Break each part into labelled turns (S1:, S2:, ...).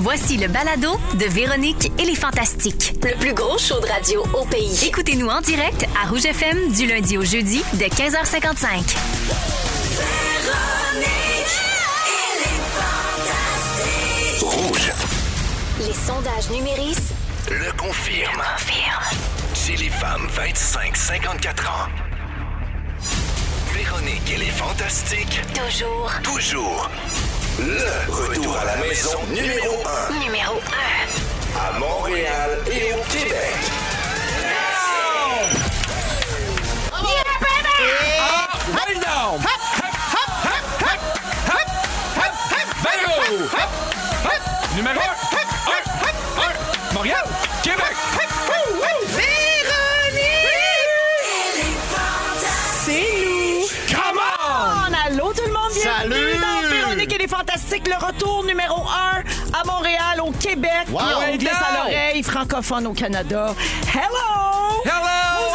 S1: Voici le balado de Véronique et les Fantastiques.
S2: Le plus gros show de radio au pays.
S1: Écoutez-nous en direct à Rouge FM du lundi au jeudi de 15h55.
S3: Rouge
S2: Les sondages numéris
S3: le confirme. Chez les femmes 25-54 ans. Véronique et les Fantastiques,
S2: toujours
S3: toujours. Le retour à la maison numéro
S2: numéro
S3: 1 à Montréal et au Québec.
S4: Hop, down! Hop, hop, hop, hop, hop, hop, hop, hop, hop, hop, Numéro 1, 1, 1, Montréal, Québec. Come on!
S5: En allô tout le monde, bienvenue dans Véronique et les Fantastiques, le retour numéro 1 à Montréal, au Québec,
S6: Wow.
S5: puis on glisse à
S4: Hello.
S5: l'oreille, francophone au Canada. Hello!
S4: Hello!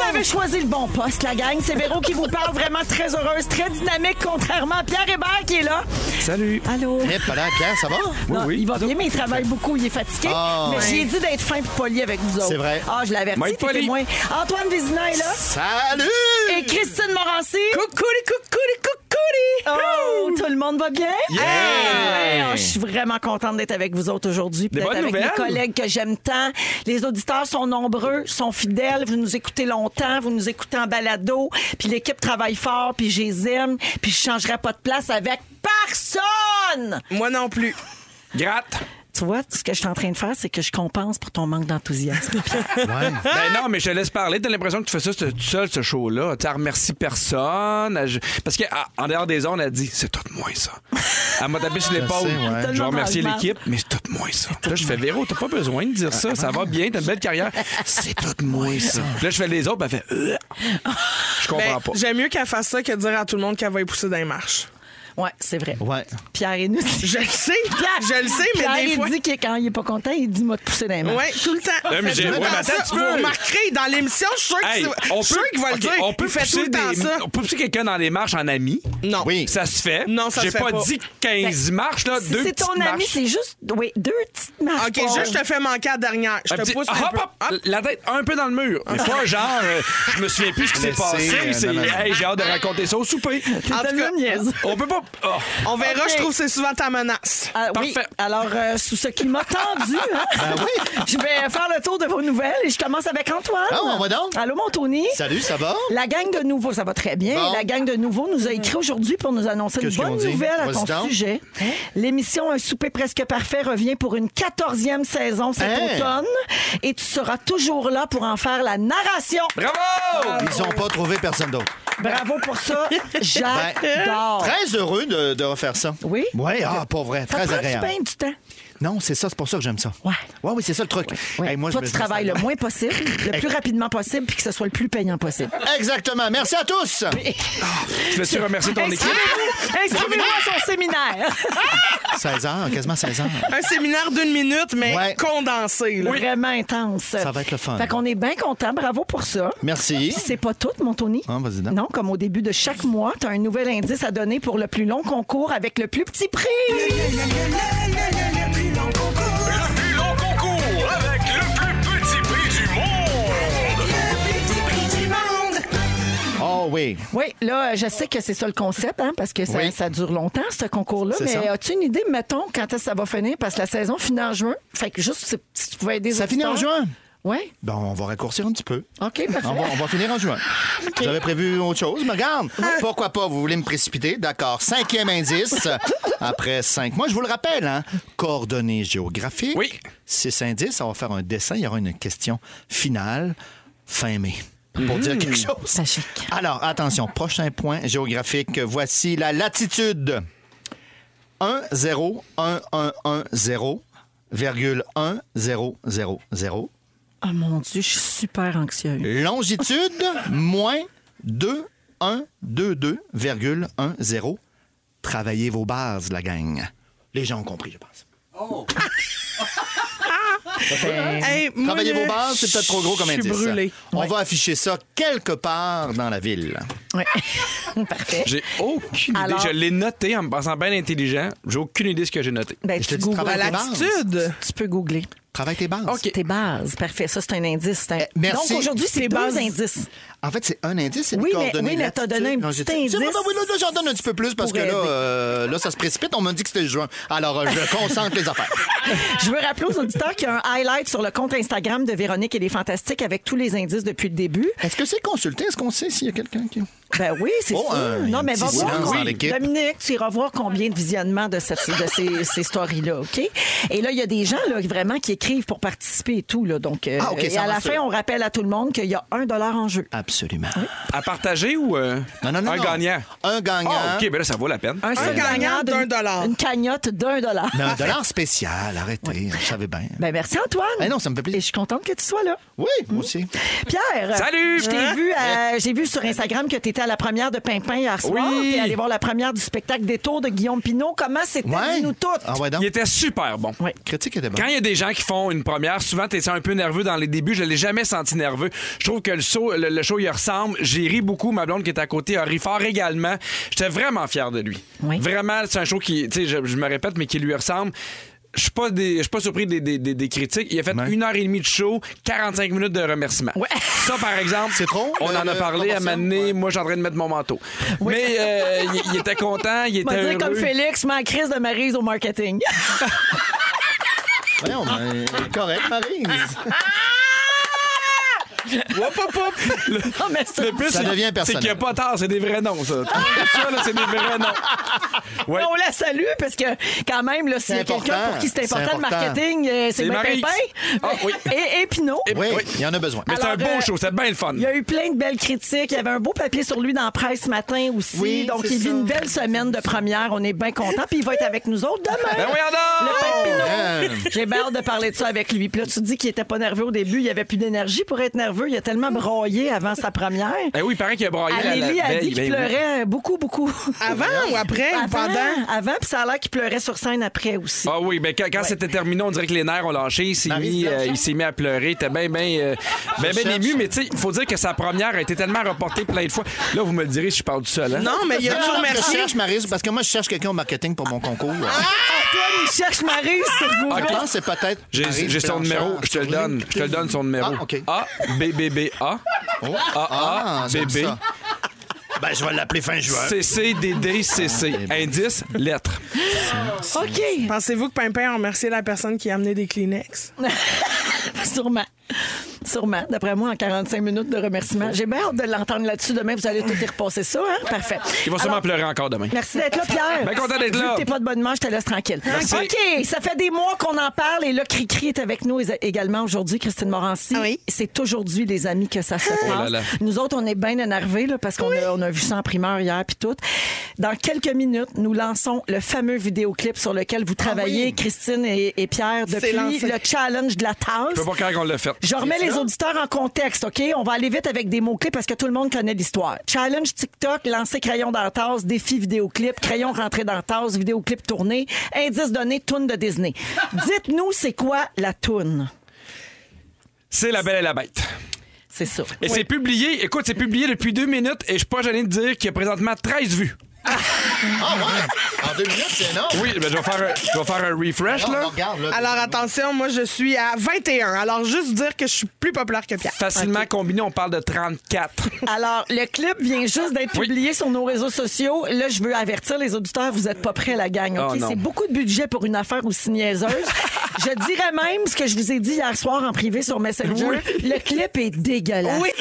S5: Vous avez choisi le bon poste, la gang. C'est Véro qui vous parle, vraiment très heureuse, très dynamique, contrairement à Pierre Hébert qui est là.
S4: Salut.
S5: Allô?
S6: Hé, Pierre, Pierre, ça va?
S5: Non,
S4: oui.
S5: Il va bien, mais il travaille beaucoup, il est fatigué.
S6: Ah.
S5: mais j'ai dit d'être fin et poli avec vous autres.
S6: C'est vrai.
S5: Ah, je l'avertis,
S4: Moi, être
S5: t'es
S4: poli.
S5: témoin. Antoine Vézina est là.
S6: Salut!
S5: Et Christine Morancy.
S4: Coucou, coucou, coucou.
S5: Oh, tout le monde va bien?
S4: Yeah!
S5: Hey! Oh, je suis vraiment contente d'être avec vous autres aujourd'hui,
S4: Des
S5: puis d'être
S4: bonnes
S5: avec
S4: nouvelles.
S5: mes collègues que j'aime tant. Les auditeurs sont nombreux, sont fidèles, vous nous écoutez longtemps, vous nous écoutez en balado, puis l'équipe travaille fort, puis je les aime, puis je changerai pas de place avec personne!
S7: Moi non plus.
S4: Gratte.
S5: Tu vois, ce que je suis en train de faire, c'est que je compense pour ton manque d'enthousiasme.
S6: Ouais.
S4: Ben non, mais je te laisse parler. T'as l'impression que tu fais ça tout seul, ce show-là. Tu remercies personne. Je- Parce que ah, en dehors des ondes, elle dit c'est tout moi, ça. Elle m'a tapé sur l'épaule.
S6: sais, ouais.
S4: Je vais remercier
S5: Tellement
S4: l'équipe, mais c'est tout moi, ça. Là, je fais Véro, t'as pas besoin de dire ça. Ça va bien, t'as une belle carrière. C'est tout moi, ça. Puis Là, je fais les autres, puis elle fait Euh. Je comprends
S7: Ben,
S4: pas.
S7: J'aime mieux qu'elle fasse ça que de dire à tout le monde qu'elle va y pousser dans les marches.
S5: Ouais, c'est vrai.
S6: Ouais.
S5: Pierre est nous.
S7: Je le sais, je le sais, mais
S5: Pierre,
S7: des
S5: il
S7: fois...
S5: dit que quand il est pas content, il dit moi de pousser dans les mains.
S7: Ouais, tout le temps.
S4: Non, mais
S7: Faites
S4: j'ai-
S7: tout le
S4: ouais,
S7: temps
S4: mais attends,
S7: ça.
S4: tu peux-
S7: Vous remarquerez, dans l'émission, je suis sûr que
S4: Hey,
S7: c'est- je suis sûr qu'il va le
S4: ok,
S7: dire.
S4: on peut
S7: Il fait tout
S4: pousser
S7: le temps
S4: des-
S7: ça.
S4: on peut pousser quelqu'un dans les marches en ami.
S7: Non.
S6: Oui.
S5: Oh.
S4: Ça se fait.
S7: Non, ça
S4: J'ai
S7: se fait
S4: pas,
S7: pas. Ben,
S4: dit 15 marches, là,
S5: Si
S4: deux
S5: c'est ton
S4: petites
S5: ami,
S4: marches.
S5: c'est juste oui, deux petites marches.
S7: OK, juste, je te fais manquer la dernière. Je
S4: Un
S7: te
S4: petit-
S7: pousse un
S4: Ah, hop,
S7: peu.
S4: hop, la tête un peu dans le mur. Mais pas genre, euh, je me souviens plus ce qui s'est
S6: Laissez,
S4: passé.
S6: euh,
S4: c'est-
S6: non, non, non.
S4: hey, j'ai hâte de raconter ça au souper.
S7: En tout cas,
S4: On peut pas. oh.
S7: on verra,
S5: Ok.
S7: je trouve que c'est souvent ta menace.
S5: Ah, oui,
S4: Parfait.
S5: alors, euh, sous ce climat tendu, hein,
S6: Ben
S5: je vais faire le tour de vos nouvelles et je commence avec Antoine.
S6: Ah, on va donc.
S5: Allô, mon Tony.
S6: Salut, ça va?
S5: La gang de nouveau, ça va très bien.
S6: Bon.
S5: La gang de nouveau nous a écrit aujourd'hui pour nous annoncer une
S6: Qu'est-ce qu'ils
S5: bonne
S6: ont dit?
S5: nouvelle à
S6: Vas-y
S5: ton
S6: donc. Hein?
S5: sujet. L'émission Un souper presque parfait revient pour une 14e saison cet
S6: Hein?
S5: automne et tu seras toujours là pour en faire la narration.
S4: Bravo!
S6: Ils ont pas trouvé personne d'autre.
S5: Bravo pour ça.
S6: Ben,
S5: Ah, J'adore.
S6: Très heureux de, de refaire ça.
S5: Oui?
S6: Oui, ah, pas vrai.
S5: Ça
S6: Très
S5: prend du
S6: agréable.
S5: pain du temps.
S6: Non, c'est ça, c'est pour ça que j'aime ça.
S5: Ouais.
S6: Ouais, oui, c'est ça le truc.
S5: Ouais.
S6: Hey, moi,
S5: Toi,
S6: je me
S5: tu
S6: dis-
S5: travailles le moins possible, le plus rapidement possible, puis que ce soit le plus payant possible.
S6: Exactement. Merci à tous.
S4: Je veux-tu remercier ton équipe?
S5: Inscrivez-vous inscrivez-vous à son séminaire.
S6: 16 heures, quasiment 16 heures.
S7: Un séminaire d'une minute, mais
S6: Ouais.
S7: condensé. là.
S5: Vraiment intense. Ça
S6: va être le fun.
S5: Fait qu'on est bien content. Bravo pour ça.
S6: Merci.
S5: Puis C'est pas tout, mon Tony.
S6: Ah, vas-y donc.
S5: non, comme au début de chaque mois, tu as un nouvel indice à donner pour le plus long concours avec le plus petit prix.
S8: Le plus long concours avec le plus petit prix du monde.
S6: Oh oui.
S5: Oui, là, euh, je sais que c'est ça le concept, hein, parce que ça,
S6: Oui.
S5: ça dure longtemps, ce concours-là.
S6: C'est
S5: Mais
S6: ça.
S5: as-tu une idée, mettons, quand est-ce que ça va finir? Parce que la saison finit en juin. Fait que juste, c'est- si tu pouvais aider
S6: Ça finit en juin?
S5: Oui.
S6: Bon, Ben, on va raccourcir un petit peu.
S5: OK, parfait.
S6: On va, on va finir en juin. J'avais prévu autre chose, mais regarde,
S5: Ah.
S6: pourquoi pas, vous voulez me précipiter? D'accord, cinquième indice, euh, après cinq mois. Je vous le rappelle, hein, coordonnées géographiques.
S4: Oui.
S6: Six indices, on va faire un dessin, il y aura une question finale, fin mai, pour dire quelque chose.
S5: C'est chic.
S6: Alors, attention, prochain point géographique, voici la latitude. 1 0 1 1 1 0 virgule 1 0 0 0
S5: Oh mon Dieu, je suis super anxieuse.
S6: Longitude, moins 2, 1, 2, 2, virgule, 1, 0. Travaillez vos bases, la gang. Les gens ont compris, je pense.
S7: Hey, moi,
S6: Travaillez vos
S7: je-
S6: bases, c'est peut-être trop gros comme
S7: Je
S6: indice.
S7: suis brûlée.
S6: On va afficher ça quelque part dans la ville.
S5: Ouais. Ben, Parfait.
S4: J'ai aucune
S5: Alors-
S4: idée. Je l'ai noté en me pensant bien intelligent. J'ai aucune idée de ce que j'ai noté.
S5: Ben,
S6: Je te
S5: tu,
S6: dis,
S5: googles.
S6: travaille tes bases.
S7: L'attitude.
S5: tu peux googler.
S6: Travaille tes bases.
S4: OK.
S5: Tes bases, parfait. Ça, c'est un indice. c'est un-
S6: Eh, merci.
S5: Donc aujourd'hui, c'est
S7: Tes
S5: deux
S7: bases.
S5: indices.
S6: En fait, c'est un indice, c'est
S5: Oui,
S6: les
S5: mais-
S6: coordonnées.
S5: oui, mais t'as donné un
S6: Non,
S5: petit
S6: j'ai dit- C'est
S5: indice.
S6: bon, oui, là, là, j'en donne un petit peu plus parce
S5: Pour
S6: que là,
S5: aider.
S6: euh, là, ça se précipite. On m'a dit que c'était juin. Alors, euh, je concentre les affaires.
S5: Je veux rappeler aux auditeurs qu'il y a un highlight sur le compte Instagram de Véronique et les Fantastiques avec tous les indices depuis le début.
S6: Est-ce que c'est consulté? Est-ce qu'on sait s'il y a quelqu'un qui.
S5: Ben oui, c'est
S6: Oh,
S5: sûr.
S6: un
S5: non, mais va
S6: petit
S5: voir.
S6: silence dans l'équipe.
S5: Dominique, tu iras voir combien de visionnements de, cette, de ces, ces stories-là, OK? Et là, il y a des gens là, vraiment qui écrivent pour participer et tout. Là, donc, euh,
S6: Ah, OK, ça
S5: et à la
S6: rassure.
S5: fin, on rappelle à tout le monde qu'il y a un dollar en jeu.
S6: Absolument.
S4: À partager ou euh,
S6: Non, non, non.
S4: un
S6: non.
S4: gagnant?
S6: Un gagnant.
S4: Ah, OK, ben là, ça vaut la peine.
S5: Un, seul
S7: gagnant d'un
S5: d'une-
S7: dollar.
S5: Une cagnotte d'un dollar.
S6: Mais un dollar spécial. Arrêtez, vous savez bien.
S5: Ben merci Antoine.
S6: Ben non, ça me fait plaisir.
S5: Et je suis contente que tu sois là.
S6: Oui,
S7: hmm.
S6: moi aussi.
S7: Ben,
S5: Pierre.
S4: Salut! Hein?
S5: Je t'ai vu, à- j'ai vu sur Instagram que tu étais à la première de Pimpin hier soir.
S4: Oui.
S5: T'es allé voir la première du spectacle des tours de Guillaume Pinot. Comment c'était,
S6: Ouais.
S5: nous toutes?
S6: Ah, ouais, donc.
S4: Il était super bon.
S6: Critique était bonne.
S4: Quand il y a des gens qui font une première, souvent, t'es un peu nerveux dans les débuts. Je l'ai jamais senti nerveux. Je trouve que le show, le, le show, il ressemble. J'ai ri beaucoup. Ma blonde qui est à côté a ri fort également. J'étais vraiment fier de lui.
S5: Oui.
S4: Vraiment, c'est un show qui, tu sais, je, je me répète, mais qui lui ressemble. Je suis pas, des- je suis pas surpris des, des- des- des critiques. Il a fait
S6: Ouais.
S4: une heure et demie de show, 45 minutes de remerciements. Ça, par exemple,
S6: C'est trop,
S4: on
S6: le-
S4: en a
S6: le
S4: parlé à
S6: proportion,
S4: Mané.
S6: ouais.
S4: Moi, j'en train de mettre mon manteau. Mais euh, il il était content, il
S5: M'a
S4: était
S5: dit
S4: heureux.
S5: comme Félix, ma crise de Marise au marketing.
S6: Voyons,
S7: Ah.
S6: mais- correct, Marie.
S4: Wop, wop, wop. Le,
S5: mais Ah! ça-
S4: le plus,
S6: Ça
S4: c'est-
S6: devient
S4: C'est
S6: personnel.
S4: qu'il n'y a pas tard, c'est des vrais noms, ça. ça, là, c'est des vrais noms. Ouais.
S5: On la salue parce que quand même, là, s'il y a
S6: C'est
S5: quelqu'un
S6: important.
S5: pour qui c'est
S6: C'est
S5: important le
S6: important.
S5: marketing, euh, c'est
S4: C'est
S5: bien
S4: Maryse.
S5: Pimpin
S4: Ah, oui.
S5: et, et Pinot.
S4: Et-
S6: Oui,
S4: oui.
S6: il y en a besoin.
S4: Mais c'est un
S5: Alors,
S4: beau
S5: euh,
S4: show, c'est bien le fun.
S5: Il y a eu plein de belles critiques. Il y avait un beau papier sur lui dans la presse ce matin aussi.
S6: Oui,
S5: Donc,
S6: c'est
S5: il vit
S6: ça.
S5: une belle semaine de première. On est bien content. Puis, il va être avec nous autres demain.
S4: Ben voyons donc!
S5: Le Pepino.
S6: Man.
S5: J'ai bien hâte de parler de ça avec lui. Puis là, tu te dis qu'il était pas nerveux au début. Il avait plus d'énergie pour être nerveux. Il a tellement braillé avant sa première.
S4: Eh oui, il paraît qu'il a braillé la-
S5: Amélie
S4: la
S5: a
S4: veille,
S5: dit qu'il
S4: ben oui.
S5: pleurait beaucoup, beaucoup.
S7: Avant ou après ou pendant?
S5: Ah, Avant, puis ça a l'air qu'il pleurait sur scène après aussi.
S4: Ah oui, mais quand, quand c'était terminé, on dirait que les nerfs ont lâché. Il s'est
S6: Marie,
S4: mis,
S6: c'est
S4: euh,
S6: urgent.
S4: il s'est mis à pleurer. Il était bien, bien, euh, ben, ben
S6: cherche.
S4: ému. Mais tu sais, il faut dire que sa première a été tellement reportée plein de fois. Là, vous me le direz si je parle du seul. hein?
S7: Non, mais il y a toujours
S6: je
S7: merci. Ah,
S6: cherche, Marie, parce que moi, je cherche quelqu'un au marketing pour mon concours.
S5: Antoine, Ah, il cherche Marie sur
S6: Je
S5: Google.
S7: ben,
S6: pense que c'est peut-être.
S4: J'ai
S6: Maryse
S4: j'ai son
S6: Blanchard
S4: numéro, je te
S6: sur
S4: le donne. Je te le donne son numéro.
S6: Ah, OK. Oh.
S4: A, B, B, B, A, A, A,
S6: Ah, j'aime
S4: B, B.
S6: ça. Ben, je vais l'appeler fin juin.
S4: CCDDCC.
S5: Ah, ben,
S4: Indice, lettre.
S5: OK,
S7: Pensez-vous que Pimpin a remercié la personne qui a amené des Kleenex?
S5: sûrement. Sûrement, d'après moi, en 45 minutes de remerciements. J'ai bien hâte de l'entendre là-dessus demain. Vous allez tout y repasser ça, hein? Parfait.
S4: Il va sûrement pleurer encore demain.
S5: Merci d'être là, Pierre.
S4: Ben, content d'être
S5: Vu
S4: là.
S5: que T'es pas de bonne humeur, je te laisse tranquille.
S4: Merci.
S5: OK, ça fait des mois qu'on en parle et là, Cricri est avec nous é- également aujourd'hui, Christine Morancy.
S7: Ah oui.
S5: C'est aujourd'hui, les amis, que ça se passe.
S4: Ah. Oh là là.
S5: Nous autres, on est bien énervés là, parce qu'on a, on a vu ça en primeur hier puis tout. Dans quelques minutes, nous lançons le fameux vidéoclip sur lequel vous travaillez, Christine et, et Pierre, depuis
S7: Ah lancé.
S5: le challenge de la tasse.
S4: Je peux pas croire qu'on l'a fait.
S5: Je remets les auditeurs en contexte, OK? On va aller vite avec des mots-clés parce que tout le monde connaît l'histoire. Challenge TikTok, lancer crayon dans la tasse, défi vidéoclip, crayon rentré dans la tasse, vidéoclip tourné, indice donné, toune de Disney. Dites-nous, c'est quoi la toune?
S4: C'est La Belle et la Bête.
S5: C'est ça.
S4: Et c'est publié, écoute, c'est publié depuis deux minutes et je suis pas gêné de dire qu'il y a présentement 13 vues.
S6: Ah, ouais. En deux minutes, c'est non.
S4: Oui, ben, je vais faire un, je vais faire un refresh,
S6: Non,
S4: là.
S6: regarde, là.
S7: Alors attention, moi je suis à 21. Alors juste dire que je suis plus populaire que Pierre.
S4: Facilement combiné, on parle de 34.
S5: Alors, le clip vient juste d'être
S4: Ah, Oui.
S5: publié sur nos réseaux sociaux. Là, je veux avertir les auditeurs, vous n'êtes pas prêts, la gang.
S4: Oh
S5: OK?
S4: non.
S5: c'est beaucoup de budget pour une affaire aussi niaiseuse. je dirais même ce que je vous ai dit hier soir en privé sur Messenger. Le clip est dégueulasse.
S7: Oui.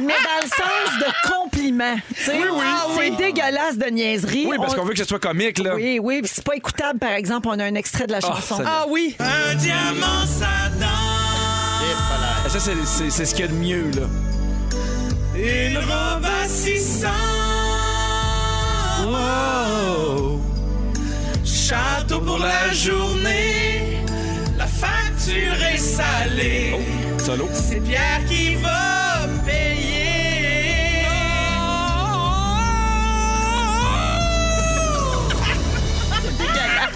S5: Mais dans le sens de compliment. tu sais. C'est dégueulasse de niaiserie.
S4: Ah, Oui, parce
S5: On-
S4: qu'on veut que ce soit comique, là.
S5: Oui, oui, puis c'est pas écoutable, par exemple. On a un extrait de la chanson.
S4: ça-
S7: Ah oui.
S4: Et Ça, c'est- c'est c'est ce qu'il y a de mieux, là.
S8: Château pour la journée, la facture est salée.
S4: Solo.
S8: C'est Pierre qui va payer. Oh,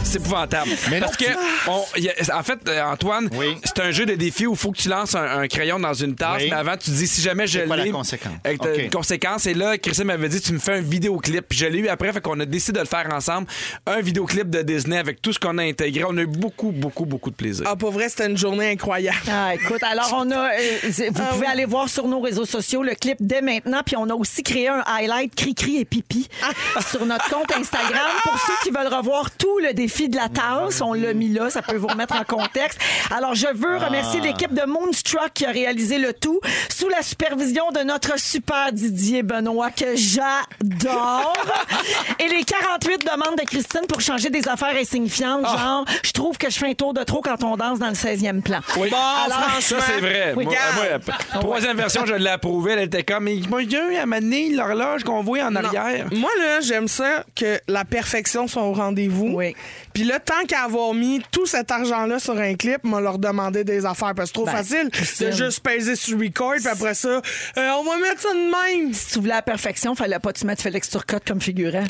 S4: C'est épouvantable.
S6: Mais
S4: Parce
S6: non.
S4: que, on- y a- en fait, euh, Antoine,
S6: Oui.
S4: c'est un jeu de défi où il faut que tu lances un, un crayon dans une tasse,
S6: Oui.
S4: mais avant, tu dis si jamais je
S6: C'est quoi la
S4: l'ai-
S6: conséquence?
S4: Euh, t'as
S6: OK.
S4: Une conséquence. Et là, Christine m'avait dit tu me fais un vidéoclip. Puis je l'ai eu après, fait qu'on a décidé de le faire ensemble. Un vidéoclip de Disney avec tout ce qu'on a intégré. On a eu beaucoup, beaucoup, beaucoup de plaisir.
S7: Ah, pour vrai, c'était une journée incroyable.
S5: Ah, écoute, alors on a. euh, c'est- vous
S7: Ah
S5: pouvez
S7: oui.
S5: aller voir sur nos réseaux sociaux le clip dès maintenant. Puis on a aussi créé un highlight cri-cri et pipi
S7: Ah.
S5: sur notre compte Instagram. Pour ceux qui veulent revoir tout le défi de la tasse, on l'a mis là, ça peut vous remettre en contexte. Alors je veux
S7: Ah.
S5: remercier l'équipe de Moonstruck qui a réalisé le tout sous la supervision de notre super Didier Benoît que j'adore. Et les 48 demandes de Christine pour changer des affaires insignifiantes,
S7: Ah.
S5: genre je trouve que je fais un tour de trop quand on danse dans le 16e plan.
S4: Oui.
S7: Bon,
S4: ça,
S7: franchement.
S4: c'est vrai.
S7: Oui,
S4: Moi,
S7: regarde.
S4: moi, euh, la p- troisième version, je l'ai approuvée. Elle était comme, mais moi, il y a eu à m'amener l'horloge qu'on voit en
S7: Non.
S4: arrière.
S7: Moi, là, j'aime ça que la perfection soit au rendez-vous.
S5: Oui.
S7: Puis là, tant qu'à avoir mis tout cet argent-là sur un clip, on leur demandé des affaires. Parce que c'est trop
S5: Ben,
S7: facile
S5: Christine.
S7: de juste peser sur record, puis après ça, euh, on va mettre ça de même.
S5: si tu voulais la perfection, fallait pas que tu mettes Félix Turcotte comme figurant.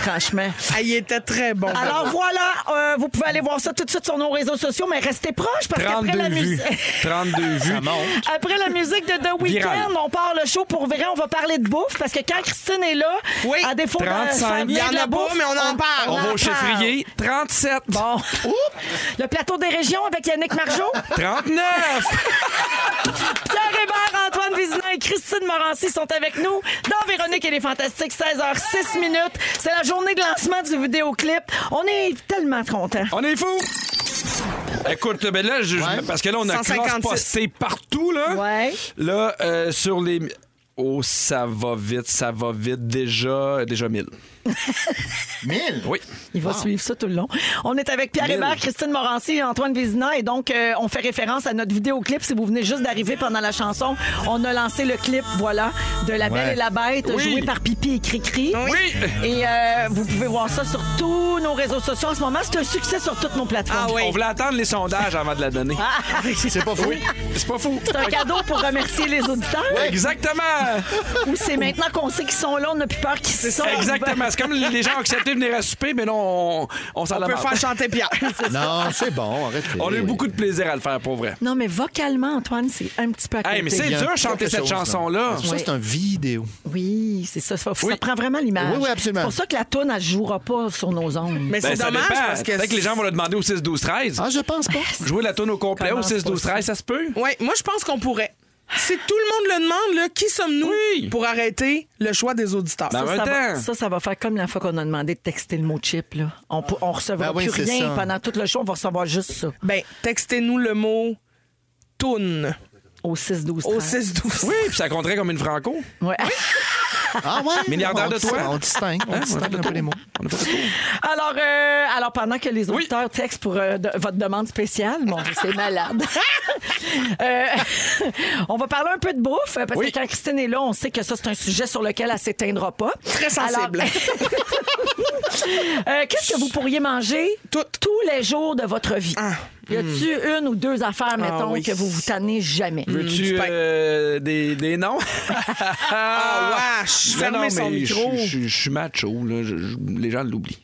S5: Franchement.
S7: Ah, il était très bon.
S5: Alors voilà, euh, vous pouvez aller voir ça tout de suite sur nos réseaux sociaux, mais restez proches parce qu'après
S4: 32
S5: la
S4: vues.
S5: musique.
S4: 32 vues.
S5: Après la musique de The
S4: Viral.
S5: Weeknd, on part le show pour vrai. On va parler de bouffe parce que quand Christine est là,
S7: Oui.
S5: à défaut de
S4: 35.
S5: faire
S7: il y
S5: bien
S7: en
S5: de la
S7: a pas,
S5: bouffe,
S7: mais on en parle.
S4: On va
S5: en
S4: au chiffrier. 37.
S5: parle. Bon. Le plateau des régions avec Yannick Margeau,
S4: 39!
S5: Pierre Hébert, Antoine Vézina et Christine Morancy sont avec nous dans Véronique et les Fantastiques, 16h06 minutes. C'est la journée de lancement du vidéoclip. On est tellement contents.
S4: On est fous! Écoute, ben là, je- je- parce que là, on a
S7: 156.
S4: cross-posté partout, là.
S5: Ouais.
S4: Là, euh, sur les... Oh, ça va vite, ça va vite. Déjà, déjà 1000.
S6: 1000?
S4: Oui.
S5: Il va suivre ça tout le long. On est avec Pierre
S4: Mille.
S5: Hébert, Christine Morancy et Antoine Vézina. Et donc, euh, on fait référence à notre vidéoclip. Si vous venez juste d'arriver pendant la chanson, on a lancé le clip, voilà, de La Belle
S6: Ouais.
S5: et la Bête,
S4: Oui.
S5: joué par Pipi et Cricri.
S4: Oui!
S5: Et euh, vous pouvez voir ça sur tous nos réseaux sociaux en ce moment. C'est un succès sur toutes nos plateformes.
S7: Ah oui. Ah.
S4: On voulait attendre les sondages avant de la donner.
S6: C'est pas fou?
S4: C'est pas fou.
S5: C'est un cadeau pour remercier les auditeurs.
S4: Exactement!
S5: Ou c'est maintenant qu'on sait qu'ils sont là, on n'a plus peur qu'ils se sortent.
S4: Exactement. C'est comme les gens ont accepté de venir à souper, mais non, on, on s'en
S7: on peut faire chanter Pierre.
S6: Non, c'est bon, arrêtez.
S4: On a eu beaucoup de plaisir à le faire, pour vrai.
S5: Non, mais vocalement, Antoine, c'est un petit peu à côté.
S4: Hey, mais c'est
S6: Il y a
S4: dur
S6: quelque
S4: chanter cette
S6: chose, là.
S4: chanson-là.
S6: Ça, c'est un vidéo.
S5: Oui, c'est ça. Ça, ça
S4: Oui.
S5: prend vraiment l'image.
S6: Oui, oui, absolument.
S5: C'est pour ça que la toune, elle ne jouera pas sur nos ondes.
S7: Mais
S4: Ben,
S7: c'est
S4: ça
S7: dommage
S4: dépend.
S7: parce que.
S4: Peut-être que les gens vont le demander au 6-12-13.
S6: Ah, je pense pas.
S4: Jouer la tourne au complet au
S5: Commence
S4: 6-12-13, ça se peut?
S7: Ouais, moi, je pense qu'on pourrait. Si tout le monde le demande, là, qui sommes-nous pour arrêter le choix des auditeurs?
S4: Ben,
S5: Ça,
S4: en
S5: ça,
S4: même
S5: va,
S4: temps.
S5: ça, ça va faire comme la fois qu'on a demandé de texter le mot chip. Là. On pou- on recevra
S6: Ben oui,
S5: plus
S6: c'est
S5: rien
S6: ça.
S5: pendant tout le show. On va recevoir juste ça
S7: Ben, textez-nous le mot toune
S5: au 6-12.
S7: au 6-12.
S4: Oui, puis ça compterait comme une franco.
S5: Ouais.
S6: Ah ouais?
S4: Milliardaire
S6: On
S4: de
S6: dis-
S4: toi?
S6: On distingue, Hein, on distingue un peu les mots.
S4: On a fait le tour.
S5: Alors, euh, alors, pendant que les auditeurs textent pour euh, de- votre demande spéciale, mon Dieu, c'est malade. Euh, on va parler un peu de bouffe, parce
S4: Oui.
S5: que quand Christine est là, on sait que ça, c'est un sujet sur lequel elle s'éteindra pas.
S7: Très sensible.
S5: Alors, euh, Qu'est-ce que vous pourriez manger
S7: Toutes.
S5: tous les jours de votre vie? Y a-tu une ou deux affaires, mettons,
S7: oui.
S5: que vous vous tannez jamais?
S4: Veux-tu
S7: du pain.
S4: euh, des, des noms?
S7: Ah, wesh!
S4: Non,
S7: Fermez
S4: Ben non,
S7: son
S4: mais je-
S7: micro.
S4: Je je- je suis macho, là. Je- je- les gens l'oublient.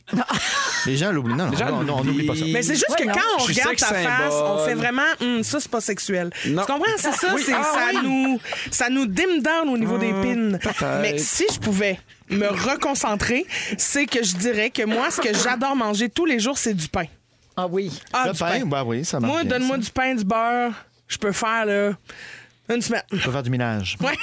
S6: Les gens l'oublient. Non,
S4: Les gens
S6: non, non, non, on
S4: l'oublient.
S6: n'oublie pas ça.
S7: Mais c'est juste que
S5: Voyons.
S7: quand on
S4: Je suis
S7: regarde
S4: sexe
S7: ta face,
S4: symbole.
S7: on fait vraiment Hum, ça c'est pas sexuel.
S4: Non.
S7: Tu comprends c'est ça,
S4: Oui,
S7: c'est
S4: ah
S7: ça
S4: oui. Hum,
S7: nous ça nous dim down au niveau des pins.
S4: peut-être.
S7: Mais si je pouvais me reconcentrer, c'est que je dirais que moi ce que j'adore manger tous les jours c'est du pain.
S5: Ah oui.
S7: Ah,
S6: Le
S7: du
S6: pain, bah oui, ça marche.
S7: Moi
S6: bien,
S7: donne-moi
S6: ça.
S7: du pain, du beurre, je peux faire là, une semaine.
S6: On peut faire du ménage.
S7: Ouais.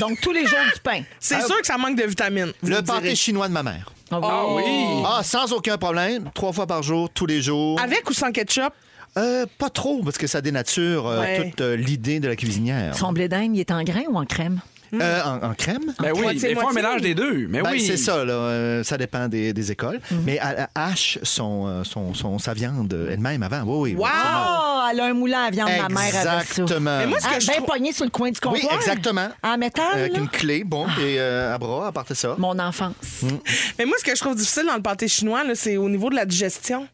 S5: Donc, tous les jours du pain.
S7: C'est sûr que ça manque de vitamines.
S6: Ah,
S7: vous
S6: Le
S7: me direz.
S6: pâté chinois de ma mère.
S5: Ah oui.
S4: Oh.
S6: Ah, sans aucun problème. Trois fois par jour, tous les jours.
S7: avec ou sans ketchup
S6: Euh, pas trop, parce que ça dénature euh,
S7: Ouais.
S6: toute euh, l'idée de la cuisinière.
S5: Son blé d'Inde, il est en grain ou en crème?
S6: Euh, en, en crème?
S4: Ben oui,
S7: moitié,
S4: des fois, on
S7: moitié.
S4: mélange des deux. Mais
S6: Ben,
S4: oui.
S6: C'est ça, là, euh, ça dépend des, des écoles. Mais elle elle hache son, euh, son, son- sa viande elle-même avant. Oui, oui, oui.
S7: Wow!
S6: absolument.
S5: Ah, elle a un moulin à viande, ma mère avec ça.
S6: Exactement.
S7: Mais moi, ce que
S5: Ah,
S7: je
S5: ben
S7: trouve-
S5: pogné sur le coin du
S6: Oui,
S5: comptoir.
S6: exactement. Euh,
S5: En métal,
S6: Avec
S5: là.
S6: une clé, bon, et euh, à bras, à part de ça.
S5: Mon enfance.
S7: Mais moi ce que je trouve difficile dans le pâté chinois là, c'est au niveau de la digestion.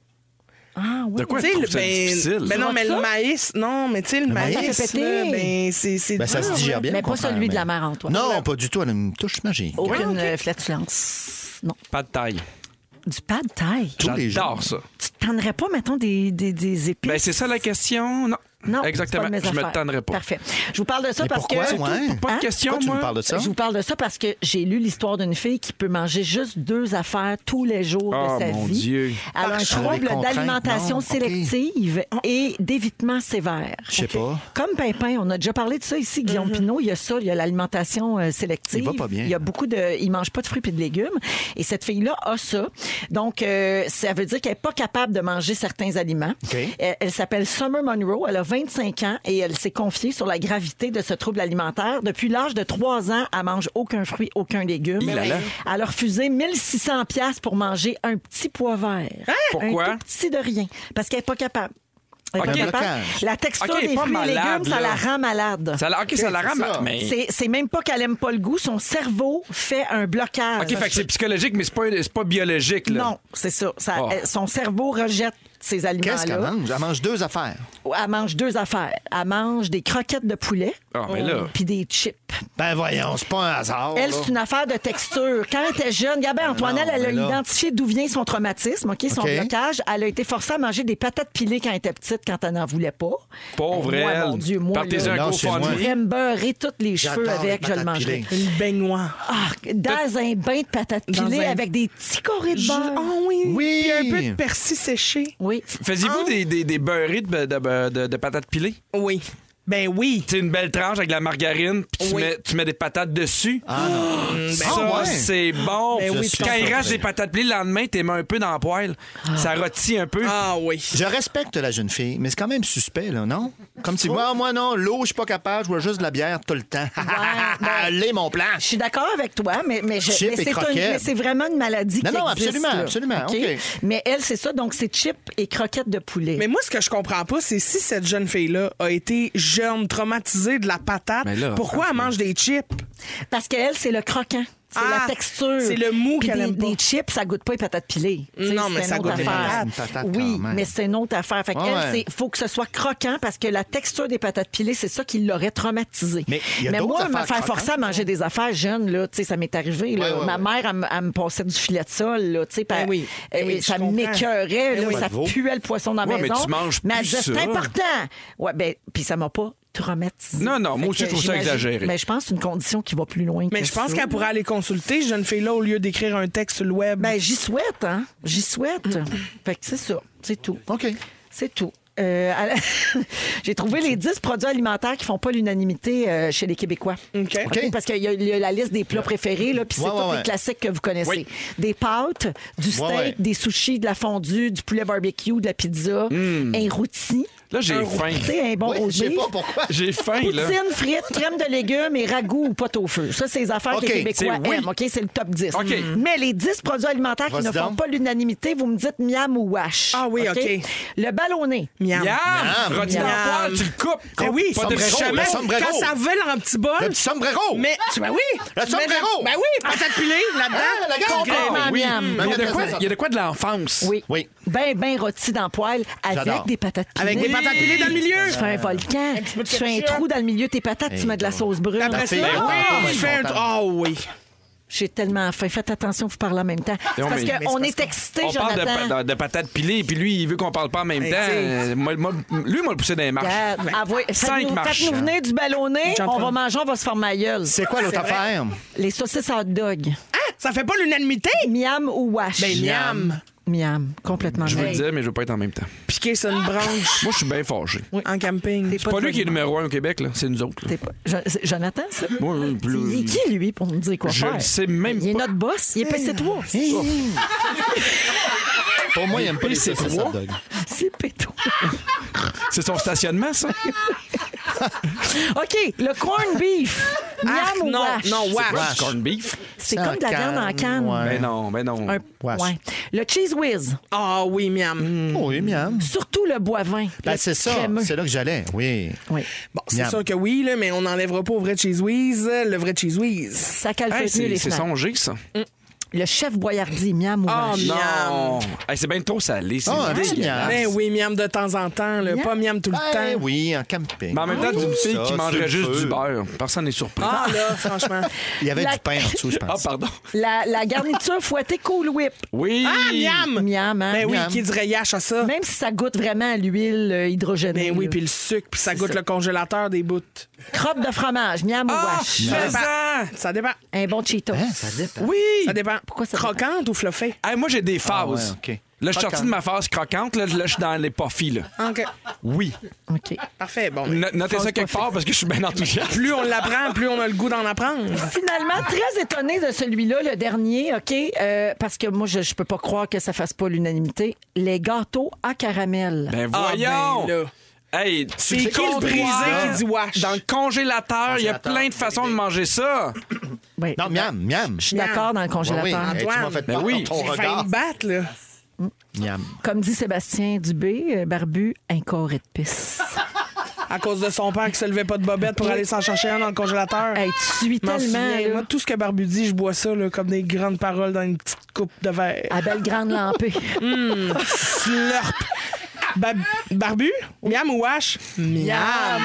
S5: Ah oui.
S4: De quoi
S7: Tu
S4: tu
S7: sais,
S4: trouves
S7: le-
S4: ça difficile?
S7: ben non,
S5: Tu
S7: mais
S5: vois
S7: le
S5: ça?
S7: maïs, non, mais tu sais, le,
S6: maïs?
S7: maïs,
S5: Ça fait
S7: là,
S5: péter.
S7: ben c'est c'est
S6: Ben, ça
S7: dur,
S6: se digère bien.
S5: Ah, Mais
S6: au
S5: pas
S6: contraire,
S5: celui de la mère Antoine.
S6: Ah, Non, pas du tout. Elle a une touche magique.
S5: Aucune euh, flatulence. Non.
S4: Pas de taille.
S5: du pad thaï.
S6: Tous les jours.
S4: J'adore ça.
S5: Tu te tannerais pas, mettons, des, des, des épices?
S4: Ben, c'est ça la question? Non.
S5: Non, c'est
S4: Exactement.
S5: pas de mes
S4: je me
S5: affaires.
S4: tannerai pas.
S5: Parfait. Je vous parle de ça
S6: Mais
S5: parce
S6: pourquoi?
S5: que.
S6: Ouais.
S4: Pas de
S5: Hein?
S4: question,
S6: Pourquoi tu
S4: moi.
S6: nous parles de ça?
S5: Je vous parle de ça parce que j'ai lu l'histoire d'une fille qui peut manger juste deux affaires tous les jours
S4: Ah,
S5: de sa
S4: mon
S5: vie.
S4: Dieu.
S5: Elle a un
S6: Par choix.
S5: trouble
S6: Des contraintes,
S5: d'alimentation
S6: non, ok.
S5: sélective et d'évitement sévère.
S6: Je sais
S5: Ok.
S6: pas. Mhm.
S5: Comme Pimpin, on a déjà parlé de ça ici, Guillaume Pinot, il y a ça, il y a l'alimentation euh, sélective.
S6: Il va pas bien.
S5: Il y a beaucoup de. Il mange pas de fruits et de légumes. Et cette fille-là a ça. Donc, euh, ça veut dire qu'elle n'est pas capable de manger certains aliments.
S6: OK.
S5: Elle, elle s'appelle Summer Monroe. Elle a 25 ans et elle s'est confiée sur la gravité de ce trouble alimentaire. Depuis l'âge de 3 ans, elle mange aucun fruit, aucun légume.
S4: Il a là.
S5: Elle a refusé 1600 pièces pour manger un petit pois vert.
S6: Hein?
S4: Pourquoi?
S5: Un tout petit de rien. Parce qu'elle n'est pas capable. Elle est
S4: Ok.
S5: pas capable.
S6: Blocage.
S5: La texture
S4: Ok, elle est
S5: des
S4: pas
S5: fruits et
S4: malade,
S5: légumes, ça
S4: là.
S5: la rend malade.
S4: Ça, la- ok, ça la
S6: c'est
S4: rame.
S6: ça.
S4: Mais...
S5: C'est c'est même pas qu'elle aime pas le goût, son cerveau fait un blocage.
S4: OK, fait que c'est psychologique, mais c'est pas, c'est pas biologique. Là.
S5: Non, c'est ça. Ça-
S4: Oh.
S5: euh, Son cerveau rejette ces aliments-là.
S6: Qu'est-ce qu'elle mange? Elle mange deux affaires.
S5: Elle mange deux affaires. Elle mange des croquettes de poulet. Oh.
S4: Ah, mais là.
S5: Puis des chips.
S6: Ben voyons, c'est pas un hasard.
S5: Elle,
S6: Oh, là.
S5: c'est une affaire de texture. Quand elle était jeune, Gabin Antoinelle,
S6: non,
S5: elle a
S6: mais là-
S5: identifié d'où vient son traumatisme, ok, son
S6: OK.
S5: blocage. Elle a été forcée à manger des patates pilées quand elle était petite, quand elle n'en voulait pas.
S4: Pauvre
S5: Moi,
S4: elle.
S5: Oh, mon Dieu, moi,
S4: Partez
S5: là,
S4: un
S6: Non,
S4: gros
S6: c'est moi.
S5: je pourrais me beurrer tous les cheveux
S6: J'adore
S5: avec,
S6: les
S5: je le
S6: patates
S5: mangerai.
S6: pilées.
S7: Une baignoire.
S5: Ah, dans un bain de patates
S7: Dans
S5: pilées
S7: un-
S5: avec des petits corées de
S7: Je-
S5: beurre.
S7: Oh oui.
S6: Oui.
S7: Puis un peu de persil séché.
S5: Oui.
S4: Faisiez-vous des, des, des beurrés de, de, de- de patates pilées?
S7: Oui. Ben oui.
S4: Tu sais, une belle tranche avec de la margarine, puis tu,
S7: Oui.
S4: mets, tu mets des patates dessus.
S6: Ah non.
S4: ça,
S6: Ah ouais.
S4: c'est bon.
S7: Ben oui,
S4: quand
S7: je
S4: il
S7: suis
S4: reste des patates pilées, le lendemain, t'es mets un peu dans le poêle. Ça rôtit un peu.
S7: Ah oui.
S6: Je respecte la jeune fille, mais c'est quand même suspect, là, non? Comme si, moi, moi, non, l'eau, je suis pas capable, je bois juste de la bière tout le temps. Allez, mon plan!
S5: Je suis d'accord avec toi, mais, mais, je-
S6: Chips
S5: mais
S6: et
S5: c'est un-
S6: croquettes.
S5: mais c'est vraiment une maladie
S6: Non,
S5: qui
S6: non,
S5: existe,
S6: absolument,
S5: là.
S6: absolument,
S5: OK?
S6: OK.
S5: Mais elle, c'est ça, donc c'est chips et croquettes de poulet.
S7: Mais moi, ce que je comprends pas, c'est si cette jeune fille-là a été jeune, traumatisée de la patate,
S4: Mais là,
S7: pourquoi elle mange des chips?
S5: Parce qu'elle, c'est le croquant. C'est
S7: Ah,
S5: la texture.
S7: c'est le mou
S5: Puis
S7: qu'elle
S5: des,
S7: aime pas.
S5: des chips, ça goûte pas les patates pilées. Tu sais,
S7: Non, mais
S5: c'est
S7: ça
S5: une autre
S7: goûte les
S5: affaire.
S7: patates.
S6: Une patate
S5: oui,
S6: quand même.
S5: mais c'est une autre affaire. Fait
S6: Ouais,
S5: qu'elle,
S6: ouais.
S5: c'est- faut que ce soit croquant parce que la texture des patates pilées, c'est ça qui l'aurait traumatisée.
S6: Mais il y a d'autres
S5: moi,
S6: affaires
S5: me faire
S6: croquantes. hein.
S5: forcer à manger des affaires jeunes, là, tu sais, ça m'est arrivé. là.
S6: Ouais, ouais,
S5: Ma
S6: ouais.
S5: mère, elle, me- elle me passait du filet de sol. Là, tu sais, puis
S7: Ben oui, ben
S5: elle-
S7: oui,
S5: ça
S7: je comprends.
S5: m'écœurait. là,
S7: Ben oui.
S5: Ça
S6: Bravo.
S5: puait le poisson dans la
S4: Ouais, mais
S5: maison.
S4: tu manges
S5: elle
S4: plus
S5: disait, c'est
S4: ça.
S5: important. Ouais, ben, puis ça m'a pas traumatisée.
S4: Non, non, moi
S5: Fait
S4: aussi,
S5: que
S4: je trouve ça
S5: j'imagine-
S4: exagéré.
S5: Mais je pense que c'est une condition qui va plus loin
S7: Mais
S5: que
S7: je pense
S5: ça.
S7: qu'elle pourrait aller consulter, jeune fille-là, au lieu d'écrire un texte sur le web.
S5: Ben, j'y souhaite, hein. J'y souhaite. Fait que c'est ça. C'est tout.
S6: OK.
S5: C'est tout. Euh, à la- J'ai trouvé les 10 produits alimentaires qui font pas l'unanimité euh, chez les Québécois.
S7: OK.
S5: OK, parce qu'il y, a- il y a la liste des plats préférés, là, puis c'est
S6: Ouais,
S5: tous
S6: ouais,
S5: les
S6: ouais.
S5: classiques que vous connaissez.
S4: Oui.
S5: Des pâtes, du steak,
S6: ouais.
S5: des sushis, de la fondue, du poulet barbecue, de la pizza,
S7: Hmm.
S5: un rôti,
S4: Là, j'ai faim.
S5: tu sais, un bon
S6: Oui, je
S5: rôti.
S6: sais pas pourquoi.
S4: J'ai faim, là.
S5: Poutine, frites, crème de légumes et ragoût ou pâte au feu. Ça, c'est les affaires
S6: OK,
S5: que les Québécois
S4: c'est oui.
S5: aiment. OK, c'est le top 10.
S4: OK.
S5: Mais les 10 produits alimentaires qui
S6: Vas-y
S5: ne font
S6: donc.
S5: pas l'unanimité, vous me dites miam ou wash.
S7: Ah oui, OK.
S5: Le ballonné.
S7: Miam.
S4: Yam! Rôti dans le
S7: Miam.
S4: poêle, tu le coupes.
S7: Ben oui,
S4: pas de
S6: sombrero,
S4: jamais.
S6: le sombrero.
S7: Quand ça vole en petit bol.
S6: Le petit sombrero.
S7: Mais, tu- ben oui.
S6: Le
S7: Tu mets de la-
S6: sombrero.
S7: Ben oui, patate pilée là-dedans.
S6: Ah, la grande
S7: Complètement
S6: part.
S5: Ah,
S4: Oui.
S5: miam.
S7: Mm.
S4: Il y a de quoi- il y a de quoi de l'enfance?
S5: Oui.
S6: Oui.
S5: Ben, ben rôti dans le poêle avec
S6: J'adore. Euh,
S5: des patates pilées.
S7: Avec des patates pilées dans le milieu.
S5: Tu fais un volcan,
S7: peu de
S5: tu fais un
S7: ketchup.
S5: trou dans le milieu de tes patates, tu mets de la sauce brune.
S7: Après ça,
S6: fille, elle va
S7: oui,
S6: être
S7: je fais un.
S6: contente.
S7: Ah oui.
S5: J'ai tellement faim. Faites attention, vous parlez en même temps. C'est
S4: Non,
S5: parce
S4: mais- mais
S5: qu'on est excité,
S4: On parle de,
S5: Jonathan.
S4: pa- de, de patates pilées, puis lui, il veut qu'on parle pas en même
S7: Mais
S4: temps.
S7: tu sais.
S4: Euh, moi- moi- lui, moi, le poussé dans les marches.
S5: Regarde, avouez-
S4: Ah, ben, Cinq
S5: faites-nous
S4: marches.
S5: faites-nous venir du ballonné,
S7: J'entends.
S5: on va manger, on va se faire ma gueule.
S6: C'est quoi l'autre affaire?
S5: Les saucisses hot dog.
S7: Ah, ça fait pas l'unanimité.
S5: Miam ou wash?
S7: Ben, miam.
S5: Miam, complètement
S4: Je veux le
S5: miam.
S4: dire, mais je veux pas être en même temps.
S7: Piquer sur une branche
S4: Moi, je suis bien fâché.
S7: en camping.
S4: C'est pas lui qui est numéro un au Québec, là. c'est nous autres. là.
S5: T'es pas- Jo- c'est Jonathan, ça?
S4: Moi, je-
S5: Il est qui, lui, pour nous dire quoi
S4: je
S5: faire?
S4: le sais même
S5: Il est
S4: pas.
S5: notre boss, il est PC3.
S6: Pour moi, il aime pas les
S4: c'est
S6: saucisses
S4: trois.
S6: hot dog.
S5: C'est péto.
S4: C'est son stationnement, ça?
S5: OK, le corn beef. Miam
S7: Ah,
S5: ou
S7: non,
S5: wash?
S7: non,
S4: Du
S7: wash.
S4: corn beef?
S5: C'est
S6: En
S5: comme de la viande en
S6: canne,
S5: canne.
S6: Ah, ouais.
S4: Ben non, ben non.
S5: Un-
S6: Wash.
S5: ouais. Le cheese whiz,
S7: Ah oui, miam.
S4: Ben,
S6: Oui, miam.
S5: surtout le boivin.
S6: Ben,
S5: le
S6: c'est ça.
S5: crémeux.
S6: C'est là que j'allais. Oui.
S5: Oui.
S7: Bon, c'est
S6: Miam.
S7: sûr que oui, là, mais on n'enlèvera pas au vrai cheese whiz, le vrai cheese whiz.
S5: Ça calme
S4: Hey,
S5: mieux les
S4: c'est c'est
S5: snacks.
S4: songé, ça.
S5: le chef boyardier miam ou
S7: Oh,
S5: magie.
S7: miam.
S4: Non! Hey, c'est bien trop salé. c'est
S6: Ah, un petit
S4: dégueulasse.
S6: miam.
S7: Ben oui, miam de temps en temps, là.
S5: Miam.
S7: Pas miam tout le
S6: Ben
S7: temps.
S6: oui, en camping. Ah,
S4: Mais en même temps, d'une fille
S6: Ça,
S4: qui
S6: c'est
S4: mangerait
S6: le
S4: juste
S6: feu.
S4: du beurre. Personne n'est surpris.
S7: Ah, là, franchement. Ben
S6: Il y avait
S5: La-
S6: du pain en dessous, je
S4: Ah,
S6: pense.
S4: pardon.
S5: La, la garniture fouettée Cool Whip.
S4: Oui!
S7: Ah, miam!
S5: Miam, hein?
S7: Ben oui,
S6: Miam.
S7: qui dirait yash à ça?
S5: Même si ça goûte vraiment à l'huile euh, hydrogénée.
S7: Ben oui,
S5: là.
S7: puis le sucre, puis ça
S5: C'est ça.
S7: goûte le congélateur des bouts.
S5: Crotte de fromage, miam ou
S7: Ah!
S5: wash.
S7: Ça dépend.
S4: Fais-en!
S7: Ça dépend.
S5: Un bon Cheetos.
S4: Oui!
S7: Ça dépend.
S5: Pourquoi ça dépend?
S7: Croquante ou fluffée?
S4: Hey, moi, j'ai des
S7: Ah,
S4: phases.
S6: ouais, ok.
S4: Là, je suis sorti
S6: Croquante.
S4: de ma phase croquante. Là, là, je suis dans les puffy, là.
S7: OK.
S4: Oui.
S5: OK.
S7: Parfait. Bon. ben,
S4: No- notez ça quelque part parce que je suis bien enthousiaste.
S7: Plus on l'apprend, plus on a le goût d'en apprendre.
S5: Finalement, très étonnée de celui-là, le dernier, OK? Euh, parce que moi, je ne peux pas croire que ça fasse pas l'unanimité. Les gâteaux à caramel.
S4: Ben
S7: Ah,
S4: voyons!
S7: ben, là.
S4: hey, tu
S7: C'est qui le
S4: comptoir,
S7: brisé qui dit wash?
S4: Dans le congélateur, il y a plein de façons de manger ça.
S5: Ouais.
S6: Non, miam, miam.
S5: Je suis d'accord dans le
S6: Ben oui,
S5: congélateur.
S6: hey, tu m'as fait
S4: Ben
S6: peur
S4: oui.
S6: dans ton
S7: J'ai failli
S6: regard.
S7: me battre, là.
S6: Miam.
S5: Comme dit Sébastien Dubé, euh, barbu, un corps et de pisse.
S7: À cause de son père qui se levait pas de bobette pour aller s'en chercher un dans le congélateur.
S5: Hey, tu suis
S7: Je m'en
S5: tellement.
S7: souviens.
S5: là.
S7: Moi, tout ce que Barbu dit, je bois ça là, comme des grandes paroles dans une petite coupe de verre.
S5: à belle grande lampée.
S7: Slurp. Ba- barbu? Miam ou wash? Miam.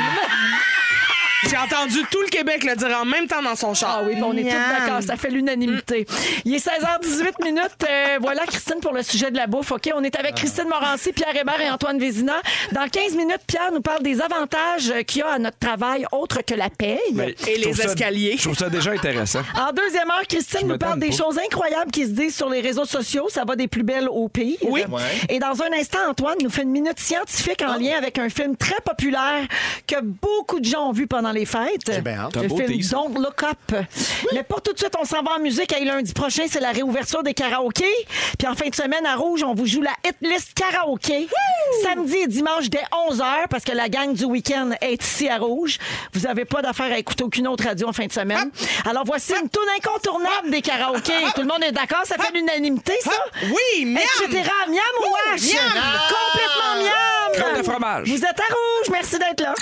S7: J'ai entendu tout le Québec le dire en même temps dans son char.
S5: Ah oui, ben on est tous
S7: Miam.
S5: d'accord, ça fait l'unanimité.
S6: Mm.
S5: Il est 16h18 minutes. Euh, voilà, Christine, pour le sujet de la bouffe. OK, on est avec Christine Morancy, Pierre Hébert et Antoine Vézina. Dans 15 minutes, Pierre nous parle des avantages euh, qu'il y a à notre travail autre que la paye.
S4: Ben,
S7: Et
S4: je trouve
S7: les
S4: ça-
S7: escaliers.
S4: je trouve ça déjà intéressant.
S5: En deuxième heure, Christine nous parle
S4: m'étonne
S5: des
S4: pas.
S5: choses incroyables qui se disent sur les réseaux sociaux. Ça va des plus belles au pays.
S7: Oui.
S6: Ouais. Ah.
S5: Et dans un instant, Antoine nous fait une minute scientifique en lien avec un film très populaire que beaucoup de gens ont vu pendant les fêtes.
S6: bien hâte.
S5: Le
S4: T'as beau
S5: film
S4: tease.
S5: Don't Look Up. Mais pas tout de suite, on s'en va en musique. Et lundi prochain, c'est la réouverture des karaokés. Puis en fin de semaine, à Rouge, on vous joue la hit list karaoké. Samedi et dimanche dès 11h, parce que la gang du week-end est ici à Rouge. Vous n'avez pas d'affaire à écouter aucune autre radio en fin de semaine. Alors voici une tourne incontournable des karaokés. Tout le monde est d'accord? Ça fait l'unanimité, ça?
S7: Oui, miam.
S5: Etc. Miam ou wash? Complètement miam!
S4: Crotte de fromage.
S5: Vous êtes à Rouge. Merci d'être là.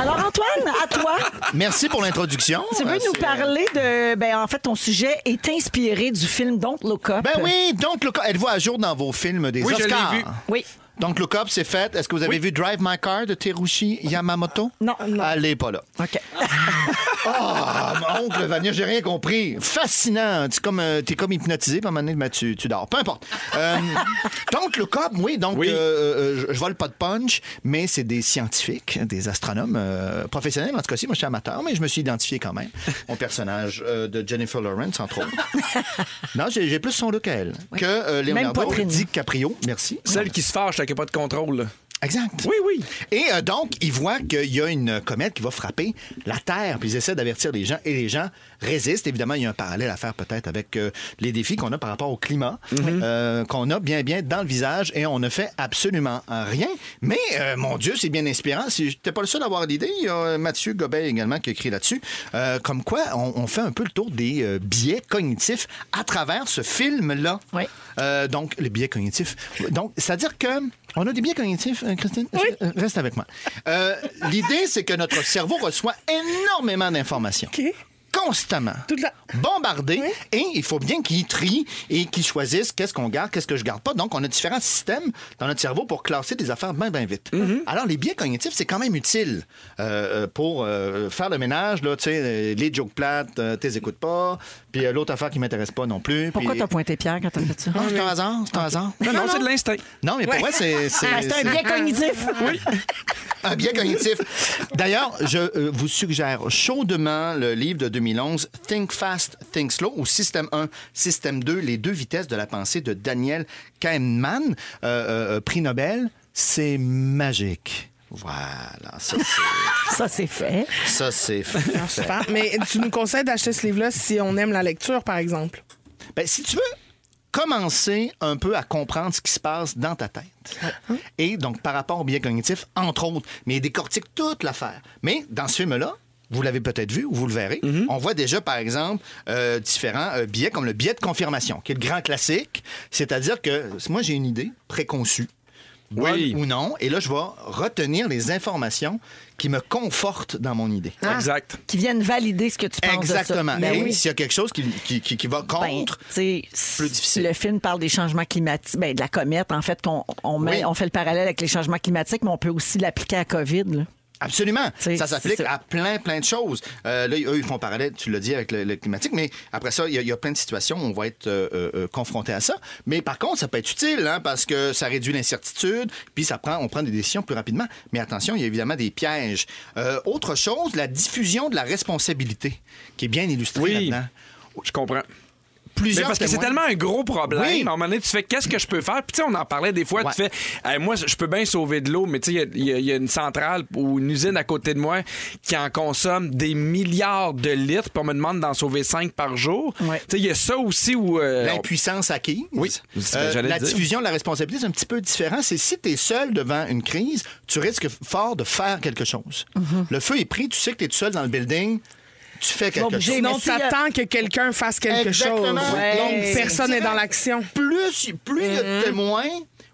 S5: Alors Antoine, à toi.
S6: Merci pour l'introduction.
S5: Tu veux
S6: Euh,
S5: nous
S6: c'est-
S5: parler de. Ben, en fait, ton sujet est inspiré du film Don't Look Up.
S6: Ben oui, donc Look Up. Êtes-vous à jour dans vos films des
S4: Oui, je l'ai
S6: Oscars?
S4: vu.
S5: Oui.
S6: Donc Look Up, c'est fait. Est-ce que vous avez vu Drive My Car de Terushi Yamamoto?
S5: Non, non.
S6: Allez, pas là.
S5: OK.
S6: Ah, mon oncle Vania, j'ai rien compris. Fascinant. Tu es comme, euh, t'es comme hypnotisé, puis à un moment donné, ben, tu, tu dors. Peu importe. Euh, donc, le COP, oui, donc,
S4: Oui.
S6: euh, euh, je- je vole pas de punch, mais c'est des scientifiques, des astronomes euh, professionnels. En tout cas, si, moi, je suis amateur, mais je me suis identifié quand même au personnage euh, de Jennifer Lawrence, entre autres. non, j'ai j'ai plus son look à elle que euh, Leonardo
S5: poitrine.
S6: DiCaprio. Merci.
S4: Celle qui se fâche, là, qui n'a pas de contrôle. là.
S6: Exact.
S4: Oui, oui.
S6: Et euh, donc, ils voient qu'il y a une comète qui va frapper la Terre, puis ils essaient d'avertir les gens, et les gens résistent. Évidemment, il y a un parallèle à faire peut-être avec euh, les défis qu'on a par rapport au climat, euh, qu'on a bien, bien dans le visage, et on ne fait absolument rien. Mais, euh, mon Dieu, c'est bien inspirant. Si j'étais pas le seul à avoir l'idée, il y a euh, Mathieu Gobet également qui a écrit là-dessus, euh, comme quoi on, on fait un peu le tour des euh, biais cognitifs à travers ce film-là.
S5: Oui.
S6: Euh, donc, les biais cognitifs. Donc, c'est-à-dire que on a des biais cognitifs, hein, Christine? Euh, Reste avec moi. Euh, L'idée, c'est que notre cerveau reçoit énormément d'informations.
S7: OK.
S6: Constamment.
S7: Toute la-
S6: Bombardé. Et il faut bien qu'il trie et qu'il choisisse qu'est-ce qu'on garde, qu'est-ce que je garde pas. Donc, on a différents systèmes dans notre cerveau pour classer des affaires bien, bien vite.
S5: Mhm.
S6: Alors, les biais cognitifs, c'est quand même utile euh, pour euh, faire le ménage. Là, tu sais, euh, les jokes plates, euh, t'es écoutes pas. Puis euh, l'autre affaire qui m'intéresse pas non plus.
S5: Pourquoi
S6: puis-
S5: t'as pointé Pierre quand t'as fait ça?
S6: non, Ah, c'est un hasard, c'est un hasard.
S4: Non, non, c'est de l'instinct.
S6: Non, mais pour moi, c'est. c'est-
S5: Ah, c'est un
S6: c'est-
S5: bien cognitif. Oui.
S6: un biais cognitif. D'ailleurs, je euh, vous suggère chaudement le livre de 2011, Think Fast, Think Slow, ou Système 1, Système 2, les deux vitesses de la pensée de Daniel Kahneman, euh, euh, euh, prix Nobel. C'est magique. Voilà, ça c'est,
S5: Ça, c'est fait.
S6: ça, c'est fait.
S7: Super. Mais tu nous conseilles d'acheter ce livre-là si on aime la lecture, par exemple.
S6: Ben, si tu veux commencer un peu à comprendre ce qui se passe dans ta tête. Et donc, par rapport au biais cognitif, entre autres, mais il décortique toute l'affaire. Mais dans ce film-là, vous l'avez peut-être vu ou vous le verrez,
S5: Mhm.
S6: on voit déjà, par exemple, euh, différents euh, biais, comme le biais de confirmation, qui est le grand classique. C'est-à-dire que moi, j'ai une idée préconçue bonnes
S4: Oui.
S6: ou non. Et là, je vais retenir les informations qui me confortent dans mon idée.
S4: Exact.
S5: Qui viennent valider ce que tu penses Ah, de ça.
S6: Exactement.
S5: Ben
S6: Et
S5: oui.
S6: s'il y a quelque chose qui, qui- qui- qui va
S5: Ben,
S6: contre,
S5: tu sais, s-
S6: plus difficile.
S5: Le film parle des changements climatiques, ben, de la comète, en fait, qu'on on met,
S6: Oui.
S5: on fait le parallèle avec les changements climatiques, mais on peut aussi l'appliquer à COVID. là.
S6: absolument.
S5: T'sais,
S6: Ça s'applique
S5: c'est ça.
S6: à plein, plein de choses. Euh, là, eux, ils font parallèle, tu l'as dit, avec le, le climatique, mais après ça, il y, a- il y a plein de situations où on va être euh, euh, euh, confronté à ça. Mais par contre, ça peut être utile, hein, parce que ça réduit l'incertitude, puis ça prend, on prend des décisions plus rapidement. Mais attention, il y a évidemment des pièges. Euh, autre chose, la diffusion de la responsabilité, qui est bien illustrée
S4: Oui.
S6: là-dedans.
S4: Je comprends. Mais
S6: Plusieurs
S4: parce que c'est
S6: témoins-
S4: tellement un gros problème.
S6: Oui.
S4: À un moment donné, tu fais qu'est-ce que je peux faire? Puis tu sais, on en parlait des fois.
S6: Ouais.
S4: Tu fais, Hey, moi, je peux bien sauver de l'eau, mais tu sais, il y, a- il y a- il y a une centrale ou une usine à côté de moi qui en consomme des milliards de litres. Puis on me demande d'en sauver 5 par jour.
S5: Ouais.
S4: Tu sais, il y a ça aussi où. euh,
S6: Ben,
S4: on-
S6: L'impuissance acquise. Euh,
S4: Oui, c'est ce que j'allais
S6: la
S4: dire.
S6: diffusion de la responsabilité, c'est un petit peu différent. C'est si tu es seul devant une crise, tu risques fort de faire quelque chose.
S7: Mhm.
S6: Le feu est pris, tu sais que tu es tout seul dans le building, tu fais quelque
S5: obligé.
S6: chose.
S5: mais
S7: Sinon,
S5: s'il y a-
S7: t'attends que quelqu'un fasse quelque
S6: Exactement.
S7: chose.
S5: Ouais.
S7: Donc, personne n'est dans l'action.
S6: Plus plus il y a de témoins,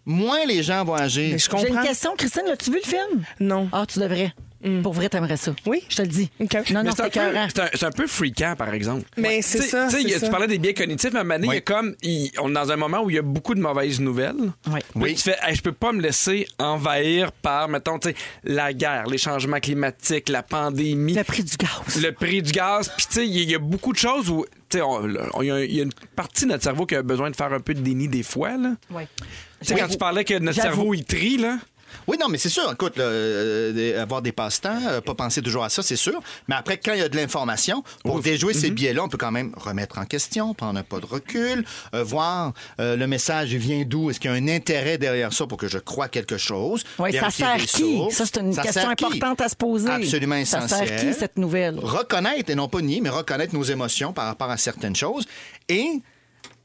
S6: moins les gens vont agir.
S7: Mhm. Mais je
S5: J'ai une
S7: comprends.
S5: question, Christine, as-tu vu le film?
S7: Non.
S5: Ah, tu devrais. Pour vrai, t'aimerais ça.
S7: Oui.
S5: Je te le dis.
S7: OK.
S5: Non,
S4: Mais
S5: non,
S4: c'est un,
S5: c'est
S4: peu-
S5: écœurant.
S4: c'est un- c'est un peu freakant, par exemple.
S7: Mais c'est
S4: Tu sais-
S7: ça,
S4: tu sais,
S7: c'est
S4: il y a-
S7: ça.
S4: Tu parlais des biais cognitifs, mais à un moment donné, il y a
S6: Oui.
S4: comme. il- on est dans un moment où il y a beaucoup de mauvaises nouvelles.
S5: Oui.
S4: Puis
S6: Oui.
S4: Tu fais, Hey, je peux pas me laisser envahir par, mettons, tu sais, la guerre, les changements climatiques, la pandémie.
S5: Le prix du gaz.
S4: le prix du gaz. Puis, tu sais, il y- il y a beaucoup de choses où. tu sais, on- on- Il y, a- il y a une partie de notre cerveau qui a besoin de faire un peu de déni des fois. Là.
S5: Ouais.
S4: Tu sais, quand tu parlais que notre
S5: J'avoue.
S4: cerveau, il trie, là.
S6: Oui, non, mais c'est sûr. Écoute, là, euh, des- avoir des passe-temps, euh, pas penser toujours à ça, c'est sûr. Mais après, quand il y a de l'information, pour déjouer ces biais-là, on peut quand même remettre en question, prendre un pas de recul, euh, voir euh, le message il vient d'où, est-ce qu'il y a un intérêt derrière ça pour que je croie quelque chose.
S5: Oui, ça
S6: vérifier
S5: sert
S6: des
S5: qui?
S6: sources.
S5: Ça, c'est une
S6: Ça
S5: question
S6: sert qui?
S5: importante à se poser.
S6: Absolument
S5: Ça
S6: essentielle.
S5: sert qui, cette nouvelle?
S6: Reconnaître, et non pas nier, mais reconnaître nos émotions par rapport à certaines choses. Et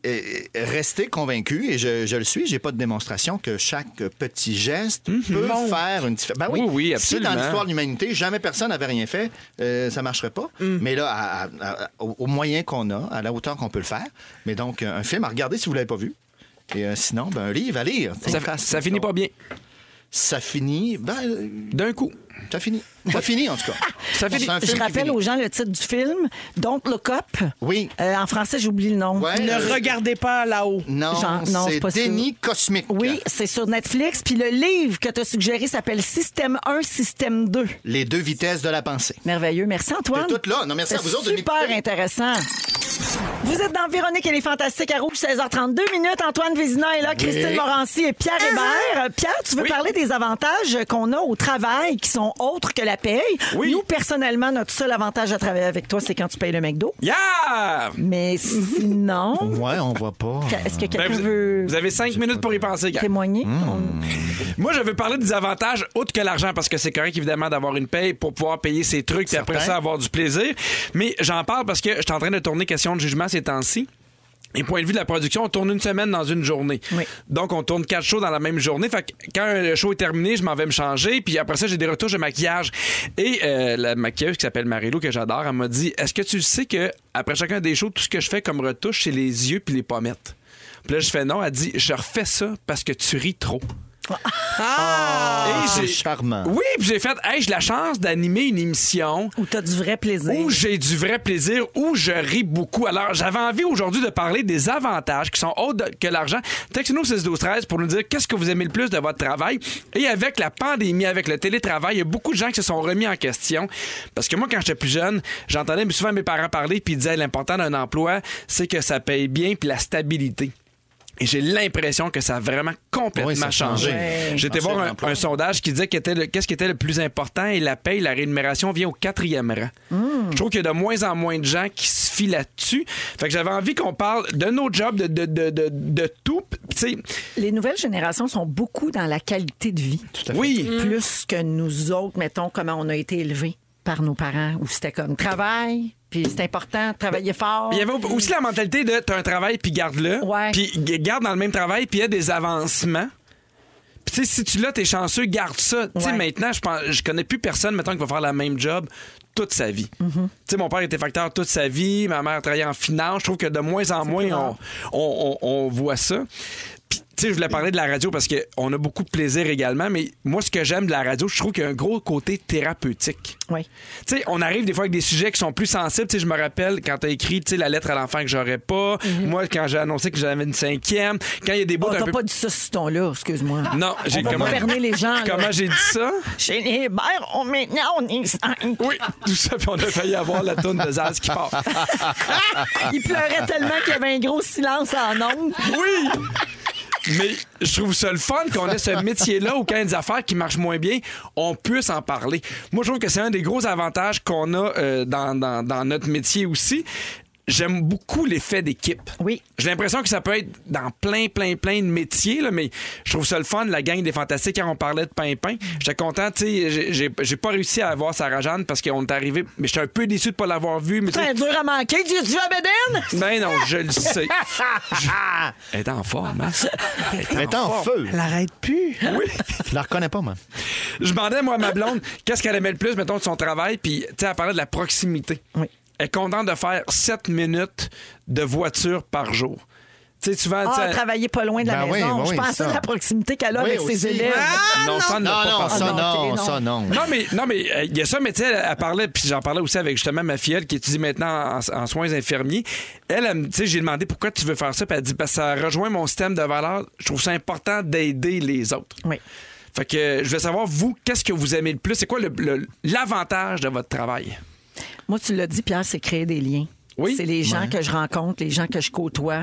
S6: euh, rester convaincu, et je, je le suis, j'ai pas de démonstration que chaque petit geste peut faire une différence. Ben oui,
S4: Mhm. Oui, oui, absolument.
S6: Si dans l'histoire de l'humanité, jamais personne n'avait rien fait, euh, ça marcherait pas.
S4: Mm.
S6: Mais là, à- à- à- au, au moyen qu'on a, à la hauteur qu'on peut le faire. Mais donc, un film à regarder si vous l'avez pas vu. Et euh, sinon, ben, un livre à lire.
S4: Ça, ça finit pas bien.
S6: Ça finit. Ben, euh,
S4: D'un coup.
S6: ça finit. Ça finit, en tout cas.
S4: Ça finit.
S6: C'est un film
S5: Je
S6: qui
S5: rappelle
S6: finit.
S5: aux gens le titre du film, Don't Look Up.
S6: Oui.
S5: Euh, en français, j'oublie le nom.
S6: Ouais.
S7: Ne regardez pas là-haut.
S6: Non,
S5: euh, Genre, non, c'est
S6: c'est
S5: pas ça.
S6: déni cosmique.
S5: Oui, c'est sur Netflix. Puis le livre que tu as suggéré s'appelle Système 1, Système 2.
S6: Les deux vitesses de la pensée.
S5: Merveilleux. Merci, Antoine.
S6: C'est tout là. Non, merci à
S5: C'est
S6: vous autres de
S5: Super
S6: m'écouter.
S5: intéressant. Vous êtes dans Véronique et les Fantastiques à Rouge, 16h32 minutes. Antoine Vézina est là, Christine Morancy et Pierre Hébert. Euh, Pierre, tu veux parler des avantages qu'on a au travail qui sont autres que la paye?
S4: Oui.
S5: Nous, personnellement, notre seul avantage à travailler avec toi, c'est quand tu payes le McDo.
S4: Yeah!
S5: Mais sinon,
S6: Ouais, on voit pas.
S5: est-ce que
S4: Ben,
S5: quelqu'un veut
S4: vous, vous avez Hmm. cinq minutes pour y penser, gars.
S5: témoigner?
S4: Moi, je veux parler des avantages autres que l'argent, parce que c'est correct, évidemment, d'avoir une paye pour pouvoir payer ses trucs et après
S6: Certain.
S4: ça avoir du plaisir. Mais j'en parle parce que je suis en train de tourner question de jugement ces temps-ci. Et point de vue de la production, on tourne une semaine dans une journée.
S5: Oui.
S4: Donc, on tourne quatre shows dans la même journée. Fait que quand le show est terminé, je m'en vais me changer. Puis après ça, j'ai des retouches de maquillage. Et euh, la maquilleuse qui s'appelle Marilou, que j'adore, elle m'a dit Est-ce que tu sais que après chacun des shows, tout ce que je fais comme retouche, c'est les yeux puis les pommettes Puis là, je fais non. Elle dit Je refais ça parce que tu ris trop. Et
S6: Ah,
S4: j'ai-
S6: c'est charmant.
S4: Oui, puis j'ai fait, hey, j'ai la chance d'animer une émission
S5: Ou t'as du vrai plaisir?
S4: où j'ai du vrai plaisir, où je ris beaucoup. Alors, j'avais envie aujourd'hui de parler des avantages qui sont autres que l'argent. Textez-nous au 6 12 13 pour nous dire qu'est-ce que vous aimez le plus de votre travail. Et avec la pandémie, avec le télétravail, il y a beaucoup de gens qui se sont remis en question. Parce que moi, quand j'étais plus jeune, j'entendais souvent mes parents parler puis ils disaient l'important d'un emploi, c'est que ça paye bien puis la stabilité. Et j'ai l'impression que ça a vraiment complètement
S6: Oui, ça a
S4: changé.
S6: changé. Ouais.
S4: J'étais
S6: Marché
S4: voir
S6: de
S4: un,
S6: l'emploi.
S4: un sondage qui disait qu'était le- qu'est-ce qui était le plus important et la paye, la rémunération vient au quatrième rang. Je trouve qu'il y a de moins en moins de gens qui se filent là-dessus. Fait que j'avais envie qu'on parle de nos jobs, de, de, de, de, de tout. Tu sais,
S5: Les nouvelles générations sont beaucoup dans la qualité de vie. Hmm.
S4: oui.
S5: Plus que nous autres, mettons, comment on a été élevés par nos parents, où c'était comme travail, puis c'est important, de travailler fort.
S4: Il y avait aussi la mentalité de t'as un travail puis garde-le.
S5: Ouais.
S4: Puis g- garde dans le même travail puis il y a des avancements. Puis tu sais, si tu l'as, t'es chanceux, garde ça. Tu sais,
S5: Ouais.
S4: maintenant, je pense, je connais plus personne, maintenant qui va faire la même job toute sa vie.
S5: Mhm.
S4: Tu sais, mon père était facteur toute sa vie, ma mère travaillait en finance. Je trouve que de moins en moins, on, on, on- on voit ça. Puis, tu sais, je voulais parler de la radio parce qu'on a beaucoup de plaisir également, mais moi, ce que j'aime de la radio, je trouve qu'il y a un gros côté thérapeutique.
S5: Oui.
S4: Tu sais, on arrive des fois avec des sujets qui sont plus sensibles. Tu sais, je me rappelle quand t'as écrit, tu sais, la lettre à l'enfant que j'aurais pas. Moi, quand j'ai annoncé que j'avais une cinquième. Quand il y a des bouts
S5: Bon,
S4: un
S5: Mhm. Oh, t'as
S4: peu...
S5: pas dit ça sur ce ton-là, excuse-moi.
S4: Non, j'ai
S5: On va
S4: comment...
S5: pas berner les gens. là.
S4: Comment j'ai dit ça?
S5: Chez les bères, on maintenant, on est cinq.
S4: Oui, tout ça, puis on a failli avoir la tonne de Zaz qui part.
S5: Il pleurait tellement qu'il y avait un gros silence en ondes.
S4: Oui! Mais je trouve ça le fun qu'on ait ce métier-là où quand il y a des affaires qui marchent moins bien, on puisse en parler. Moi, je trouve que c'est un des gros avantages qu'on a euh, dans, dans- dans notre métier aussi. J'aime beaucoup l'effet d'équipe.
S5: Oui.
S4: J'ai l'impression que ça peut être dans plein, plein, plein de métiers, là, mais je trouve ça le fun, la gang des fantastiques, quand on parlait de Pimpin. J'étais content, tu sais, j'ai- j'ai- j'ai pas réussi à avoir Sarah Jeanne parce qu'on est arrivé, mais j'étais un peu déçu de pas l'avoir vue. Mais tu sais,
S5: Très dur à manquer. Tu tu vas Bédène?
S4: ben non, je le sais. Je- Elle est en forme, hein? Elle est
S6: Mais t'es en
S4: forme.
S6: feu.
S7: Elle arrête plus.
S4: Oui.
S6: Je la reconnais pas, moi.
S4: Je demandais, moi, à ma blonde, qu'est-ce qu'elle aimait le plus, mettons, de son travail, puis, tu sais, elle parlait de la proximité.
S5: Oui.
S4: Elle est contente de faire 7 minutes de voiture par jour. Tu sais, souvent, tu
S5: Ah,
S4: sais,
S5: travailler pas loin de la
S6: Ben oui,
S5: maison.
S6: ben oui,
S5: Je pensais
S6: ça.
S5: à la proximité qu'elle a
S6: Oui,
S5: avec
S6: aussi. Ah!
S5: ses élèves.
S4: Ah, non, ça, on n'a
S6: Non,
S4: pas
S6: non,
S4: pensé.
S6: ça
S5: Ah, non,
S6: non,
S5: ok,
S6: ça non.
S4: Non, mais non, mais euh, il y a ça, mais tu sais, elle, elle parlait, puis j'en parlais aussi avec justement ma filleule qui étudie maintenant en, en soins infirmiers. Elle, elle me- tu sais, j'ai demandé pourquoi tu veux faire ça, puis elle dit parce que ça rejoint mon système de valeurs. Je trouve ça important d'aider les autres.
S5: Oui.
S4: Fait que euh, je veux savoir vous, qu'est-ce que vous aimez le plus C'est quoi le- le- l'avantage de votre travail
S5: Moi, tu l'as dit, Pierre, c'est créer des liens.
S4: Oui.
S5: C'est les gens que je rencontre, les gens que je côtoie,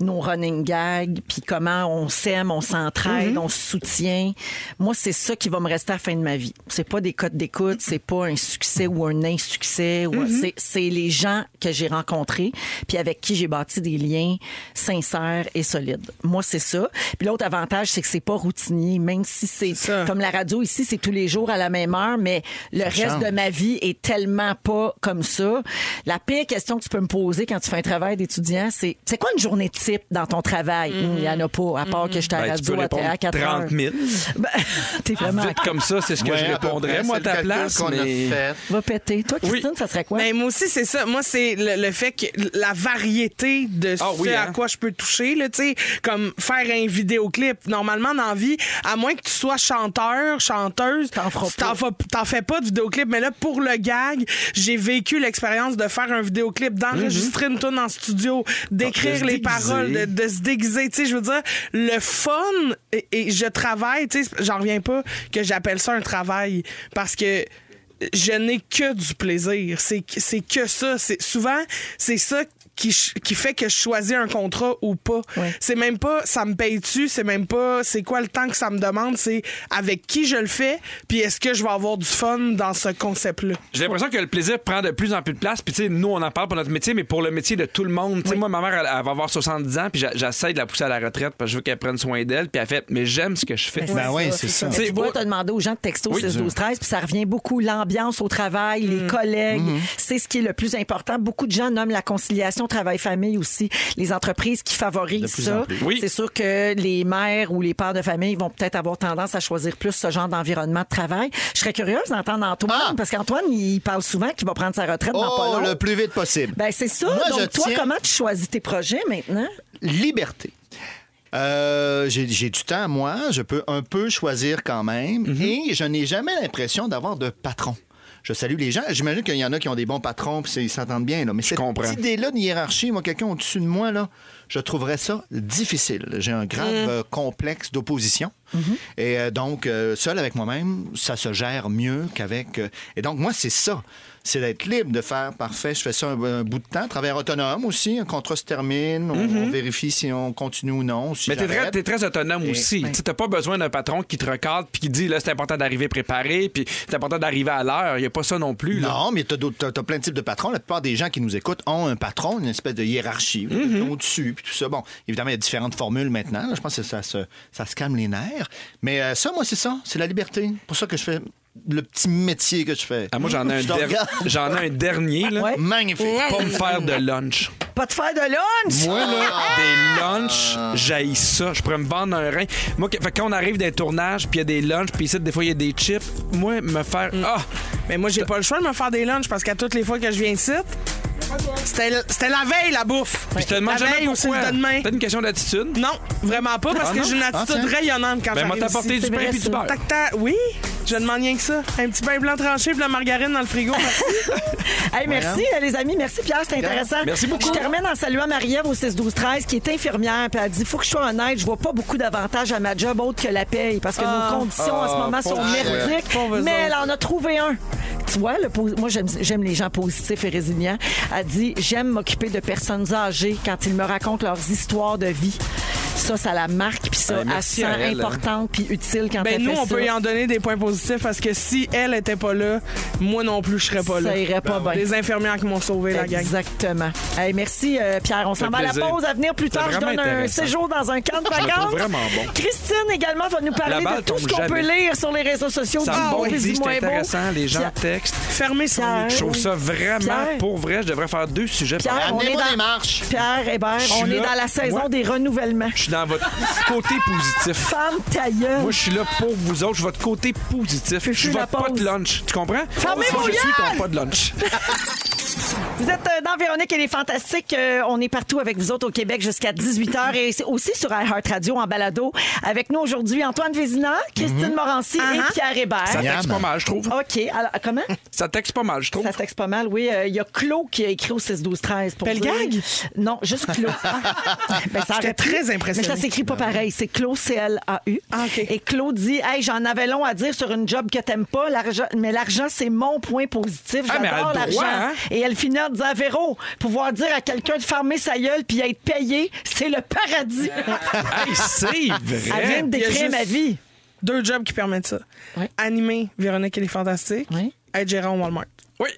S5: nos running gags, puis comment on s'aime, on
S6: Mhm.
S5: s'entraide, on se soutient. Moi, c'est ça qui va me rester à la fin de ma vie. C'est pas des cotes d'écoute, c'est pas un succès ou un insuccès.
S6: Mhm.
S5: ou- c'est- C'est les gens que j'ai rencontrés, puis avec qui j'ai bâti des liens sincères et solides. Moi, c'est ça. Puis l'autre avantage, c'est que c'est pas routinier, même si c'est
S7: ça.
S5: comme la radio ici, c'est tous les jours à la même heure, mais le reste
S6: change.
S5: de ma vie est tellement pas comme ça. La pire question que tu peux me poser quand tu fais un travail d'étudiant, c'est c'est quoi une journée type dans ton travail? Il n'y en a pas, à part que je t'ai
S4: Mm. Ben, tu peux
S5: radio à,
S4: répondre
S5: à 4 heures.
S4: 30 000.
S5: Ben, T'es vraiment.
S4: Vite comme ça, c'est ce que je
S6: Ouais, à peu
S4: répondrais,
S6: près,
S4: moi, à
S6: c'est le
S4: ta
S6: calcul
S4: place.
S6: qu'on a
S4: mais-
S6: fait.
S5: Va péter. Toi, Christine, ça serait quoi?
S7: Ben, moi aussi, c'est ça. Moi, c'est le, le fait que la variété de
S4: Ah
S7: ce
S4: oui,
S7: à
S4: hein?
S7: quoi je peux toucher, là, tu sais, comme faire un vidéoclip. Normalement, dans la vie, à moins que tu sois chanteur, chanteuse,
S5: T'en feras
S7: tu t'en,
S5: pas.
S7: fas- t'en fais pas de vidéoclip. Mais là, pour le gag, j'ai vécu l'expérience de faire un vidéoclip, d'enregistrer
S4: Mhm.
S7: une tune en studio,
S4: de se
S7: d'écrire les
S4: déguiser.
S7: paroles, de, de se déguiser. Tu sais, je veux dire, le fun, et, et je travaille, tu sais, j'en reviens pas que j'appelle ça un travail parce que je n'ai que du plaisir. C'est c'est que ça. C'est Souvent, c'est ça qui, ch- qui fait que je choisis un contrat ou pas.
S5: Ouais.
S7: C'est même pas ça me paye-tu, c'est même pas c'est quoi le temps que ça me demande, c'est avec qui je le fais, puis est-ce que je vais avoir du fun dans ce concept-là.
S4: J'ai l'impression que le plaisir prend de plus en plus de place. Puis, tu sais, nous, on en parle pour notre métier, mais pour le métier de tout le monde. Tu sais, moi, ma mère, elle, elle va avoir 70 ans, puis j'a- j'essaie de la pousser à la retraite parce que je veux qu'elle prenne soin d'elle. Puis, elle fait, mais j'aime ce que je fais.
S6: Ben oui, c'est ça.
S5: Mais
S4: T'sais,
S5: tu vois,
S4: oh-
S5: t'as demandé aux gens de texto
S4: Oui.
S5: 6 12 13 puis ça revient beaucoup l'ambiance au travail,
S6: Mm-hmm.
S5: les collègues, c'est ce qui est le plus important. Beaucoup de gens nomment la conciliation travail-famille aussi, les entreprises qui
S6: De
S5: favorisent
S6: plus en
S5: ça.
S6: plus.
S4: Oui.
S5: C'est sûr que les mères ou les pères de famille vont peut-être avoir tendance à choisir plus ce genre d'environnement de travail. Je serais curieuse d'entendre Antoine
S6: Ah!
S5: parce qu'Antoine il parle souvent qu'il va prendre sa retraite dans Ah, pas
S6: Oh,
S5: long.
S6: le plus vite possible.
S5: Ben c'est ça.
S6: Moi, je
S5: Donc toi
S6: tiens-
S5: comment tu choisis tes projets maintenant
S6: liberté. Euh, j'ai j'ai du temps à moi, je peux un peu choisir quand même
S4: Mhm.
S6: et je n'ai jamais l'impression d'avoir de patron. Je salue les gens. J'imagine qu'il y en a qui ont des bons patrons puis c'est- ils s'entendent bien. Là. Mais cette
S4: comprends.
S6: idée-là de hiérarchie, moi, quelqu'un au-dessus de moi, là, je trouverais ça difficile. J'ai un grave euh, complexe d'opposition. Et euh, donc, euh, seul avec moi-même, ça se gère mieux qu'avec... euh, Et donc, moi, c'est ça. C'est d'être libre de faire parfait. Je fais ça un, un bout de temps. Travailleur autonome aussi. Un contrat se termine. On, on vérifie si on continue ou non. si
S4: Mais t'es très,
S6: j'arrête.
S4: t'es très autonome aussi. Tu sais, T'as pas besoin d'un patron qui te recadre puis qui dit là c'est important d'arriver préparé puis c'est important d'arriver à l'heure. Il y a pas ça non plus. là.
S6: Non, mais t'as d'autres- t'as t'as plein de types de patrons. La plupart des gens qui nous écoutent ont un patron, une espèce de hiérarchie
S4: Mhm.
S6: quelqu'un au-dessus, puis tout ça. Bon, évidemment, il y a différentes formules maintenant. là. Je pense que ça se, ça se calme les nerfs. Mais euh, ça, moi, c'est ça. C'est la liberté. pour ça que je fais le petit métier que je fais.
S4: Ah, moi j'en ai un
S6: Je te
S4: der-
S6: regarde.
S4: j'en ai un dernier là.
S5: Ouais.
S6: Magnifique.
S4: Pas me faire de lunch.
S5: Pas de faire de lunch.
S6: Moi, là,
S5: Ah!
S4: Des lunchs, j'haïs ça. Je pourrais me vendre un rein. Moi, que- fait, quand on arrive d'un tournage, puis il y a des lunchs, puis ici, des fois, il y a des chips, moi, me faire. Ah!
S5: Mm.
S7: Mais moi, j'ai pas le choix de me faire des lunchs parce qu'à toutes les fois que je viens ici, C'était c'était la veille, la bouffe.
S4: Puis je te
S7: la
S4: demande jamais
S7: veille, on se
S4: pourquoi.
S7: le donne demain.
S4: Peut-être une question d'attitude. Ben,
S7: Non, vraiment pas, parce
S4: Ah
S7: que
S4: non?
S7: j'ai une
S6: Ah,
S7: attitude
S6: tiens.
S7: rayonnante quand
S4: Ben, moi,
S7: j'arrive
S4: t'as apporté
S7: ici.
S4: du
S5: c'est
S4: pain
S5: vrai,
S4: et du
S5: ça.
S4: beurre.
S7: Tac, tac, oui, je demande rien que ça. Un petit pain blanc tranché puis la margarine dans le frigo.
S5: Hey, merci, euh, les amis. Merci, Pierre. C'était intéressant.
S4: Merci beaucoup.
S5: Je termine en saluant Marie-Ève au 6 12 13 qui est infirmière. Puis elle dit faut que je sois honnête, je vois pas beaucoup d'avantages à ma job autre que la paye parce que nos conditions
S4: Ah,
S5: en ce moment sont merdiques.
S7: Ah. Pauvre
S5: Mais
S7: eux
S5: elle en a trouvé un. Tu vois, le posi- moi, j'aime- j'aime les gens positifs et résilients. Elle dit J'aime m'occuper de personnes âgées quand ils me racontent leurs histoires de vie. Ça, ça la marque, puis ça,
S4: Ah,
S5: elle
S4: merci
S5: sent
S4: à elle, hein.
S5: importante puis utile quand
S7: Ben
S5: elle
S7: nous,
S5: fait
S7: on
S5: ça.
S7: peut y en donner des points positifs parce que si elle était pas là, moi non plus, je serais pas là.
S5: Ça irait pas bien.
S7: Les infirmières qui m'ont sauvé, la gang.
S5: Exactement. Hey, merci, euh, Pierre. On s'en va à la
S4: plaisir.
S5: pause à venir plus
S4: C'est
S5: tard. Je
S4: vraiment
S5: donne un
S4: intéressant.
S5: séjour dans un camp de
S4: le trouve
S5: vacances.
S4: vraiment bon.
S5: Christine également va nous
S4: La
S5: parler
S4: balle
S5: de tout ce
S4: tombe
S5: qu'on peut
S4: jamais.
S5: lire sur les réseaux sociaux.
S4: Ça
S5: du beau,
S4: rebondit,
S5: du
S4: c'est
S5: moins beau.
S4: intéressant. Les gens
S5: Pierre-
S4: textent.
S7: Fermez son
S5: Pierre.
S7: micro.
S4: Je trouve ça vraiment,
S5: Pierre.
S4: pour vrai, je devrais faire deux sujets par
S5: Pierre, on est
S6: Amenez-moi des
S5: dans...
S6: marches.
S5: Pierre Hébert,
S4: Je
S5: on
S4: suis
S5: est
S4: là.
S5: dans la saison
S4: Moi-
S5: des renouvellements.
S4: Je suis dans votre côté positif.
S5: Femme ta gueule.
S4: Moi, je suis là pour vous autres. Je suis votre côté positif. Je suis
S5: Fufu, la
S4: votre pas de
S5: pause.
S4: lunch. Tu comprends?
S5: Fermez
S4: Moi,
S5: vos
S4: je suis
S5: gueules!
S4: ton pas de lunch.
S5: Vous êtes euh, dans Véronique et les Fantastiques. Euh, on est partout avec vous autres au Québec jusqu'à 18h et c'est aussi sur iHeart Radio en balado. Avec nous aujourd'hui, Antoine Vézina, Christine Morancy et Pierre Hébert.
S4: Mhm. Ça texte
S6: Miam.
S4: pas mal, je trouve.
S5: OK. Alors, comment?
S4: Ça texte pas mal, je trouve.
S5: Oh. Ça texte pas mal, oui. Euh, Il y a Clo qui a écrit au 6-12-13 pour
S7: Pelgag?
S5: dire- Non, juste Clo. Ah. Ben, ça aurait pu.
S7: très impressionnée.
S5: Mais ça s'écrit pas pareil. C'est Clo, C-L-A-U.
S7: Ah, OK.
S5: Et Clo dit Hey, j'en avais long à dire sur une job que t'aimes pas, l'argent- mais l'argent, c'est mon point positif.
S4: Ah, mais
S5: J'adore
S4: elle a le
S5: l'argent.
S4: droit, hein?
S5: Et elle finit en disant Véro, pouvoir dire à quelqu'un de fermer sa gueule puis être payé, c'est le paradis.
S4: Hey, c'est
S5: Elle vient
S4: vrai.
S5: de
S7: il y a
S5: décrire
S7: juste-
S5: ma vie.
S7: Deux jobs qui permettent ça.
S5: Ouais.
S7: Animer Véronique et les Fantastiques.
S5: Ouais.
S7: Être gérant au Walmart.
S4: Oui.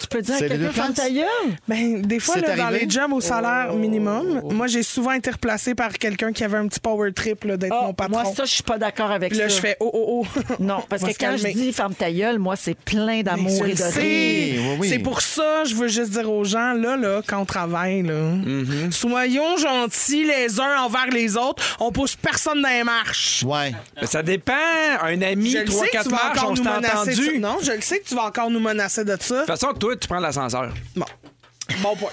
S5: Tu peux dire à
S6: C'est les
S5: quelqu'un
S6: deux
S5: ferme ta
S6: places?
S5: gueule.
S7: Ben, des fois,
S6: C'est
S7: là, dans
S6: arrivé?
S7: les jobs au salaire minimum,
S5: Oh.
S7: moi, j'ai souvent été replacée par quelqu'un qui avait un petit power trip là, d'être
S5: Ah,
S7: mon patron.
S5: moi, ça, je suis pas d'accord avec
S7: Puis là,
S5: ça.
S7: je fais oh, oh, oh.
S5: Non, parce
S7: On va
S5: que
S7: se
S5: quand je
S7: calmer.
S5: dis ferme ta gueule, moi, c'est plein
S7: Mais je
S5: d'amour et
S7: le
S5: de
S7: sais.
S5: rire.
S6: oui, oui.
S7: C'est pour ça, je veux juste dire aux gens, là, là, quand on travaille, là, soyons gentils les uns envers les autres. On pousse personne dans les marches.
S6: Ouais.
S4: Mais ça dépend. Un ami,
S7: Je le
S4: trois,
S7: sais que
S4: quatre
S7: tu vas
S4: marches,
S7: encore
S4: on s'est
S7: nous menacer de ça.
S4: entendu. De
S7: Non, je le sais que tu vas encore nous menacer de ça.
S4: toute façon, toi, tu prends l'ascenseur.
S7: Bon. Bon point.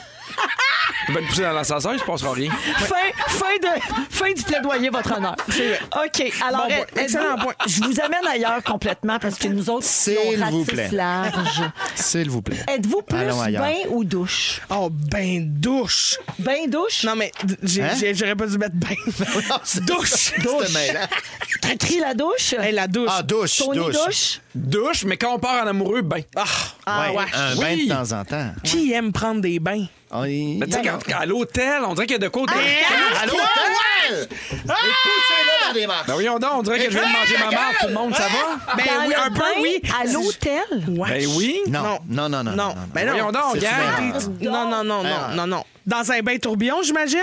S4: Tu vas te pousser dans l'ascenseur, il se passera rien.
S5: Fin, fin, de, fin du plaidoyer, votre honneur. OK. Alors,
S7: Bon point.
S5: eh,
S7: Excellent
S5: êtes-vous-
S7: point.
S5: je vous amène ailleurs complètement parce que nous autres, si
S6: S'il
S5: on ratisse
S6: vous plaît.
S5: large.
S6: S'il vous plaît.
S5: Êtes-vous plus
S6: Allons ailleurs.
S5: bain ou douche?
S7: Oh, ben douche.
S5: Bain, douche?
S7: Non, mais d- j'ai-
S6: Hein?
S7: j'ai- j'aurais pas dû mettre bain. douche.
S6: Douche. mêlant.
S5: Cracri la douche?
S7: Hey, la douche.
S6: Ah, douche,
S5: Tony
S6: douche.
S5: douche?
S4: Douche, mais quand on part en amoureux, ben.
S7: Ah, ah,
S6: Ouais,
S7: ouais.
S6: Un bain
S4: Oui.
S6: de temps en temps.
S7: Qui aime prendre des bains?
S6: On y-
S4: Mais tu sais,
S6: y en a.
S4: quand- quand à l'hôtel, on dirait qu'il y a de quoi de.
S7: Hein?
S6: Allô,
S5: Ah!
S6: Noël! Et poussez-le dans des marches.
S4: Ben voyons donc, on dirait que je viens de manger ma mère, tout le monde, ça va?
S7: Ben
S5: Ah, Dans
S7: oui,
S5: le
S7: un peu,
S5: bain,
S7: oui.
S5: À l'hôtel?
S7: Ouais.
S4: Ben oui.
S6: Non, non, non, non.
S7: Non, ben
S4: Voyons donc,
S6: C'est
S4: gars.
S6: souvent-
S7: Non, non, non, non,
S6: Ah.
S7: non, non. Dans un bain tourbillon, j'imagine?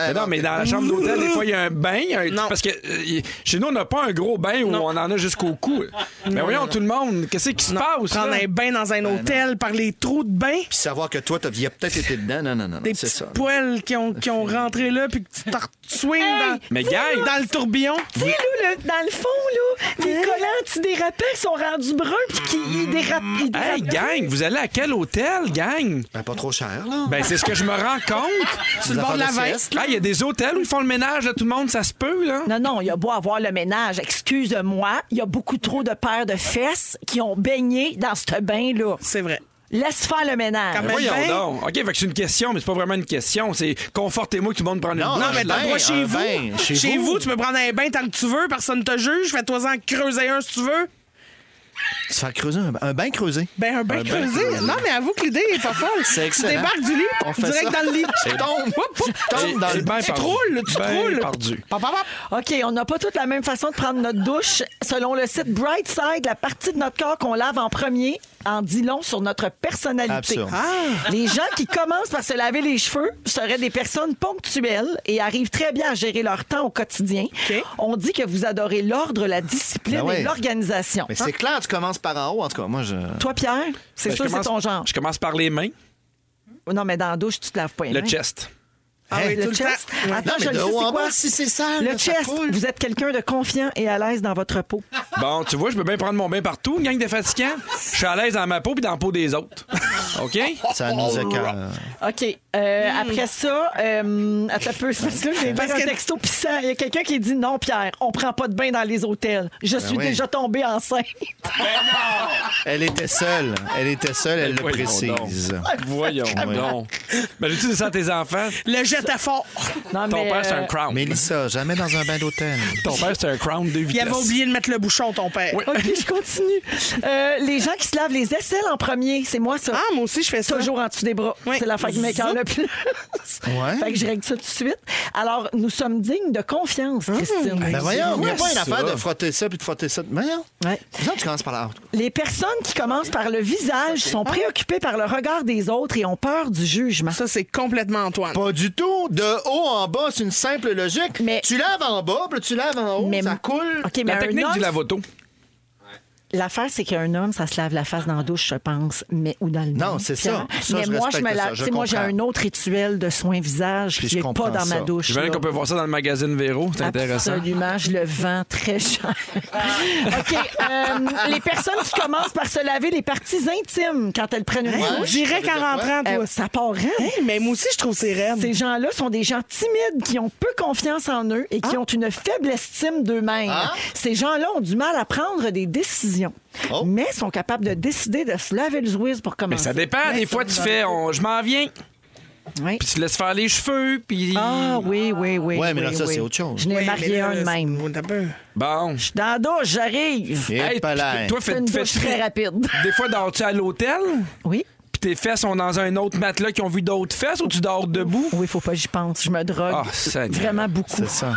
S4: Mais non, mais dans la chambre d'hôtel, des fois, il y a un bain. il y a un-
S7: Non.
S4: Parce que euh, y- chez nous, on n'a pas un gros bain où on en a jusqu'au cou. Mais voyons, tout le monde, qu'est-ce qui se passe?
S7: Prendre
S4: là?
S7: un bain dans
S6: Ben
S7: un hôtel par les trous de bain?
S6: Puis savoir que toi, t'as- il y a peut-être été dedans. Non, non, non, non,
S7: Des
S6: c'est
S7: petits
S6: ça.
S7: poils qui ont, qui ont rentré là, puis que tu t'en swings dans,
S4: Mais gang!
S7: dans le tourbillon.
S5: Tu sais, là, le- dans le fond, là, les collants antidérapants qui sont rendus bruns puis qui ils dérapent. ils
S4: Hey,
S5: dérapent.
S4: gang, vous allez à quel hôtel, gang?
S6: Ben, pas trop cher, là.
S4: Ben, c'est ce que je me rends compte.
S7: Sur le bord de la
S6: affaires de
S7: veille.
S6: sieste.
S4: Ah, il y a des hôtels où ils font le ménage, là, tout le monde, ça se peut, là.
S5: Non, non, il y a beau avoir le ménage. Excuse-moi, il y a beaucoup trop de paires de fesses qui ont baigné dans ce bain-là.
S7: C'est vrai.
S5: Laisse faire le ménage.
S7: Quand
S4: Mais
S7: même.
S4: voyons
S7: Ben-
S4: donc. OK, fait que c'est une question, mais c'est pas vraiment une question. C'est confortez-moi que tout le monde prend une
S6: Non,
S4: douche.
S7: Non, Ah, mais t'as
S6: bain,
S7: le droit
S6: un
S7: chez vous.
S6: bain,
S7: chez
S6: chez
S7: vous.
S6: vous.
S7: tu peux prendre un bain tant que tu veux, personne ne te juge. Fais-toi-en creuser un si tu veux.
S6: Se faire creuser un, un bain creusé.
S7: Ben, un bain creusé. Non, mais avoue que l'idée est pas folle.
S6: C'est excellent.
S7: Tu débarques du lit,
S6: On fait
S7: direct
S6: ça.
S7: dans le lit.
S6: Tu tombes.
S7: Oup, oup.
S6: Tombe dans le
S4: bain
S7: Tu te roules, tu te
S4: Ben,
S7: roules.
S4: perdu.
S7: Pop, pop, pop.
S5: OK, on n'a pas toute la même façon de prendre notre douche. Selon le site Brightside, la partie de notre corps qu'on lave en premier en dit long sur notre personnalité.
S6: Absurde.
S4: Ah!
S5: Les gens qui commencent par se laver les cheveux seraient des personnes ponctuelles et arrivent très bien à gérer leur temps au quotidien.
S7: OK.
S5: On dit que vous adorez l'ordre, la discipline
S6: Ben ouais.
S5: et l'organisation. Hein?
S6: Mais c'est clair, tu commences par en haut, en tout cas. Moi, je.
S5: Toi, Pierre,
S4: Ben,
S5: c'est
S4: je
S5: sûr que c'est
S4: commence-
S5: ton genre.
S4: Je commence par les mains,
S5: Non, mais dans la douche, tu te laves pas les
S4: le
S5: mains.
S4: chest.
S7: Ah oui,
S6: Hey,
S5: Le
S7: tout le
S5: chest.
S7: temps. Ouais.
S5: Attends,
S6: Non, mais
S5: je le
S6: de
S5: sais,
S6: haut
S5: c'est
S6: en
S5: quoi?
S6: bas, si c'est sale,
S5: Le
S6: ça
S5: chest,
S6: coule.
S5: vous êtes quelqu'un de confiant et à l'aise dans votre peau.
S4: Bon, tu vois, je peux bien prendre mon bain partout, gang de fatigants. Je suis à l'aise dans ma peau puis dans la peau des autres. OK?
S6: Ça nous écœure.
S5: OK.
S6: Hmm.
S5: euh, Après ça, euh, attends un peu, c'est parce que là, j'ai
S7: Parce
S5: parce un
S7: que-
S5: texto pissant. Il y a quelqu'un qui dit Non, Pierre, on prend pas de bain dans les hôtels. Je
S4: Ben
S5: suis
S6: oui.
S5: déjà tombée enceinte.
S6: Elle était seule. Elle était seule, elle le
S4: Voyons
S6: précise.
S4: Voyons
S6: Ouais.
S4: donc. Ben, j'ai-tu dit ça à tes enfants?
S7: Le jet à fort.
S5: Non,
S4: Ton
S5: mais,
S4: père, c'est
S5: euh,
S4: un crown.
S6: Mélissa, jamais dans un bain d'hôtel.
S4: Ton père, c'est un crown de vitesse.
S7: Il avait oublié de mettre le bouchon, ton père.
S4: Oui.
S5: OK, je continue. Euh, les gens qui se lavent les aisselles en premier, c'est moi ça.
S7: Ah, moi aussi, je fais ça.
S5: Toujours en dessous des bras.
S7: Oui.
S5: C'est la fin qui m'écœure le plus.
S6: Ouais.
S5: Fait que je règle ça tout de suite. Alors, nous sommes dignes de confiance,
S4: Hum.
S5: Christine.
S6: Ben voyons, il n'y a
S4: quoi
S6: pas une
S4: ça?
S6: affaire de frotter ça puis de frotter ça. Ben, Voyons.
S5: Ouais.
S6: Non, tu commences par là.
S5: Les personnes qui commencent par le visage sont préoccupées par le regard des autres et ont peur du jugement.
S7: Ça, c'est complètement Antoine.
S6: Pas du tout. De haut en bas, c'est une simple logique.
S5: Mais-
S6: Tu laves en bas, puis tu laves en haut, ça coule.
S5: OK, mais
S4: La
S5: un
S4: technique
S5: homme,
S4: du lavoto.
S5: L'affaire, c'est qu'un homme, ça se lave la face dans la douche, je pense, mais ou dans le
S6: Non,
S5: bain,
S6: c'est
S5: Pierre.
S6: ça. Ça,
S5: mais
S6: je
S5: moi, je
S6: respecte
S5: me
S6: ça,
S5: lave.
S6: je
S5: tu sais, moi, j'ai
S6: comprends.
S5: un autre rituel de soin visage qui
S6: Puis je
S5: n'est pas
S6: comprends
S5: dans ma
S6: ça.
S5: douche.
S4: Je veux
S5: là.
S4: qu'on peut voir ça dans le magazine Véro. C'est intéressant.
S5: Absolument, je le vends très cher.
S6: Ah.
S5: OK. euh, les personnes qui commencent par se laver les parties intimes quand elles prennent une
S6: Ouais.
S5: douche,
S7: J'irais qu'en rentrant, toi.
S5: euh, ça part raide.
S6: Hein?
S7: Hey, mais moi aussi, je trouve c'est raide.
S5: Ces gens-là sont des gens timides qui ont peu confiance en eux et qui
S6: Ah.
S5: ont une faible estime d'eux-mêmes. Ces gens-là ont du mal à prendre des décisions,
S6: Oh.
S5: mais sont capables de décider de se laver le zouise pour
S4: Mais
S5: commencer.
S4: ça dépend. Des fois, tu fais on- je m'en viens,
S5: Oui.
S4: puis tu laisses faire les cheveux, puis.
S5: Ah oui, oui, oui.
S6: Ouais, mais là,
S5: oui,
S6: ça,
S5: oui.
S6: c'est autre chose.
S5: Je n'ai
S7: Oui,
S5: marié
S7: mais là,
S5: un de
S7: là,
S5: même.
S7: c'est- t'as peu.
S4: Bon.
S5: Dans la douche, j'arrive.
S6: Et
S4: Hey,
S6: pas là.
S4: toi,
S5: C'est
S4: fais,
S5: une
S4: fais-
S5: douche très rapide.
S4: Des fois, dors-tu à l'hôtel,
S5: Oui.
S4: puis tes fesses sont dans un autre matelas qui ont vu d'autres fesses, ou tu dors debout?
S5: Oui, faut pas que j'y pense. Je me drogue
S4: Ah, Seigneur.
S5: vraiment beaucoup.
S6: C'est ça.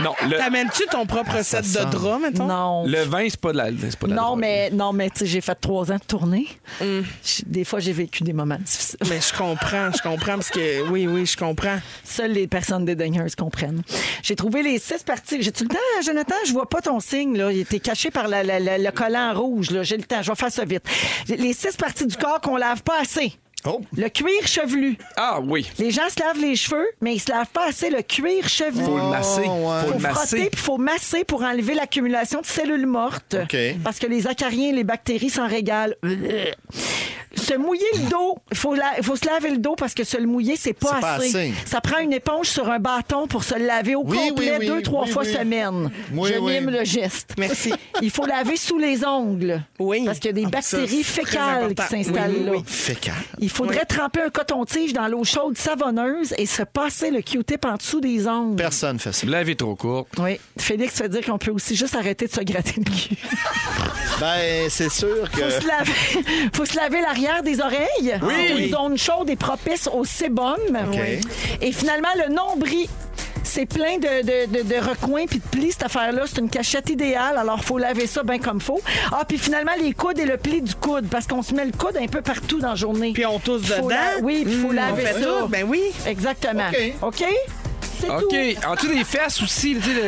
S4: Non, le,
S7: T'amènes-tu ton propre set
S6: sent.
S7: de draps, mettons?
S5: Non.
S4: le vin, c'est pas de la. c'est pas de la
S5: Non,
S4: drogue.
S5: mais, non, mais tu sais, j'ai fait trois ans de tournée. J- Des fois, j'ai vécu des moments difficiles.
S7: Mais je comprends, je comprends, parce que oui, oui, je comprends.
S5: Seules les personnes dédaigneuses comprennent. J'ai trouvé les six parties. J'ai-tu le temps, Jonathan? Je vois pas ton signe. Là. Il était caché par la- la- la- le collant rouge. là. J'ai le temps. Je vais faire ça vite. Les six parties du corps qu'on lave pas assez.
S6: Oh.
S5: Le cuir chevelu.
S4: Ah oui.
S5: Les gens se lavent les cheveux, mais ils se lavent pas assez le cuir chevelu.
S4: Faut le
S6: Oh.
S4: masser.
S6: ouais.
S4: Faut le
S5: faut frotter
S4: masser.
S5: puis faut masser pour enlever l'accumulation de cellules mortes.
S6: OK.
S5: Parce que les acariens et les bactéries s'en régalent. Se mouiller le dos, il faut, la- faut se laver le dos parce que se le mouiller, c'est pas,
S6: C'est pas assez.
S5: Ça prend une éponge sur un bâton pour se le laver au
S6: Oui,
S5: complet
S6: oui, oui,
S5: deux, trois
S6: oui,
S5: fois
S6: oui.
S5: semaine.
S6: Oui,
S5: Je
S6: oui.
S5: mime le geste.
S7: Merci.
S5: Il faut laver sous les ongles.
S7: Oui.
S5: Parce qu'il y a des
S7: Ah,
S5: bactéries
S7: ça, c'est très
S5: fécales qui
S7: important.
S5: s'installent
S7: Oui, oui,
S5: là.
S7: oui.
S6: Fécal.
S5: Il faudrait tremper un coton-tige dans l'eau chaude savonneuse et se passer le Q-tip en dessous des ongles.
S6: Personne fait ça.
S4: La vie est trop courte.
S5: Oui. Félix fait dire qu'on peut aussi juste arrêter de se gratter le cul.
S6: Ben, c'est sûr que.
S5: Faut se laver, faut se laver l'arrière des oreilles. C'est Une zone chaude et propice au sébum. Oui. Et finalement, le nombril. C'est plein de, de- de- de recoins puis de plis, cette affaire-là. C'est une cachette idéale, alors faut laver ça bien comme faut. Ah, puis finalement, les coudes et le pli du coude, parce qu'on se met le coude un peu partout dans la journée.
S7: Puis on tousse
S5: Faut
S7: dedans.
S5: la- oui, puis faut
S7: Hmm,
S5: laver
S7: on fait
S5: ça. Ah
S7: tout, Ben oui.
S5: Exactement.
S6: OK.
S5: OK? C'est
S4: OK. En dessous des fesses aussi, tu sais. Le...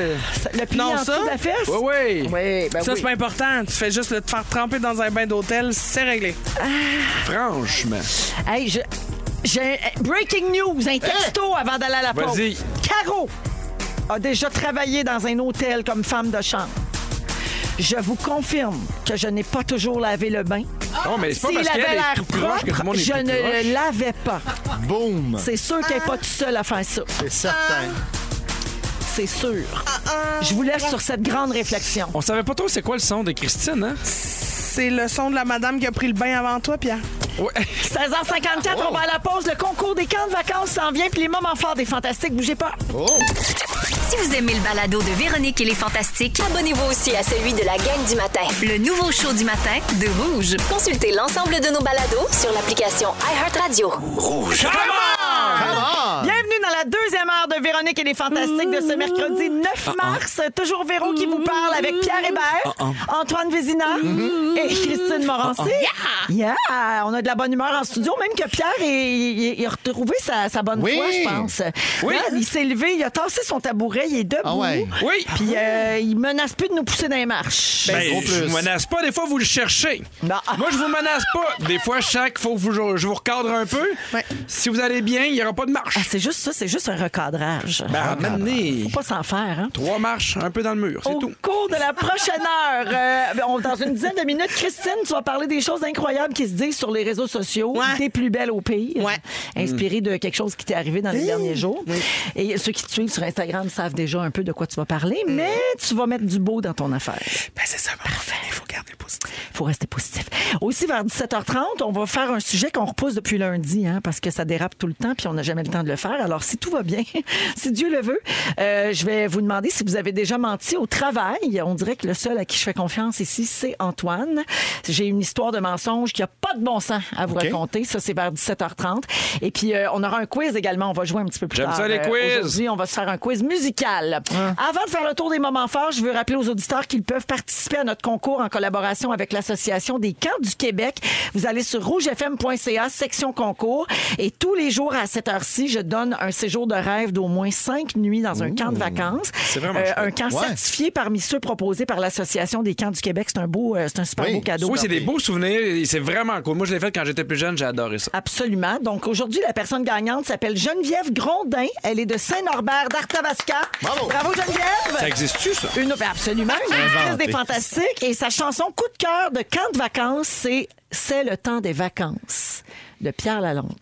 S5: tout. Le pli
S7: Non,
S5: en dessous
S7: ça?
S5: de la fesse?
S4: Ouais, ouais.
S5: Oui, ben
S7: ça,
S5: oui.
S7: c'est pas important. Tu fais juste le te faire tremper dans un bain d'hôtel, c'est réglé.
S4: Franchement.
S5: Hey, je- j'ai un- eh, breaking news, un texto avant d'aller à la pause.
S4: Eh! Vas-y.
S5: Caro a déjà travaillé dans un hôtel comme femme de chambre. Je vous confirme que je n'ai pas toujours lavé le bain.
S4: Non, mais c'est pas
S5: S'il
S4: parce qu'elle
S5: avait
S4: est
S5: l'air
S4: plus proche que tout le
S5: propre,
S4: monde est
S5: je
S4: plus
S5: ne
S4: proche.
S5: le lavais pas.
S6: Boum.
S5: C'est sûr qu'elle n'est pas toute seule à faire ça.
S6: C'est certain.
S5: C'est sûr. Je vous laisse sur cette grande réflexion.
S4: On savait pas trop c'est quoi le son de Christine, hein?
S7: C'est le son de la madame qui a pris le bain avant toi, Pierre.
S5: 16h54, on va à la pause. Le concours des camps de vacances s'en vient, puis les moments forts des fantastiques, bougez pas.
S6: Oh.
S1: Si vous aimez le balado de Véronique et les Fantastiques,
S2: Abonnez-vous aussi à celui de la gang du matin.
S1: le nouveau show du matin de Rouge.
S2: Consultez l'ensemble de nos balados sur l'application iHeartRadio.
S3: Rouge.
S6: Ah.
S5: Bienvenue dans la deuxième heure de Véronique et les Fantastiques de ce mercredi 9 mars. Toujours Véro qui vous parle avec Pierre Hébert, Antoine Vézina et Christine Morancy. Yeah! On a de la bonne humeur en studio, même que Pierre, il, il- il a retrouvé sa, sa bonne
S6: Oui.
S5: foi, je pense.
S4: Oui.
S5: Là, il s'est levé, il a tassé son tabouret, il est debout.
S6: Ah ouais.
S4: Oui.
S5: Puis euh, il menace plus de nous pousser dans les marches.
S4: Ben,
S6: gros
S4: je
S6: plus.
S4: vous menace pas, des fois vous le cherchez.
S5: Non.
S4: Moi je vous menace pas. Des fois chaque faut que vous- je vous recadre un peu. Si vous allez bien, il n'y aura pas de marche.
S5: Ah, c'est juste ça, c'est c'est juste un recadrage.
S4: Ben, à un moment donné,
S5: Faut pas s'en faire, hein?
S4: trois marches, un peu dans le mur, c'est
S5: Au
S4: tout.
S5: cours de la prochaine heure, euh, on- dans une dizaine de minutes, Christine, tu vas parler des choses incroyables qui se disent sur les réseaux sociaux.
S7: Ouais.
S5: T'es plus belle au pays.
S7: Ouais.
S5: Inspirée de quelque chose qui t'est arrivé dans les derniers jours. Et ceux qui te suivent sur Instagram savent déjà un peu de quoi tu vas parler, mais tu vas mettre du beau dans ton affaire.
S7: Ben, c'est ça, parfait. Il faut garder le positif.
S5: faut rester positif. Aussi, vers 17h30, on va faire un sujet qu'on repousse depuis lundi, hein, parce que ça dérape tout le temps, puis on n'a jamais le temps de le faire. Alors, si tout va bien, si Dieu le veut, euh, je vais vous demander si vous avez déjà menti au travail. On dirait que le seul à qui je fais confiance ici, c'est Antoine. J'ai une histoire de mensonge qui a pas de bon sens à vous
S6: OK.
S5: raconter. Ça, c'est vers 17h30. Et puis, euh, on aura un quiz également. On va jouer un petit peu plus
S4: J'aime
S5: tard. euh,
S4: ça, les quiz.
S5: aujourd'hui. Aujourd'hui, on va se faire un quiz musical.
S4: Ah.
S5: Avant de faire le tour des moments forts, je veux rappeler aux auditeurs qu'ils peuvent participer à notre concours en collaboration avec l'Association des camps du Québec. Vous allez sur rougefm.ca, section concours, et tous les jours à cette heure-ci, je donne un séjour de rêve d'au moins cinq nuits dans un camp de vacances. Euh,
S4: C'est vraiment chouette.
S5: Un camp
S6: Ouais.
S5: certifié parmi ceux proposés par l'Association des camps du Québec. C'est un beau, euh, c'est un super
S6: Oui.
S5: beau cadeau.
S4: Oui, c'est des beaux souvenirs. et C'est vraiment cool. Moi, je l'ai fait quand j'étais plus jeune, j'ai adoré ça.
S5: Absolument. Donc aujourd'hui, la personne gagnante s'appelle Geneviève Grondin. Elle est de Saint-Norbert d'Arthabasca.
S6: Bravo.
S5: Bravo Geneviève.
S4: Ça existe-tu, ça?
S5: Une, ben absolument, une actrice
S6: inventé.
S5: des fantastiques. Et sa chanson coup de cœur de camp de vacances, c'est C'est le temps des vacances de Pierre Lalonde.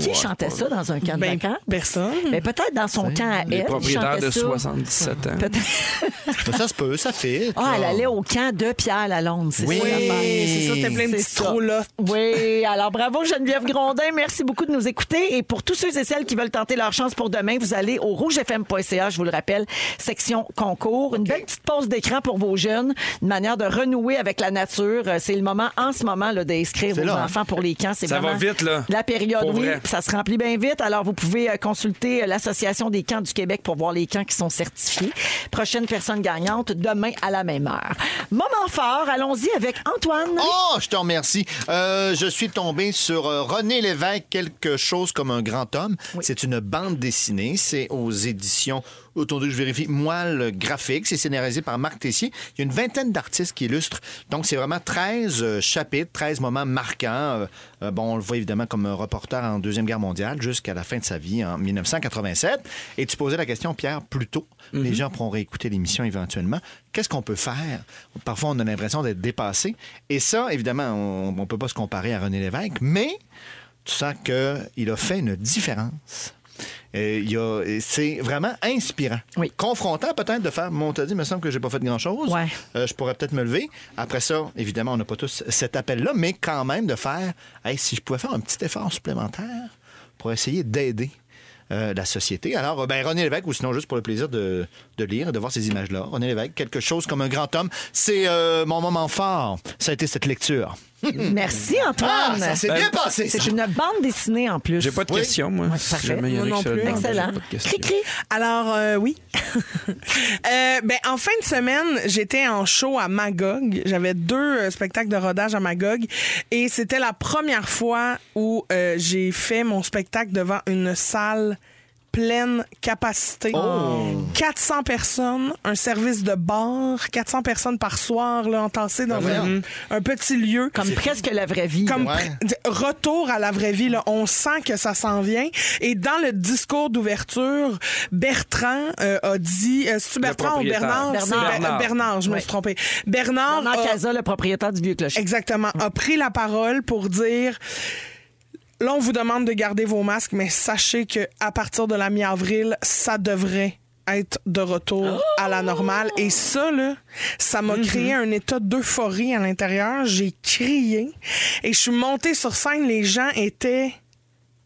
S5: Qui chantait ça dans un camp
S7: Ben,
S5: de vacances?
S7: personne.
S5: Mais peut-être dans son camp à elle.
S4: Les propriétaires
S5: chantait
S4: de
S5: ça.
S4: 77 ans.
S5: Peut-être-
S6: Mais Ben, ça se peut, ça fait.
S5: Ah, elle allait au camp de Pierre Lalonde, c'est
S6: Oui.
S5: ça l'affaire.
S7: C'est ça, c'était plein de
S5: C'est
S7: petits
S5: ça.
S7: trous là.
S5: Oui, alors bravo Geneviève Grondin, merci beaucoup de nous écouter. Et pour tous ceux et celles qui veulent tenter leur chance pour demain, vous allez au rougefm.ca, je vous le rappelle, section concours. Une belle petite pause d'écran pour vos jeunes, une manière de renouer avec la nature. Euh, C'est le moment en ce moment là, d'inscrire vos
S6: C'est là, hein.
S5: enfants pour les camps. C'est
S4: Ça va
S5: vraiment
S4: vite, là.
S5: La période,
S4: Pour
S5: oui,
S4: vrai.
S5: puis ça se remplit bien vite. Alors vous pouvez euh, consulter euh, l'Association des camps du Québec pour voir les camps qui sont certifiés. Prochaine personne gagnante demain à la même heure. Moment fort, allons-y avec Antoine.
S6: Oh, je te remercie. Euh, je suis tombé sur euh, René Lévesque, quelque chose comme un grand homme. C'est une bande dessinée. C'est aux éditions, attendez, je vérifie, Moelle Graphique. C'est scénarisé par Marc Tessier. Il y a une vingtaine d'artistes qui illustrent. Donc, c'est vraiment 13 euh, chapitres, 13 moments marquants. Euh, euh, bon, on le voit évidemment comme un reporter en Deuxième Guerre mondiale jusqu'à la fin de sa vie en 1987. Et tu posais la question, Pierre, plus tôt.
S5: Mhm.
S6: Les gens pourront réécouter l'émission éventuellement. Qu'est-ce qu'on peut faire? Parfois, on a l'impression d'être dépassé. Et ça, évidemment, on ne peut pas se comparer à René Lévesque, mais tu sens qu'il a fait une différence. Et il y a- et c'est vraiment inspirant.
S5: Oui.
S6: Confrontant peut-être de faire, mon t'as dit, il me semble que j'ai pas fait grand-chose.
S5: Ouais.
S6: Euh, je pourrais peut-être me lever. Après ça, évidemment, on n'a pas tous cet appel-là, mais quand même de faire, Hey, si je pouvais faire un petit effort supplémentaire pour essayer d'aider euh, la société. Alors, euh, ben, René Lévesque, ou sinon juste pour le plaisir de, de lire et de voir ces images-là, René Lévesque, quelque chose comme un grand homme, c'est euh, mon moment fort. Ça a été cette lecture.
S5: Merci Antoine.
S6: Ah, ça s'est bien passé, ça.
S5: Ben, C'est une bande dessinée en plus.
S4: J'ai pas de
S6: Oui.
S4: questions, moi.
S5: Ouais,
S4: Si
S5: parfait.
S4: jamais il y en a
S7: Moi
S4: qui
S7: non
S4: se le
S7: plus.
S4: demandent, j'ai
S5: Excellent.
S4: pas de questions.
S5: Cri-cri.
S7: Alors, euh, oui. Euh, ben, en fin de semaine, j'étais en show à Magog. J'avais deux euh, spectacles de rodage à Magog. Et c'était la première fois où euh, j'ai fait mon spectacle devant une salle pleine capacité.
S5: Oh.
S7: 400 personnes, un service de bar, 400 personnes par soir, là, entassées dans
S6: Ah,
S7: un, un petit lieu.
S5: Ben Comme presque la vraie vie.
S7: Comme
S5: là.
S6: Ouais.
S7: pr- d- retour à la vraie vie, là. on sent que ça s'en vient. Et dans le discours d'ouverture, Bertrand euh, a dit, euh, c'est-tu Bertrand ou
S4: propriétaire.
S7: Bernard?
S5: Bernard.
S7: C'est Ber- euh,
S4: Bernard.
S7: Bernard. je me
S5: Oui.
S7: suis trompée. Bernard,
S5: Bernard
S7: a-
S5: Casa, le propriétaire du vieux clocher.
S7: exactement, a pris la parole pour dire... Là, on vous demande de garder vos masques, mais sachez que à partir de la mi-avril, ça devrait être de retour à la normale. Et ça, là, ça m'a créé un état d'euphorie à l'intérieur. J'ai crié et je suis montée sur scène. Les gens étaient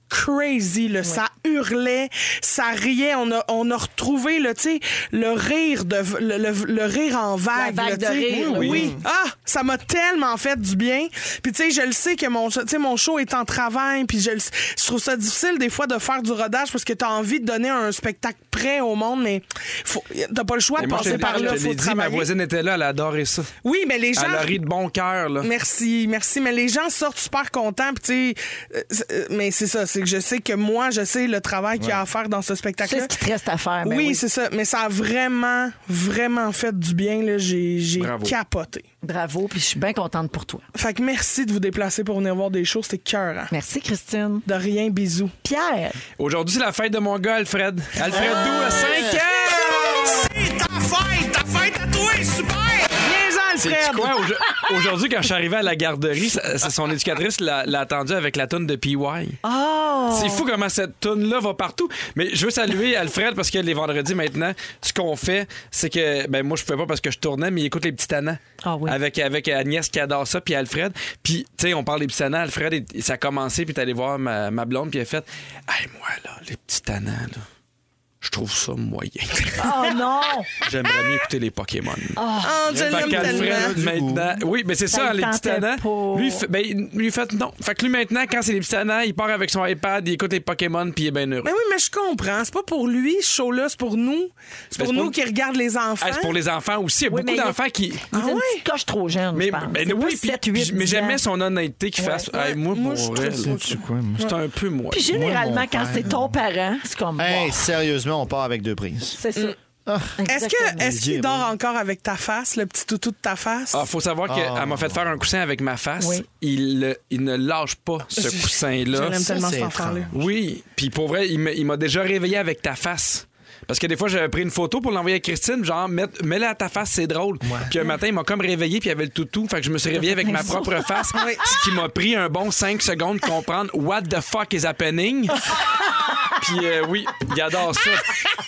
S7: crazy, là. Ça hurlait, ça riait. On a, on a retrouvé, là, tu sais, le rire de, le, le- le rire en vague.
S5: vague
S7: là,
S5: de
S7: tu sais.
S5: rire, Mm. oui.
S7: oui. Ah, ça m'a tellement fait du bien. Puis tu sais, je le sais que mon, tu sais, mon show est en travail, puis je, le- je trouve ça difficile des fois de faire du rodage parce que t'as envie de donner un spectacle prêt au monde, mais faut- t'as pas le choix
S4: Et
S7: de
S4: moi, je
S7: passer
S4: te-
S7: par là.
S4: je te l'ai
S7: Faut
S4: dit, ma
S7: travailler.
S4: voisine était là, elle a adoré ça.
S7: Oui, mais les gens.
S4: Elle a ri de bon cœur, là.
S7: Merci, merci. Mais les gens sortent super contents. Puis, tu sais, euh, c'est- euh, mais c'est ça, c'est- c'est que je sais que moi, je sais le travail qu'il y a à faire dans ce
S5: Tu sais
S7: spectacle-là.
S5: ce qui te reste à faire. ben
S7: oui,
S5: oui.
S7: c'est ça. Mais ça a vraiment, vraiment fait du bien. là. J'ai j'ai
S4: Bravo.
S7: capoté.
S5: Bravo, puis je suis bien contente pour toi.
S7: Fait que merci de vous déplacer pour venir voir des shows. C'était cœur. hein.
S5: Merci, Christine.
S7: De rien, bisous.
S5: Pierre,
S4: Aujourd'hui, c'est la fête de mon gars, Alfred. Alfred Doux a 5 ans! C'est
S7: Alfred!
S4: quoi? Aujo- Aujourd'hui, quand je suis arrivé à la garderie, ça- ça- son éducatrice l'a l'a attendu avec la tonne de PY.
S5: Oh!
S4: C'est fou comment cette tonne-là va partout. Mais je veux saluer Alfred parce que les vendredis maintenant, ce qu'on fait, c'est que ben moi je pouvais pas parce que je tournais, mais il écoute les petits tannants.
S5: Ah oui.
S4: Avec avec Agnès qui adore ça, puis Alfred. Puis tu sais, on parle des petits tannants. Alfred, il- il- ça a commencé, puis t'es allé voir ma, ma blonde, puis il a fait, hey, moi là, les petits tannants là. Je trouve ça moyen.
S5: oh non!
S4: J'aimerais mieux écouter les Pokémon.
S5: Ah,
S7: Oh, je
S4: Fait
S7: l'aime tellement.
S4: qu'Alfred, maintenant. Oui, mais c'est ça,
S5: Ben, il
S4: les petits
S5: tentait
S4: tannants.
S5: pas.
S4: Lui, fait- ben, il- lui, fait non. Fait que lui, maintenant, quand c'est les petits tannants, il part avec son iPad, il écoute les Pokémon, puis il est bien heureux.
S7: Mais Ben oui, mais je comprends. C'est pas pour lui, ce show-là. C'est pour nous. C'est
S4: Ben,
S7: pour
S4: c'est
S7: nous
S4: pour-
S7: qui regardent les enfants.
S4: Ah, c'est pour les enfants aussi. Il y a
S5: Oui, mais
S4: beaucoup
S5: il y a-
S4: d'enfants qui.
S5: Il
S7: Ah
S5: est une
S7: ouais?
S5: petite coche trop jeune,
S4: Mais,
S5: je pense.
S4: ben
S5: C'est
S4: oui,
S5: pas
S4: puis-
S5: 7, 8,
S4: mais
S5: 10
S4: j'aimais
S5: ans.
S4: son honnêteté qu'il fasse. Hey, moi,
S7: Moi, je
S4: pour
S7: trouve
S4: vrai,
S7: ça
S4: là,
S6: Tu quoi, moi?
S4: c'est un peu moi.
S5: Puis généralement,
S6: Moi, mon
S5: quand c'est ton parent, c'est comme...
S6: Hey,
S5: wow,
S6: sérieusement, on part avec deux prises.
S5: c'est ça.
S7: Est-ce que
S5: Exactement.
S7: est-ce qu'il
S6: Dieu,
S7: dort encore avec ta face, le petit toutou de ta face?
S4: Ah, faut savoir qu'elle
S6: Ah.
S4: m'a fait faire un coussin avec ma face.
S5: Oui.
S4: Il, le- il ne lâche pas ce
S7: Je
S4: coussin-là.
S7: l'aime
S6: ça,
S7: tellement
S6: c'est
S7: cet enfant-là.
S6: étrange.
S4: Oui, puis pour vrai, il m'a- il m'a déjà réveillé avec ta face. Parce que des fois, j'avais pris une photo pour l'envoyer à Christine, genre, mets- mets-la à ta face, c'est drôle. Puis un matin, il m'a comme réveillé, puis il y avait le toutou. Fait que je me suis réveillé avec ma propre face, ce qui m'a pris un bon 5 secondes de comprendre What the fuck is happening? puis euh, oui, il adore ça.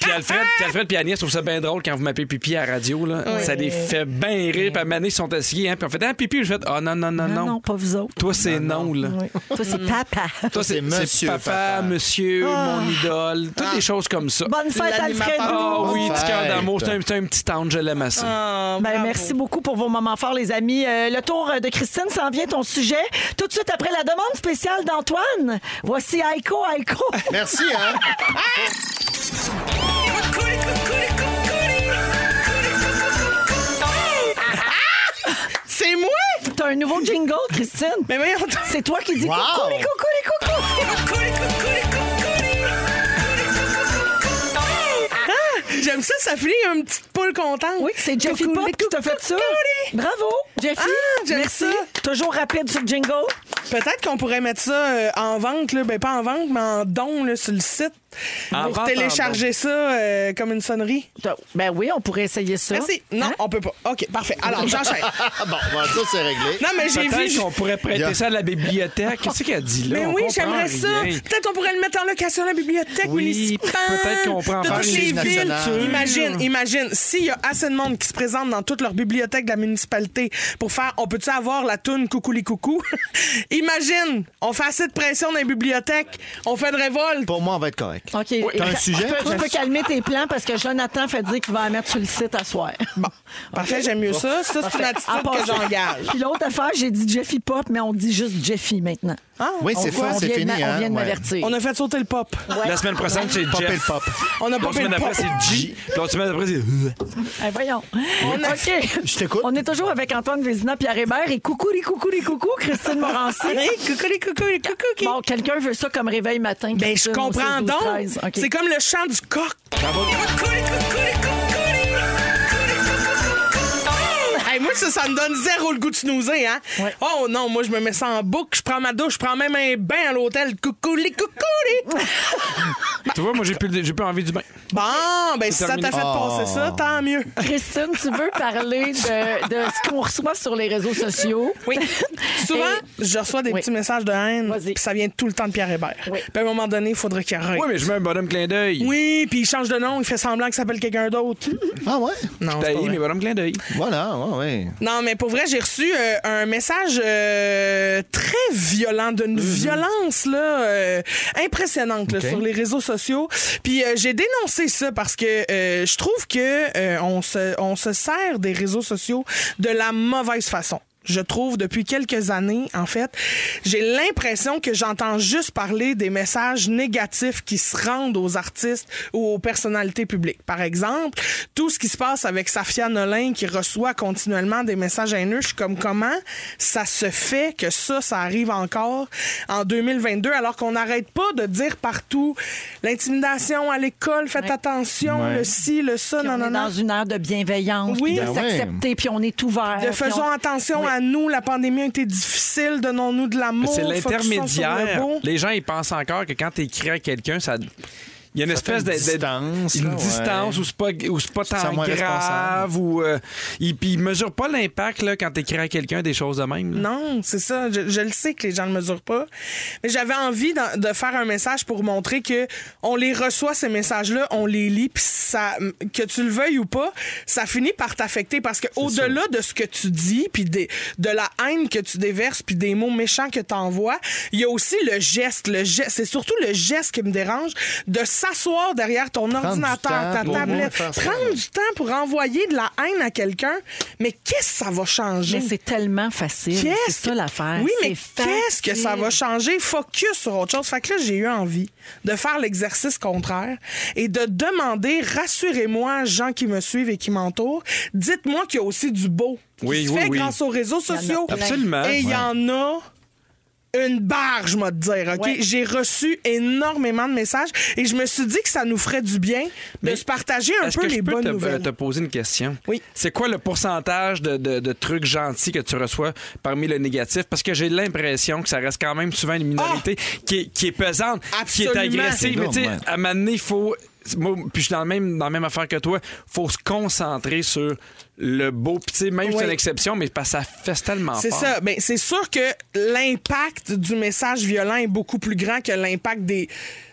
S4: Puis Alfred, puis Alfred puis Agnès trouvent ça bien drôle quand vous m'appelez Pipi à la radio. Là. Ça les fait bien rire. Puis à un moment donné, ils sont assis, hein, puis on fait Ah, Pipi, je fais Ah non, non, non,
S5: Non,
S4: non.
S5: non, pas vous autres.
S4: Toi, c'est non, là.
S5: Oui. Toi, c'est papa.
S4: Toi, c'est
S6: C'est
S4: monsieur,
S6: monsieur,
S4: papa,
S6: papa.
S4: monsieur,
S7: Ah.
S4: mon idole, toutes des choses comme ça.
S5: Bonne fête,
S7: L'animateur.
S5: Alfredo!
S4: Ah oui,
S6: Bonne
S4: petit cœur
S6: fête.
S4: d'amour, c'est un, c'est un petit ange, je l'aime assez.
S7: Ah,
S5: Ben,
S7: bravo.
S5: merci beaucoup pour vos moments forts, les amis. Euh, le tour euh, de Christine s'en vient, ton sujet. Tout de suite après la demande spéciale d'Antoine, voici Aiko Aiko.
S6: Merci, hein?
S7: C'est moi!
S5: T'as un nouveau jingle, Christine.
S7: Mais voyons donc.
S5: C'est toi qui dis
S6: Wow.
S5: coucou, les coucou, les coucou.
S7: Ah! J'aime ça, ça finit une petite poule contente.
S5: Oui, c'est Jeffy
S7: Coucou,
S5: Pop
S7: les
S5: qui t'a fait ça.
S7: coucou,
S5: Bravo, Jeffy.
S7: Ah, j'aime
S5: Merci.
S7: ça.
S5: Toujours rapide sur le jingle.
S7: Peut-être qu'on pourrait mettre ça euh, en vente, là. ben pas en vente, mais en don là, sur le site.
S4: En
S7: pour
S4: vente, en
S7: télécharger ça euh, comme une sonnerie.
S5: T'as- Ben oui, on pourrait essayer ça. Hein?
S7: Merci. Non, on peut pas. OK, parfait. Alors, j'enchaîne.
S6: bon, ben, ça, c'est réglé.
S7: Non, mais j'ai vu.
S4: Peut-être qu'on pourrait prêter
S6: Yeah.
S4: ça à la bibliothèque. Qu'est-ce qu'elle dit là?
S7: Mais
S4: On
S7: Ben oui,
S4: comprend
S7: j'aimerais ça.
S4: rien.
S7: Peut-être qu'on pourrait le mettre en location à la bibliothèque
S4: Oui,
S7: municipale.
S4: peut-être qu'on pourrait en
S7: de
S4: faire
S7: toutes
S6: une
S7: les
S6: musée
S7: villes.
S6: national.
S7: Imagine, imagine, s'il y a assez de monde qui se présente dans toute leur bibliothèque de la municipalité pour faire on peut-tu avoir la toune coucou les coucou? imagine, on fait assez de pression dans les bibliothèques, on fait de révolte.
S6: Pour moi, on va être correct.
S5: OK.
S6: T'as un sujet?
S5: Tu peux, tu peux calmer tes plans parce que Jonathan fait dire qu'il va la mettre sur le site à soir.
S7: Bon, parfait, j'aime mieux ça. Ça, c'est une
S5: En
S7: attitude que
S5: passant-
S7: j'engage.
S5: Puis l'autre affaire, j'ai dit Jeffy Pop, mais on dit juste Jeffy maintenant.
S6: Oui,
S5: On
S6: c'est
S5: voit,
S6: fait,
S5: on
S6: c'est
S5: vient de
S6: fini,
S5: m'a- On
S6: hein?
S5: vient de
S6: Ouais.
S5: m'avertir.
S7: On a fait sauter le pop.
S4: La semaine prochaine, c'est
S6: Pop et le
S4: Jeff.
S6: pop.
S7: On a
S4: La
S7: popé
S4: semaine
S7: le
S4: après,
S7: pop.
S4: c'est G. Puis La semaine après, c'est.
S5: Eh, voyons.
S7: a-
S5: OK.
S6: Je t'écoute.
S5: On est toujours avec Antoine Vézina, Pierre Hébert et coucou, les coucou, les coucou, Christine Morancy.
S7: Hey, coucou les coucou les coucou. qui-
S5: Bon, quelqu'un veut ça comme réveil matin.
S7: Ben, je
S5: Christine, au
S7: comprends
S5: 6, 12,
S7: donc.
S5: 13. OK.
S7: C'est comme le chant du coq. Hey, moi, ça, ça me donne zéro le goût de snoozer, hein?
S5: Ouais.
S7: Oh non, moi, je me mets ça en boucle, je prends ma douche, je prends même un bain à l'hôtel. Coucou les coucou les.
S4: Tu vois, moi, j'ai plus, j'ai plus envie du bain.
S7: Bon, ben, si ça
S4: terminé.
S7: t'a fait passer ça, tant mieux.
S5: Christine, tu veux parler de, de ce qu'on reçoit sur les réseaux sociaux?
S7: Oui. Souvent, je reçois des
S5: Oui.
S7: petits messages de haine,
S5: Vas-y.
S7: puis ça vient tout le temps de Pierre Hébert.
S5: Oui.
S7: Puis à un moment donné, il faudrait qu'il arrête.
S4: Oui, mais je mets un bonhomme clin d'œil.
S7: Oui, puis il change de nom, il fait semblant qu'il s'appelle quelqu'un d'autre.
S6: Ah, ouais?
S7: Non, c'est pas
S4: Taillé,
S7: vrai.
S4: mais bonhomme clin d'œil.
S6: Voilà, ouais, ouais.
S7: Non, mais pour vrai, j'ai reçu euh, un message euh, très violent, d'une violence là, euh, impressionnante là,
S6: OK.
S7: sur les réseaux sociaux. Puis euh, j'ai dénoncé ça parce que euh, je trouve que euh, on, se, on se sert des réseaux sociaux de la mauvaise façon. je trouve, depuis quelques années, en fait. J'ai l'impression que j'entends juste parler des messages négatifs qui se rendent aux artistes ou aux personnalités publiques. Par exemple, tout ce qui se passe avec Safia Nolin qui reçoit continuellement des messages haineux, je suis comme comment ça se fait que ça, ça arrive encore en 2022 alors qu'on n'arrête pas de dire partout l'intimidation à l'école, faites attention,
S6: Ouais.
S7: le ci, le ça,
S5: Puis
S7: non,
S5: on
S7: non,
S5: est
S7: non.
S5: dans une ère de bienveillance,
S7: Oui.
S5: puis de
S7: Ben
S6: ouais.
S5: s'accepter, puis on est ouvert.
S7: De
S5: puis
S7: faisons
S5: on-
S7: attention
S5: Oui.
S7: à nous. La pandémie a été difficile. Donnons-nous de l'amour.
S4: C'est
S7: focusons sur le
S4: l'intermédiaire.
S7: beau.
S4: Les gens, ils pensent encore que quand tu écris à quelqu'un, ça. Il y a une
S6: Ça fait
S4: espèce
S6: une
S4: de- de-
S6: distance,
S4: Une
S6: là,
S4: distance
S6: ouais.
S4: où c'est pas, où c'est pas
S6: Tu te sens
S4: tant
S6: moins
S4: grave.
S6: responsable.
S4: Ou, euh, ils, puis ils mesurent pas l'impact là, quand tu écris à quelqu'un des choses de même. là.
S7: Non, c'est ça. Je, je le sais que les gens ne le mesurent pas. Mais j'avais envie d'en- de faire un message pour montrer que on les reçoit, ces messages-là, on les lit, puis ça, que tu le veuilles ou pas, ça finit par t'affecter parce que au-delà de ce que tu dis, puis des- de la haine que tu déverses, puis des mots méchants que tu envoies, il y a aussi le geste. Le geste, c'est surtout le geste qui me dérange de s'asseoir derrière ton
S6: du
S7: ordinateur,
S6: temps
S7: ta
S6: pour
S7: tablette,
S6: faire ça.
S7: prendre du temps pour envoyer de la haine à quelqu'un. Mais qu'est-ce que ça va changer?
S5: Mais c'est tellement facile. C'est
S7: Qu'est-ce
S5: ça
S7: que-
S5: l'affaire.
S7: Oui, mais
S5: C'est
S7: qu'est-ce que ça va
S5: facile.
S7: changer? Focus sur autre chose. Fait que là, j'ai eu envie de faire l'exercice contraire et de demander, rassurez-moi, gens qui me suivent et qui m'entourent, dites-moi qu'il y a aussi du beau qui
S4: Oui,
S7: se
S4: oui,
S7: fait
S4: oui.
S7: grâce aux réseaux
S5: Il y en a
S7: sociaux.
S5: plein.
S4: Absolument.
S7: Et il y en a une barre, je vais te dire. OK?
S5: Ouais.
S7: J'ai reçu énormément de messages et je me suis dit que ça nous ferait du bien de
S4: Mais
S7: se partager un
S4: Est-ce
S7: peu
S4: que
S7: les
S4: je peux
S7: bonnes
S4: te, euh,
S7: nouvelles.
S4: te poser une question?
S7: Oui.
S4: C'est quoi le pourcentage de, de- de trucs gentils que tu reçois parmi le négatif? Parce que j'ai l'impression que ça reste quand même souvent une minorité qui, est, qui est pesante, qui est
S7: Ah! Absolument.
S4: agressive.
S6: C'est
S4: Mais tu sais,
S6: lourd, ouais.
S4: à un moment donné, il faut. Moi, puis je suis dans, le même, dans la même affaire que toi. faut se concentrer sur le beau. Puis tu sais, même si c'est
S7: Oui.
S4: une exception, mais parce que ça fesse tellement
S7: C'est
S4: fort.
S7: ça. Ben, c'est sûr que l'impact du message violent est beaucoup plus grand que l'impact des, des,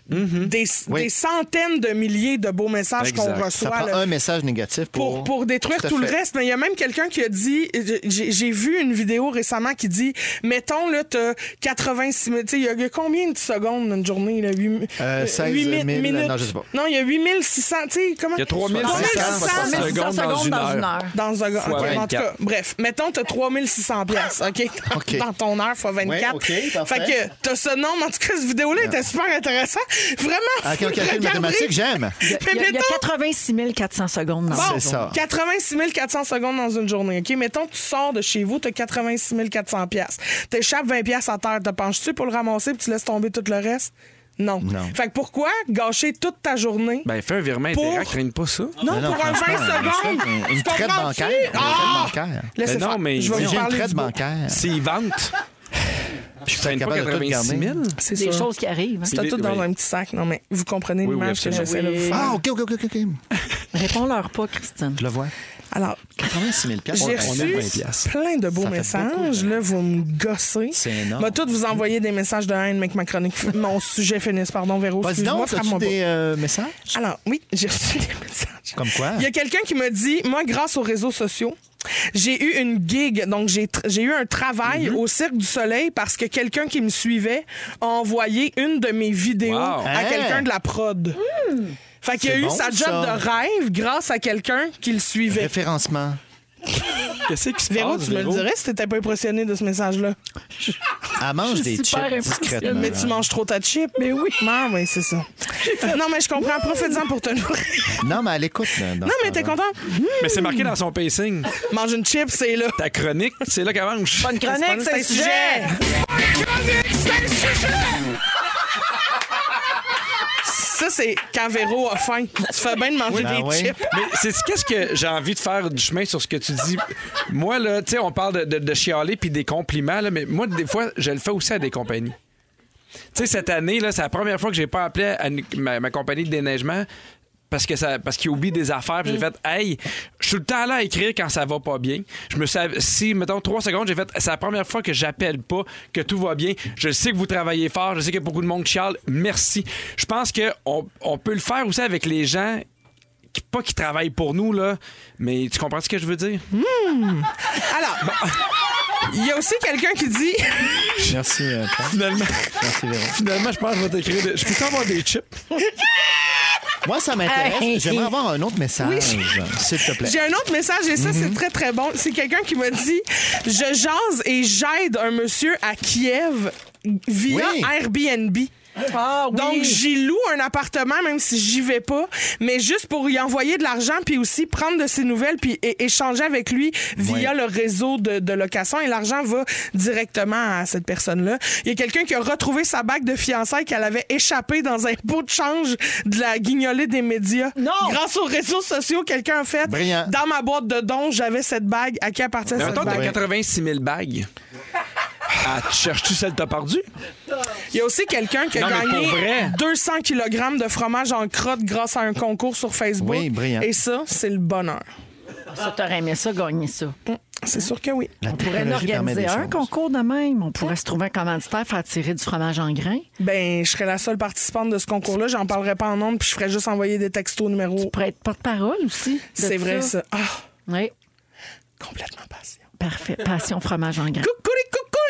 S6: Mm-hmm. Oui.
S7: des centaines de milliers de beaux messages qu'on
S4: Exact. Ça
S6: Ça
S7: reçoit.
S6: prend
S7: là,
S6: un message négatif pour...
S7: pour, pour détruire
S6: Tout à
S7: tout le
S6: fait.
S7: reste. Mais il y a même quelqu'un qui a dit, j'ai j'ai vu une vidéo récemment qui dit, mettons, là, t'as 86 000, tu sais, il y a- il y, a combien de secondes dans une journée, là? 8,
S6: Euh, 16 000, non, je sais pas.
S7: Non, il y a 8600, tu sais, comment?
S4: Il y a 3600
S7: 3600,
S5: Mais
S4: 60
S5: c'est ça,
S4: secondes dans une heure.
S7: dans un gars.
S4: Fois
S7: OK, en
S4: 24.
S7: tout cas, bref, mettons, t'as 3600 pièces, OK, dans,
S6: OK.
S7: dans ton heure fois 24.
S6: Ouais, OK, parfait.
S7: fait que t'as ce nombre. En tout cas, cette vidéo-là était super intéressante. Vraiment,
S6: Ah,
S7: faut
S6: Avec un calcul
S7: regarder.
S6: mathématique, j'aime.
S5: Il y a, il y a
S7: mettons-
S5: 86 400 secondes dans
S7: Bon,
S5: la
S6: C'est ça.
S5: journée.
S7: 86 400 secondes dans une journée, OK? Mettons que tu sors de chez vous, t'as 86 400 pièces. T'échappes 20 pièces à terre, te penches-tu pour le ramasser puis tu laisses tomber tout le reste? Non. Fait que pourquoi gâcher toute ta journée?
S4: Ben, fais un virement
S7: Pour-
S4: interact, traîne pas ça.
S7: non,
S6: Mais non,
S7: pour un 20
S6: franchement,
S7: secondes.
S6: une- une
S7: Tu
S6: traite
S7: comprends-tu?
S6: bancaire, une traite
S7: Ah!
S6: bancaire.
S7: Laissez
S4: Ben non,
S7: faire.
S4: mais
S7: je vais
S4: j'ai
S7: vous
S6: J'ai une
S7: parler du
S6: traite
S7: beau.
S6: bancaire.
S4: S'ils vendent, je traîne pas
S6: capable de tout
S4: 86 000.
S6: garder.
S7: C'est
S5: Des
S7: ça.
S5: choses qui arrivent. hein.
S7: C'était tout dans
S4: Oui.
S7: un petit sac. Non, mais vous comprenez
S4: Oui, oui,
S7: l'image que
S4: absolument.
S7: j'essaie de vous faire.
S6: Ah, OK, OK, OK, OK. ok.
S5: Réponds-leur pas, Christine.
S6: Je le vois.
S7: Alors,
S6: 86 000
S7: j'ai
S4: on
S7: reçu
S4: aime 20 piastres.
S7: plein de beaux
S6: Ça fait
S7: messages.
S6: beaucoup,
S7: là, vous me gossez.
S6: C'est énorme.
S7: Moi, toutes vous envoyer des messages de haine, mais que ma chronique, mon sujet finisse. Pardon, Véro,
S6: Vas-y
S7: excuse-moi,
S6: donc, as-tu
S7: frappe-moi pas.
S6: des euh, messages?
S7: Alors, oui, j'ai reçu des messages.
S6: Comme quoi?
S7: Il y a quelqu'un qui me dit, moi, grâce aux réseaux sociaux, j'ai eu une gig, donc j'ai tr- j'ai eu un travail
S6: Mm-hmm.
S7: au Cirque du Soleil parce que quelqu'un qui me suivait a envoyé une de mes vidéos
S4: Wow.
S7: à
S6: Hein?
S7: quelqu'un de la prod. Mm. Fait qu'il y a
S6: C'est
S7: eu
S6: bon,
S7: sa job
S6: ça.
S7: de rêve grâce à quelqu'un qui le suivait.
S6: Référencement.
S4: Qu'est-ce qui se
S6: Ah,
S7: Véro,
S4: passe,
S7: tu me le
S4: Véro?
S7: dirais si t'étais pas impressionné de ce message-là.
S6: Elle Ah, mange des
S5: super
S6: chips discrètement.
S7: Mais tu manges trop ta chip. Mais oui. Non, mais c'est ça. Non, mais je comprends. Profite-en pour te nourrir.
S6: Non, mais elle écoute. là, dans
S7: Non,
S6: ce
S7: mais t'es
S6: temps-là.
S7: content?
S4: Mais c'est marqué dans son pacing.
S7: Mange une chip, c'est là.
S4: Ta chronique, c'est là qu'elle mange.
S5: Bonne
S7: Chronique, c'est le sujet. Ça, c'est quand Véro a faim. Tu fais bien de manger
S6: Ah
S7: des
S6: ouais.
S7: chips.
S4: Mais c'est qu'est-ce que j'ai envie de faire du chemin sur ce que tu dis. Moi là, tu sais, on parle de, de, de chialer puis des compliments là, mais moi des fois, je le fais aussi à des compagnies. Tu sais, cette année là, c'est la première fois que j'ai pas appelé à une- ma, ma compagnie de déneigement. Parce que ça, parce qu'il oublie des affaires, puis j'ai fait, hey, je suis tout le temps là à écrire quand ça va pas bien. Je me suis, si mettons trois secondes, j'ai fait, c'est la première fois que j'appelle pas, que tout va bien. Je sais que vous travaillez fort, je sais qu'il y a beaucoup de monde qui chiale. Merci. Je pense que on, on peut le faire aussi avec les gens qui- pas qui travaillent pour nous, là, mais tu comprends ce que je veux dire?
S7: Alors, il y a aussi quelqu'un qui dit
S6: Merci, euh, Pierre.
S4: Finalement,
S6: Merci, Véro.
S4: finalement, je pense que je vais t'écrire. des- Je peux avoir des chips?
S6: Moi, ça m'intéresse.
S5: Hey.
S6: J'aimerais avoir un autre message, s'il te plaît.
S7: J'ai un autre message et ça,
S6: Mm-hmm.
S7: c'est très, très bon. C'est quelqu'un qui m'a dit Je jase et j'aide un monsieur à Kiev via
S6: Oui.
S7: Airbnb.
S5: Ah oui.
S7: Donc, j'y loue un appartement, même si j'y vais pas, mais juste pour y envoyer de l'argent, puis aussi prendre de ses nouvelles, puis é- échanger avec lui via
S6: Ouais.
S7: le réseau de, de location. Et l'argent va directement à cette personne-là. Il y a quelqu'un qui a retrouvé sa bague de fiançailles qu'elle avait échappée dans un pot de change de la guignolée des médias.
S5: Non!
S7: Grâce aux réseaux sociaux, quelqu'un a fait
S6: Brillant.
S7: dans ma boîte de dons, j'avais cette bague. À qui appartient
S4: Mais
S7: cette
S4: mettons, t'as
S7: bague?
S4: 86 000 bagues. Ah, tu cherches-tu celle que t'as perdue?
S7: Il y a aussi quelqu'un qui a
S4: Non, mais
S7: gagné
S4: pour vrai.
S7: 200 kg de fromage en crotte grâce à un concours sur Facebook.
S6: Oui, brillant.
S7: Et ça, c'est le bonheur.
S5: Ça, t'aurais aimé ça, gagner ça.
S7: C'est sûr que oui.
S6: La
S9: On pourrait en
S6: technologie permet
S9: organiser
S6: des
S9: un
S6: choses.
S9: concours de même. On pourrait se trouver un commanditaire, faire tirer du fromage en grain.
S7: Ben, je serais la seule participante de ce concours-là. J'en parlerai pas en nombre, puis je ferais juste envoyer des textos au numéro.
S9: On pourrait être porte-parole aussi. de
S7: C'est vrai, ça. Ah,
S9: Oui.
S7: complètement passion.
S9: Parfait. Passion fromage en grain.
S7: Coucou,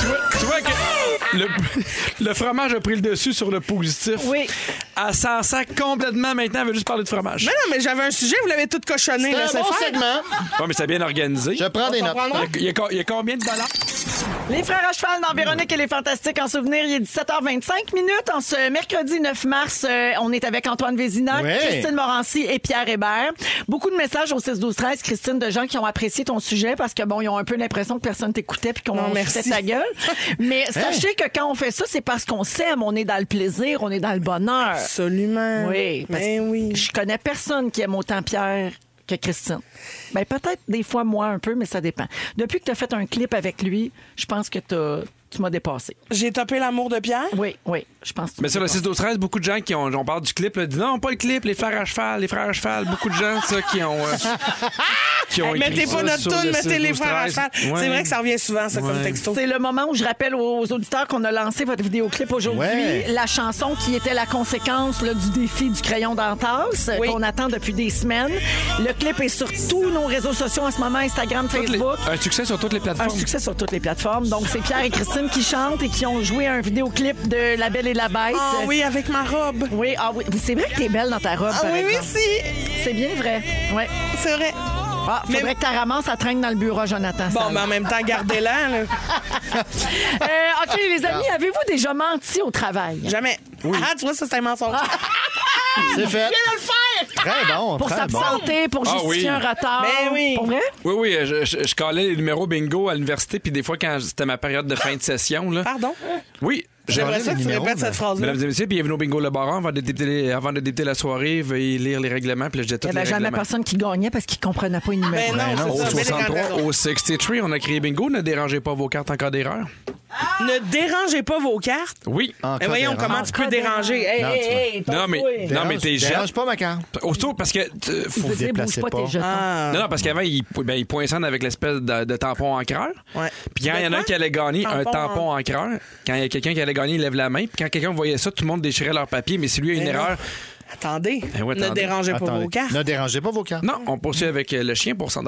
S4: Tu vois, tu vois que le, le fromage a pris le dessus sur le positif.
S5: Oui.
S4: Elle s'en sert complètement maintenant. Elle veut juste parler de fromage.
S7: Mais non, mais j'avais un sujet, vous l'avez tout cochonné.
S6: C'est
S7: là,
S6: un
S7: c'est
S6: bon
S7: fait.
S6: segment.
S4: Ouais, mais c'est bien organisé.
S6: Je prends des notes.
S7: prendra?
S4: Il y, a, co- il y a combien de dollars?
S5: Les frères à cheval dans Véronique et les Fantastiques en souvenir, il est 17h25 minutes. En ce mercredi 9 mars, euh, on est avec Antoine Vézina,
S6: Ouais.
S5: Christine Morancy et Pierre Hébert. Beaucoup de messages au 6-12-13, Christine, de gens qui ont apprécié ton sujet parce que bon, ils ont un peu l'impression que personne t'écoutait puis
S7: Non,
S5: qu'on
S7: merci. Hein?
S5: mettait ta gueule. Mais sachez que quand on fait ça, c'est parce qu'on s'aime, on est dans le plaisir, on est dans le bonheur.
S7: Absolument.
S5: Oui, parce
S7: mais
S5: que
S7: Euh, ben oui.
S5: je connais personne qui aime autant Pierre que Christine. Ben, peut-être des fois moi un peu, mais ça dépend. Depuis que tu as fait un clip avec lui, je pense que t'as- tu m'as dépassé.
S7: J'ai topé l'amour de Pierre.
S5: Oui, oui, je pense que tu
S4: Mais
S5: m'as
S4: sur le
S5: dépassé.
S4: 6 12 13 beaucoup de gens qui ont. On parle du clip, là, disent non, pas le clip, les frères à cheval, les frères à cheval. Beaucoup de gens, ça, qui ont. euh, qui ont écrit
S7: Mettez pas
S4: ça
S7: notre
S4: sur
S7: toune,
S4: le
S7: mettez les frères à
S4: 6-12-13.
S7: cheval.
S4: Ouais.
S7: C'est vrai que ça revient souvent, ça, comme
S4: Ouais.
S7: texto.
S5: C'est le moment où je rappelle aux auditeurs qu'on a lancé votre vidéoclip aujourd'hui.
S6: Ouais.
S5: La chanson qui était la conséquence là, du défi du crayon d'Antas,
S7: Oui.
S5: qu'on attend depuis des semaines. Le clip est sur tous nos réseaux sociaux en ce moment, Instagram,
S4: Toutes les-
S5: Facebook.
S4: un succès sur toutes les
S5: Un
S4: plateformes.
S5: succès sur toutes les plateformes. Donc, c'est Pierre et Christine qui chantent et qui ont joué un vidéoclip de La Belle et la Bête.
S7: Ah oui, avec ma robe.
S5: Oui, ah oui. C'est vrai que t'es belle dans ta robe,
S7: Ah
S5: par
S7: oui, oui,
S5: exemple.
S7: si.
S5: C'est bien vrai. Ouais.
S7: C'est vrai.
S5: Ah, faudrait
S7: Mais-
S5: que ta ramasses, ça traîne dans le bureau, Jonathan.
S7: Bon,
S5: sale.
S7: mais en même temps, gardez-la. là.
S5: Euh, OK, les amis, avez-vous déjà menti au travail?
S7: Jamais. Ah, tu vois, ça, c'est un mensonge.
S6: C'est fait. Très bon,
S5: Pour
S6: très bon.
S5: s'absenter, pour
S4: Ah
S5: justifier
S4: oui.
S5: un retard.
S7: Ben oui.
S5: Pour vrai?
S4: Oui, oui, je, je, je calais les numéros bingo à l'université, puis des fois, quand c'était ma période de fin de session, là.
S7: Pardon?
S4: Oui, j'aimerais
S6: J'enlève
S7: J'aimerais ça que
S6: les
S7: tu
S6: numéros,
S7: répètes
S6: mais-
S7: cette phrase-là.
S4: Mesdames et messieurs, bienvenue au bingo Le Baron. Avant de débuter, avant de débuter la soirée, veuillez lire les règlements. Puis là, je disais tous
S5: Il n'y
S4: les
S5: avait jamais
S4: règlements.
S5: personne qui gagnait parce qu'il ne comprenait pas une numéro.
S7: Ben non,
S4: Au
S7: c'est ça. mais les
S4: 63,
S7: grands
S4: au 63, on a créé bingo. Ne dérangez pas vos cartes en cas d'erreur.
S7: grands. Ne dérangez pas vos cartes.
S4: Oui.
S6: En
S7: Mais
S6: cas
S7: voyons
S6: d'erreur.
S7: comment tu peux
S5: Encore
S7: déranger. Hey,
S6: Non, tu
S7: hey, hey,
S4: Non, mais,
S7: pense-toi.
S4: non, mais t'es
S6: Dérange-
S4: jeune.
S6: dérange pas ma carte.
S4: Autour, parce que. t- euh,
S9: Je
S4: faut-
S9: veux dire,
S6: déplacez
S9: bouge pas
S6: pas.
S9: tes jetons.
S7: Ah.
S4: Non, non, parce qu'avant, il, ben, il poinçonne avec l'espèce de, de tampon encreur.
S7: Ouais.
S4: Puis quand il y en a
S7: De
S4: un
S7: quoi?
S4: qui allait gagner
S7: Tampon
S4: un tampon encreur, quand il y a quelqu'un qui allait gagner, il lève la main. Puis quand quelqu'un voyait ça, tout le monde déchirait leur papier. Mais si lui a une
S7: Mais non.
S4: erreur.
S7: Attendez.
S4: Ben ouais,
S7: ne
S4: attendez.
S7: dérangez pas
S6: Attendez.
S7: vos cartes.
S6: Ne dérangez pas vos cartes.
S4: Non, on poursuit avec euh, le chien pour 100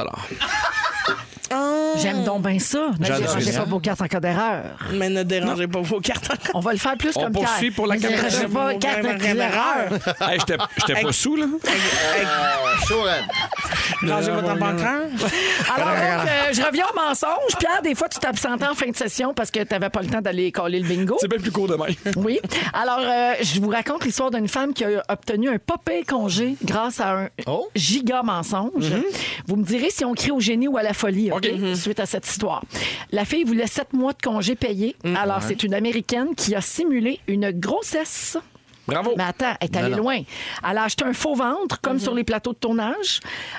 S7: Ah,
S9: J'aime donc bien ça. Ne
S6: J'adore
S9: dérangez
S6: ça.
S9: pas vos cartes en cas d'erreur.
S7: Mais ne dérangez pas vos cartes.
S9: On va le faire plus
S4: On
S9: comme
S4: poursuit
S9: Pierre.
S4: pour la
S9: Ne
S4: caméra.
S9: dérangez pas vos cartes en cas d'erreur.
S4: Hey, j'étais j'étais pas sous, là.
S6: Chaud, Red.
S7: Dérangez votre tampon encreur.
S9: Alors, donc, euh, je reviens au mensonge. Pierre, des fois, tu t'absentais en fin de session parce que tu n'avais pas le temps d'aller coller le bingo.
S4: C'est bien plus court demain.
S9: Oui. Alors, euh, je vous raconte l'histoire d'une femme qui a obtenu un popé congé grâce à un
S6: Oh.
S9: giga mensonge. Vous me direz si on crie au génie ou à la folie, OK,
S4: Mm-hmm. OK. Mm-hmm.
S9: suite à cette histoire. La fille voulait sept mois de congé payé.
S4: Mm.
S9: Alors, c'est une Américaine qui a simulé une grossesse.
S4: Bravo.
S9: Mais attends, elle est allée
S6: Non, non.
S9: loin. Elle a acheté un faux ventre, comme sur les plateaux de tournage.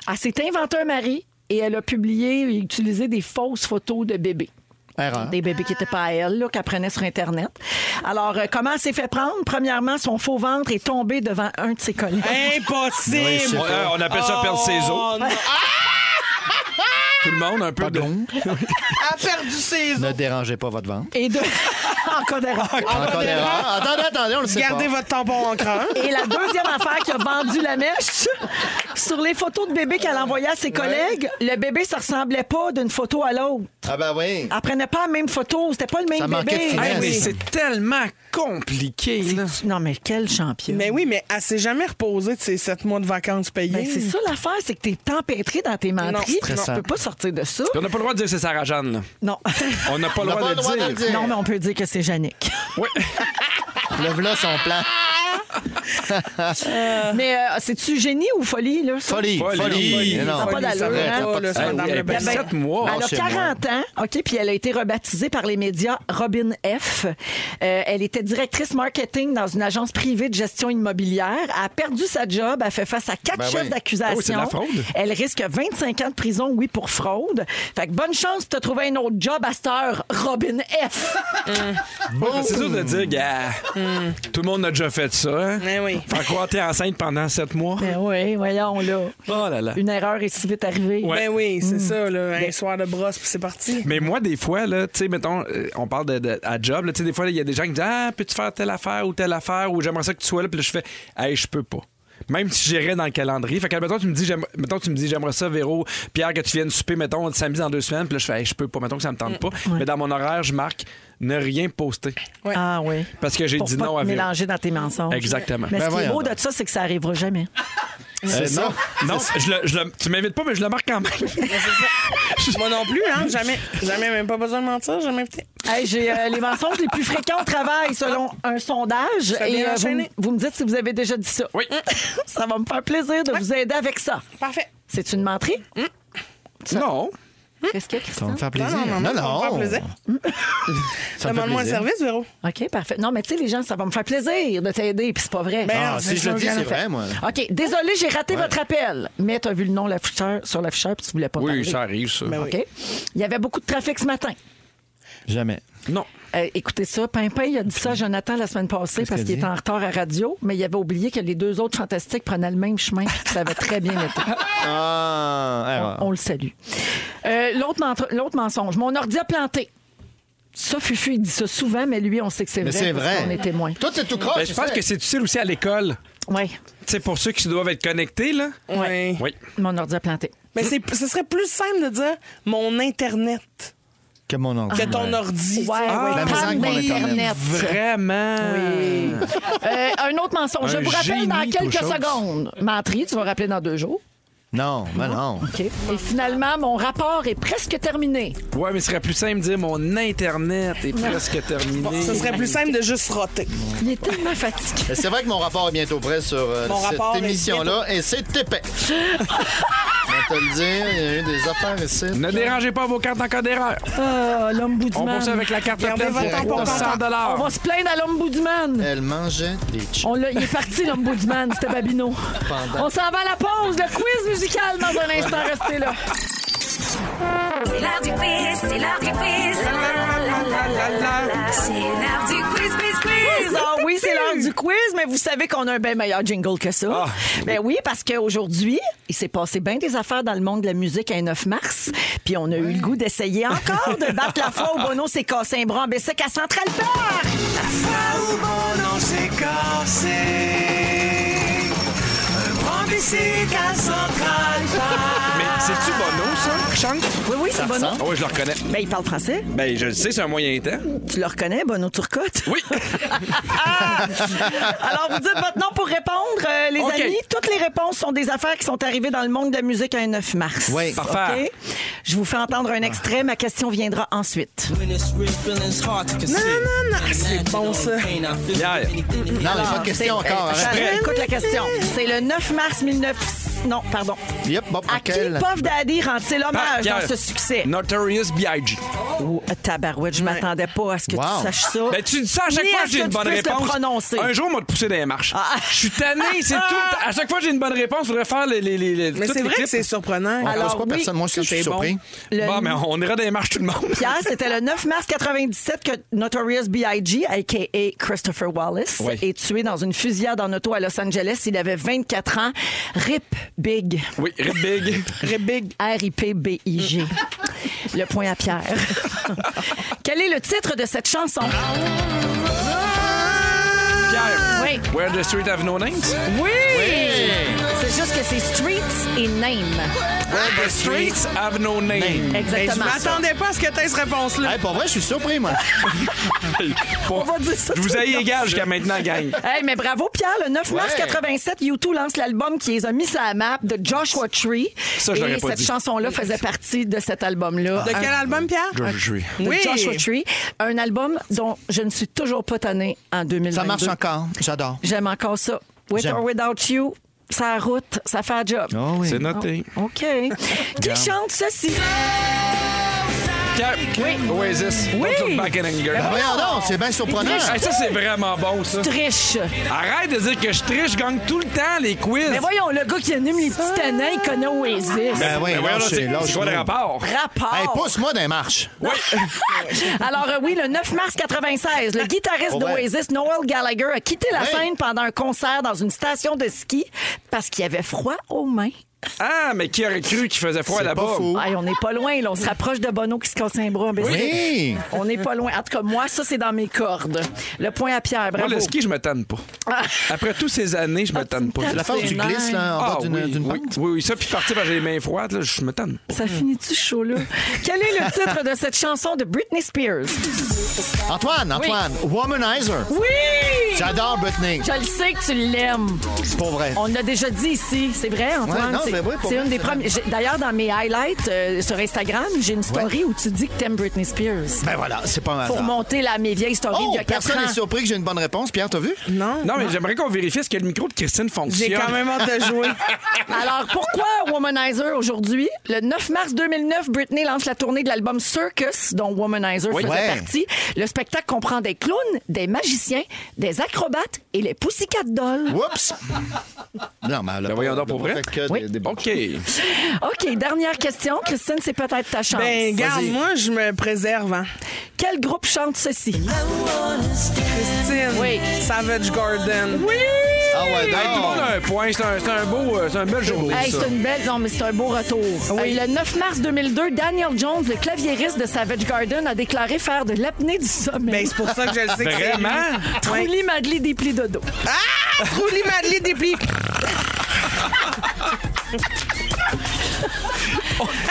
S9: Elle s'est inventé un mari et elle a publié et utilisé des fausses photos de bébés.
S6: Erreur.
S9: Des bébés qui n'étaient pas à elle, là, qu'elle prenait sur Internet. Alors, euh, comment elle s'est fait prendre? Premièrement, son faux ventre est tombé devant un de ses collègues.
S4: Hein?
S6: Oui, c'est
S7: Impossible.
S4: On, euh, on appelle ça perdre ses
S9: Oh,
S4: os. Tout le monde, un peu de.
S6: Pardon.
S7: a perdu ses os.
S6: Ne dérangez pas votre ventre.
S9: Et de... Encore d'erreur.
S6: Encore d'erreur. Attendez, attendez, on le sait
S7: Gardez
S6: pas.
S7: votre tampon encreur.
S9: Et la deuxième affaire qui a vendu la mèche,
S5: Sur les photos de bébé qu'elle envoyait à ses collègues, le bébé, ça ressemblait pas d'une photo à l'autre.
S6: Ah ben oui.
S5: Elle prenait pas la même photo, c'était pas le même
S6: Ça manquait de
S5: bébé.
S6: finesse.
S4: Hey,
S6: Yes.
S4: mais c'est tellement compliqué, là.
S5: Non, mais quel champion.
S7: Mais oui, mais elle s'est jamais reposée de ses sept mois de vacances payées.
S5: Ben, c'est ça l'affaire, c'est que t'es empêtré dans tes menteries. puis
S6: stressant.
S5: Tu peux pas sortir de ça.
S4: Puis on n'a pas le droit de dire que c'est Sarah Jeanne, là.
S5: Non.
S4: On n'a pas le
S6: On n'a
S4: droit
S6: pas
S4: de
S6: le droit de
S4: le
S6: le
S4: dire.
S6: dire.
S5: non, mais on peut dire que c'est Yannick.
S4: Oui.
S6: Le voilà son plan.
S5: Mais euh, c'est-tu génie ou folie, là? ça?
S6: Folie,
S4: Folie.
S6: folie.
S4: Folie.
S6: Mais non.
S5: Ça a pas d'allure,
S6: Ça aurait
S5: hein.
S6: pas de
S7: Là,
S6: sens.
S7: c'est dans
S4: Eh oui,
S7: le
S4: eh ben,
S7: bain.
S4: sept mois.
S5: Elle a
S6: chez moi.
S5: 40 ans, OK, puis elle a été rebaptisée par les médias Robin F. Euh, elle était directrice marketing dans une agence privée de gestion immobilière. Elle a perdu sa job, elle fait face à quatre
S6: Ben
S5: chefs
S6: oui.
S5: d'accusation.
S4: Oh, c'est de la fraude.
S5: Elle risque 25 ans de prison, oui, pour fraude. Fait que bonne chance de te trouver un autre job à cette heure, Robin F.
S4: C'est sûr de dire, gars,
S6: Hmm.
S4: tout le monde a déjà fait ça. Hein?
S7: Eh oui.
S4: Faire croire que t'es enceinte pendant sept mois.
S5: ben oui, voyons, là.
S4: Oh là là.
S5: Une erreur est si vite arrivée.
S7: Ben oui, c'est ça, là, un soir de brosse, puis c'est parti.
S4: Mais moi, des fois, là, tu sais, mettons, euh, on parle de, de- à job, là, tu sais, des fois, il y a des gens qui disent Ah, peux-tu faire telle affaire ou telle affaire ou j'aimerais ça que tu sois là, puis là, je fais Hey, je peux pas. Même si j'irais dans le calendrier. Fait que, mettons, tu me dis, j'aime- mettons, tu me dis, j'aimerais ça, Véro, Pierre, que tu viennes souper, mettons, le samedi dans deux semaines, puis là, je fais, Hey, je peux pas, mettons que ça me tente pas. Mais dans mon horaire, je marque ne rien poster.
S5: Ah oui.
S4: Parce que j'ai
S5: Pour
S4: dit
S5: pas
S4: non
S5: te
S4: à Véro.
S5: mélanger dans tes mensonges.
S4: Exactement.
S5: Mais
S6: Ben
S5: ce qui est
S6: voyons
S5: beau de
S6: donc.
S5: ça, c'est que ça arrivera jamais.
S6: Euh, non.
S4: Non, je le- je le- tu m'invites pas, mais je le marque quand même.
S7: Moi non plus, hein, jamais, jamais, même pas besoin de mentir, jamais invité.
S5: Hey, j'ai euh, les mensonges les plus fréquents au travail selon un sondage.
S7: Ça
S5: Et
S7: vient
S5: vous,
S7: enchaîner.
S5: vous me dites si vous avez déjà dit ça.
S4: Oui.
S5: ça va me faire plaisir de vous aider avec ça.
S7: Parfait.
S5: C'est une menterie?
S4: Non.
S5: Mm-hmm. Qu'est-ce qu'il y a,
S6: Ça va
S5: Christian?
S6: me faire plaisir.
S7: Non, non, non, ça va me faire plaisir.
S6: Ça me fait
S7: Demande-moi un
S6: plaisir.
S7: service, Véro.
S5: OK, parfait. Non, mais tu sais, les gens, ça va me faire plaisir de t'aider, puis c'est pas vrai.
S7: Ben,
S6: Ah, si je le dis, c'est vrai, moi.
S5: OK, désolé, j'ai raté votre appel. Mais t'as vu le nom l'afficheur- sur l'afficheur, puis tu voulais pas parler.
S4: Oui, ça arrive, ça.
S7: Ben oui.
S5: OK. Il y avait beaucoup de trafic ce matin.
S6: Jamais.
S4: Non.
S5: Euh, écoutez ça, Pimpin, il a dit ça à Jonathan la semaine passée parce qu'il
S6: qu'il dit?
S5: était en retard à radio, mais il avait oublié que les deux autres fantastiques prenaient le même chemin, puis que ça avait très bien été.
S6: Ah, erreur.
S5: On le salue. Euh, L'autre mentre- l'autre mensonge, mon ordi a planté. Ça, Fufu, il dit ça souvent, mais lui, on sait que c'est
S6: Mais
S5: vrai.
S6: c'est
S5: parce
S6: vrai.
S5: qu'on est témoin.
S6: Toi, t'es tout croche.
S4: Ben, je pense que c'est utile aussi à l'école.
S5: Oui,
S4: Tu sais, pour ceux qui doivent être connectés, là.
S7: Ouais.
S4: Oui.
S5: mon ordi a planté.
S7: Mais c'est, ce serait plus simple de dire mon Internet
S6: Que mon oncle.
S7: que ton ordi.
S5: Ouais,
S7: tu sais.
S5: oui,
S6: Ah,
S5: pas
S6: la maison avec mon
S5: d'Internet.
S4: Ah, Vraiment.
S5: Oui. Euh, un autre mensonge. Je
S4: Un
S5: vous rappelle dans
S4: génie,
S5: quelques
S4: Touchos.
S5: secondes. Menterie, tu vas rappeler dans deux jours.
S6: Non, mais non.
S5: OK. Et finalement, mon rapport est presque terminé.
S4: Ouais, mais ce serait plus simple de dire mon Internet est presque terminé.
S7: Ce serait plus simple de juste roter.
S5: Il est tellement fatigué.
S6: Mais C'est vrai que mon rapport est bientôt prêt sur euh,
S7: Mon rapport est
S6: cette émission-là et c'est épais. Je vais te le dire, il y a eu des affaires ici.
S4: Ne dérangez pas vos cartes en cas d'erreur.
S5: Ah, l'ombudsman.
S4: On poursuit avec la carte
S7: Gardez
S4: pleine
S7: votre temps
S4: pour
S7: pour
S4: 300
S5: On va se plaindre à l'ombudsman.
S6: Elle mangeait des chips.
S5: On l'a- il est parti, l'ombudsman, c'était Babino. On s'en va à la pause, le quiz musical dans un instant, restez là.
S1: C'est l'heure du quiz, c'est l'heure du quiz. La, la, la, la, la, la. C'est l'heure du quiz, quiz, quiz.
S5: Ah oui, c'est l'heure du quiz, mais vous savez qu'on a un bien meilleur jingle que ça.
S4: Ah,
S5: ben oui, parce qu'aujourd'hui, il s'est passé bien des affaires dans le monde de la musique un 9 mars, puis on a eu le goût d'essayer encore de battre la foi où Bono s'est cassé un bras en Bessic à Central Park.
S8: oh.
S4: Mais c'est-tu Bono, ça, qui chante?
S5: Oui, oui, c'est Bono.
S4: Ah oui, je le reconnais.
S5: Ben, il parle français.
S4: Ben, je le sais, c'est un moyen temps.
S5: Tu le reconnais, Bono Turcotte?
S4: Oui.
S5: Alors, vous dites votre nom pour répondre, euh, les
S4: OK.
S5: amis. Toutes les réponses sont des affaires qui sont arrivées dans le monde de la musique un 9 mars.
S6: Oui.
S4: Parfait.
S5: OK? Je vous fais entendre un extrait. Ma question viendra ensuite.
S7: Non, non, non, c'est bon ça.
S4: Pierre.
S6: Non, il n'y a pas de question encore. hein.
S5: Attends,
S6: Arrête.
S5: écoute la question. C'est le 9 mars 19... Non, pardon.
S6: Yep, bon,
S5: À
S6: quel-
S5: qui Puff Daddy rend-il
S4: Ah,
S5: hommage
S4: Pierre.
S5: dans ce succès?
S4: Notorious B.I.G.
S5: Oh, tabarouette, je m'attendais pas à ce que
S6: Wow.
S5: tu saches ça.
S4: Ben, tu dis ça à chaque
S5: Ni
S4: fois
S5: à
S4: que
S5: ce
S4: j'ai une
S5: tu
S4: bonne
S5: puisses le
S4: réponse.
S5: prononcer.
S4: Un jour, on va te pousser dans les marches.
S5: Ah.
S4: Je suis tanné, c'est tout. À chaque fois que j'ai une bonne réponse, je voudrais faire les. les, les, les- toutes
S7: Mais c'est
S4: les
S7: vrai que
S4: clips.
S7: c'est surprenant.
S6: On
S5: Alors,
S6: pose pas
S5: oui,
S6: personne. Moi aussi, je suis
S7: c'est bon.
S6: surpris.
S5: Le-
S4: Bon, mais on ira dans les marches tout le monde.
S5: Pierre, c'était le 9 mars 97 que Notorious B.I.G., a.k.a. Christopher Wallace,
S4: Oui.
S5: est tué dans une fusillade en auto à Los Angeles. Il avait 24 ans. RIP Big.
S4: Oui, Rip Big. Mm.
S7: Rip Big.
S5: R-I-P-B-I-G. le point à Pierre. Quel est le titre de cette chanson?
S4: Pierre.
S5: Oui.
S4: Where the street have no names?
S5: Ah, Oui! C'est juste que c'est Streets et Name.
S4: The streets have no name.
S7: Ben, je
S9: Exactement. ça.
S7: m'attendais pas à ce que tu aies cette réponse-là.
S6: Hey, pour vrai, je suis surpris, moi.
S4: On
S5: va dire ça
S4: Je
S5: tout
S4: vous
S5: le
S4: ai
S5: long.
S4: égal jusqu'à maintenant, gang.
S5: Hey, mais bravo, Pierre. Le 9 mars
S6: Ouais.
S5: 87, U2 lance l'album qui les a mis sur la map de Joshua Tree.
S4: Ça, je l'aurais
S5: Et
S4: pas
S5: cette
S4: dit.
S5: chanson-là faisait partie de cet album-là.
S7: De
S5: Un-
S7: quel album, Pierre?
S4: Tree.
S5: de
S7: Ah. Oui.
S5: Joshua Tree. Un album dont je ne suis toujours pas tannée en 2022.
S6: Ça marche encore. J'adore.
S5: J'aime encore ça. With
S6: J'aime.
S5: or without you, ça route, ça fait un job.
S6: Oh, oui.
S4: C'est noté.
S5: OK. qui chante ceci?
S4: Pierre, Oasis. Don't look back in anger.
S6: Ben, voyons donc, c'est bien surprenant.
S4: Hey, ça, c'est vraiment bon, ça.
S5: Triche.
S4: Arrête de dire que je triche, je gagne tout le temps les quiz.
S5: Mais voyons, le gars qui anime les petits tanins, il connaît Oasis.
S6: Ben oui,
S4: Ben voyons, là,
S6: lâchez,
S4: c'est c'est quoi le
S6: lâchez-nous.
S4: rapport?
S5: Rapport.
S6: Hey, pousse-moi des marches.
S5: Alors euh, oui, le 9 mars 96, le guitariste
S6: Oh, ben.
S5: d'Oasis, Noel Gallagher, a quitté la
S6: Oui.
S5: scène pendant un concert dans une station de ski parce qu'il avait froid aux mains.
S4: Ah, mais qui aurait cru qu'il faisait froid
S6: C'est
S4: là-bas?
S6: pas faux.
S5: Aïe, on n'est pas loin, là. On se rapproche de Bono qui se casse un bras. Mais c'est-
S6: Oui.
S5: On n'est pas loin. En tout cas, moi, ça, c'est dans mes cordes. Le point à Pierre,
S4: Moi,
S5: bravo. Ah.
S4: le ski, je me tanne pas. Après toutes ces années, je me tanne pas.
S6: C'est l'affaire où tu glisses là, en
S4: Ah,
S6: bas d'une
S4: oui,
S6: d'une
S4: oui,
S6: pente.
S4: oui, oui, ça, puis partir parce que j'ai les mains froides, là, je me tanne pas.
S5: Ça finit-tu chaud, là? Quel est le titre de cette chanson de Britney Spears?
S6: Antoine, Antoine, Womanizer.
S5: Oui!
S6: J'adore Britney.
S5: Je le sais que tu l'aimes.
S6: Pour vrai.
S5: On l'a déjà dit ici, c'est vrai, Antoine.
S6: Ouais, non,
S5: c'est
S6: c'est vrai, pour
S5: c'est
S6: moi,
S5: une des
S6: c'est
S5: premières. j'ai- D'ailleurs, dans mes highlights euh, sur Instagram, j'ai une story où tu dis que t'aimes Britney Spears.
S6: Ben voilà, c'est pas mal.
S5: Pour monter la mes vieilles stories d'il
S6: Oh,
S5: y a 4
S6: personne
S5: ans.
S6: n'est surpris que j'ai une bonne réponse. Pierre, t'as vu?
S7: Non.
S5: Ah.
S4: Non, mais j'aimerais qu'on vérifie est-ce que le micro de Christine fonctionne.
S7: J'ai quand même hâte de jouer.
S5: Alors, pourquoi Womanizer aujourd'hui? Le 9 mars 2009, Britney lance la tournée de l'album Circus, dont Womanizer
S6: Oui.
S5: faisait
S6: Ouais.
S5: partie. Le spectacle comprend des clowns, des magiciens, des acrobates et les Pussycat Dolls.
S6: Oups! Non, mais elle a
S4: Ben voyons donc, pour
S6: pas
S4: vrai.
S6: fait que
S5: Oui.
S6: des- des bons
S4: OK.
S5: OK, dernière question. Christine, c'est peut-être ta chance.
S7: Ben, garde, moi, je me préserve, hein.
S5: Quel groupe chante ceci?
S7: Christine,
S5: Oui.
S7: Savage Garden. Oui!
S6: Ah ouais,
S4: Hey, tout le monde
S6: donc.
S4: a un point. C'est un, c'est un beau, euh, c'est une belle journée,
S5: Hey,
S4: ça.
S5: c'est une belle, non, mais c'est un beau retour. Euh, le 9 mars 2002, Daniel Jones, le claviériste de Savage Garden, a déclaré faire de l'apnée du
S7: Ben,
S5: sommeil.
S7: c'est pour ça que je le sais que c'est lui.
S4: Vraiment?
S7: Ouais.
S5: Trouli Madly des plis de dos.
S7: Trouli Madeleine déplie.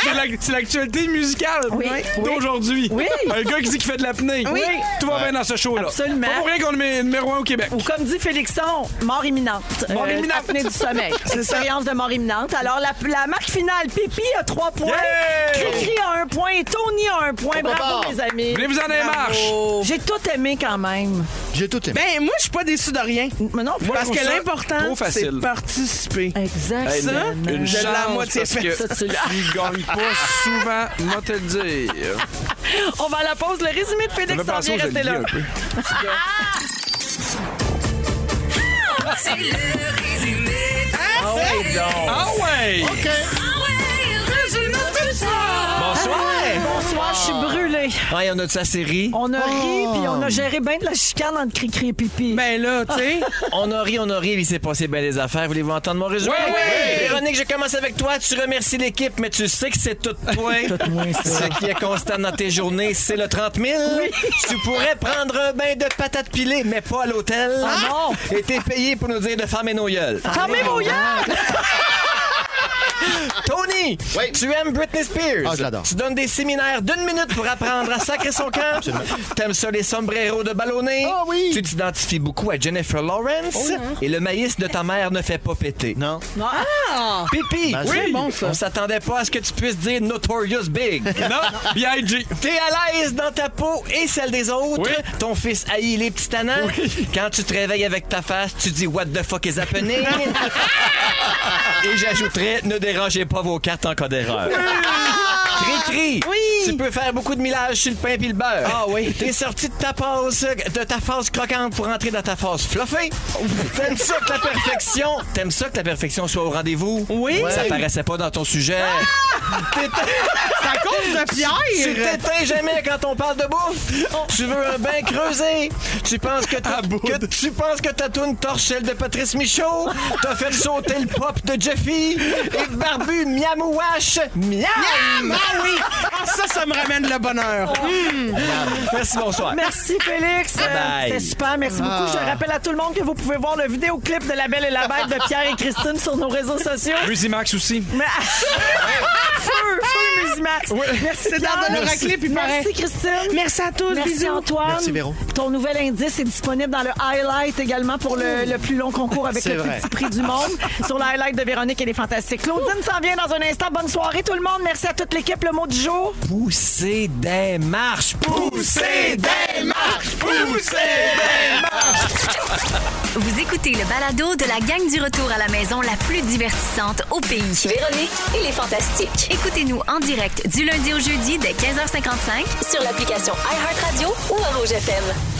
S4: C'est la- C'est l'actualité musicale
S5: Oui.
S4: d'aujourd'hui.
S5: Oui.
S4: Un gars qui dit qu'il fait de l'apnée.
S5: Oui.
S4: Tout va bien dans ce show-là.
S5: Absolument.
S4: Pas pour rien qu'on est numé- numéro un au Québec.
S5: Ou comme dit Félixon, mort imminente.
S4: Mort imminente.
S5: Euh, Apnée du sommeil. Expérience de mort imminente. Alors, la, la marque finale, Pipi a 3 points,
S4: Yeah!
S5: Cricri a 1 point et Tony a 1 point. Bravo,
S6: part.
S5: mes amis.
S4: Venez-vous en les marches.
S5: J'ai tout aimé quand même.
S6: J'ai tout aimé.
S7: Ben, moi, je suis pas déçu de rien.
S5: Mais non,
S4: Moi,
S7: Parce
S4: je trouve
S7: que
S4: ça trop
S7: l'important, c'est
S4: facile.
S7: de participer.
S4: Hey,
S5: exactement.
S7: Ça,
S4: Eh, Une
S7: Je l'ai
S4: chance,
S7: à moitié
S4: parce
S7: faite,
S4: que
S5: ça, tu
S4: tu
S5: l'as.
S4: gagnes pas souvent, moi te le dire.
S5: On va à la pause. Le résumé de
S4: Ça me
S5: Félix
S4: fait
S5: s'en
S4: penser
S5: vient.
S4: aux
S5: Restez
S4: Olivier
S5: là.
S4: un peu.
S1: C'est le résumé. Ah ouais,
S4: Ah ouais!
S7: Oh,
S1: résumé tout ça.
S5: Bonsoir, je suis brûlée.
S10: Ouais, on a de sa série.
S5: On a ri, puis on a géré bien de la chicane entre cri-cri et pipi.
S7: Ben là, tu sais,
S10: On a ri, on a ri, il s'est passé bien des affaires. Voulez-vous entendre mon résumé?
S4: Ouais, ouais.
S10: Véronique, je commence avec toi. Tu remercies l'équipe, mais tu sais que c'est tout toi. Ce qui est constant dans tes journées, c'est le 30 000. Tu pourrais prendre un bain de patates pilées, mais pas à l'hôtel.
S5: Ah
S10: non! Et t'es payé pour nous dire de fermer nos gueules.
S5: Fermez vos yeux!
S10: Tony,
S6: Oui.
S10: tu aimes Britney Spears.
S6: Ah, je l'adore.
S10: Tu donnes des séminaires d'une minute pour apprendre à sacrer son camp. T'aimes ça les sombreros de ballonnet.
S6: Ah oui. Oh, hein.
S10: Tu t'identifies beaucoup à Jennifer Lawrence. Et le maïs de ta mère ne fait pas
S5: Ben,
S10: péter.
S6: Non.
S10: Pipi,
S6: Ben, c'est
S7: bon, ça.
S10: on s'attendait pas à ce que tu puisses dire Notorious Big.
S4: Non, B.I.G.
S10: T'es à l'aise dans ta peau et celle des autres.
S4: Oui.
S10: Ton fils haït les petits tannants. Quand tu te réveilles avec ta face, tu dis What the fuck is happening? et j'ajouterais Ne dérangez pas vos cartes en cas d'erreur. Cri-cri,
S7: Oui.
S10: tu peux faire beaucoup de millage sur le pain pis le beurre.
S7: Ah oui.
S10: T'es sorti de ta phase, de ta phase croquante pour entrer dans ta phase fluffée. T'aimes ça que la perfection, t'aimes ça que la perfection soit au rendez-vous.
S7: Oui. Ah!
S10: Ça paraissait pas dans ton sujet.
S7: c'est à cause de
S10: Tu
S7: Pierre.
S10: t'éteins jamais quand on parle de bouffe. Tu veux un bain creusé. Tu penses que, ta- que tu penses que ta toune torche celle de Patrice Michaud. T'as fait sauter le pop de Jeffy. Et barbu miamouache. Miam! Ah oui!
S7: Ah, ça, ça me ramène le bonheur.
S11: Merci, bonsoir.
S10: Merci Félix. Euh,
S11: Bye.
S10: C'était super. Merci beaucoup. Je rappelle à tout le monde que vous pouvez voir le vidéoclip de La Belle et la Bête de Pierre et Christine sur nos réseaux sociaux.
S4: Musimax aussi.
S10: Mais- feu, feu Musimax. Merci
S7: C'est
S10: Pierre.
S7: dans l'oracle, puis pareil.
S10: Merci Christine.
S7: Merci à tous.
S10: Merci
S7: bisous.
S10: Antoine.
S6: Merci, Véro.
S10: Ton nouvel indice est disponible dans le highlight également pour le, le plus long concours avec
S6: C'est
S10: le
S6: vrai.
S10: plus petit prix du monde sur le highlight de Véronique et les Fantastiques. Claudine s'en vient dans un instant. Bonne soirée tout le monde. Merci à toute l'équipe. Le mot du jour.
S11: Pousser des marches. Pousser des marches. Pousser des
S2: Vous écoutez le balado de la gang du retour à la maison la plus divertissante au pays.
S12: Véronique et les Fantastiques.
S2: Écoutez-nous en direct du lundi au jeudi dès 15h55
S12: Sur l'application iHeartRadio ou à Rouge FM.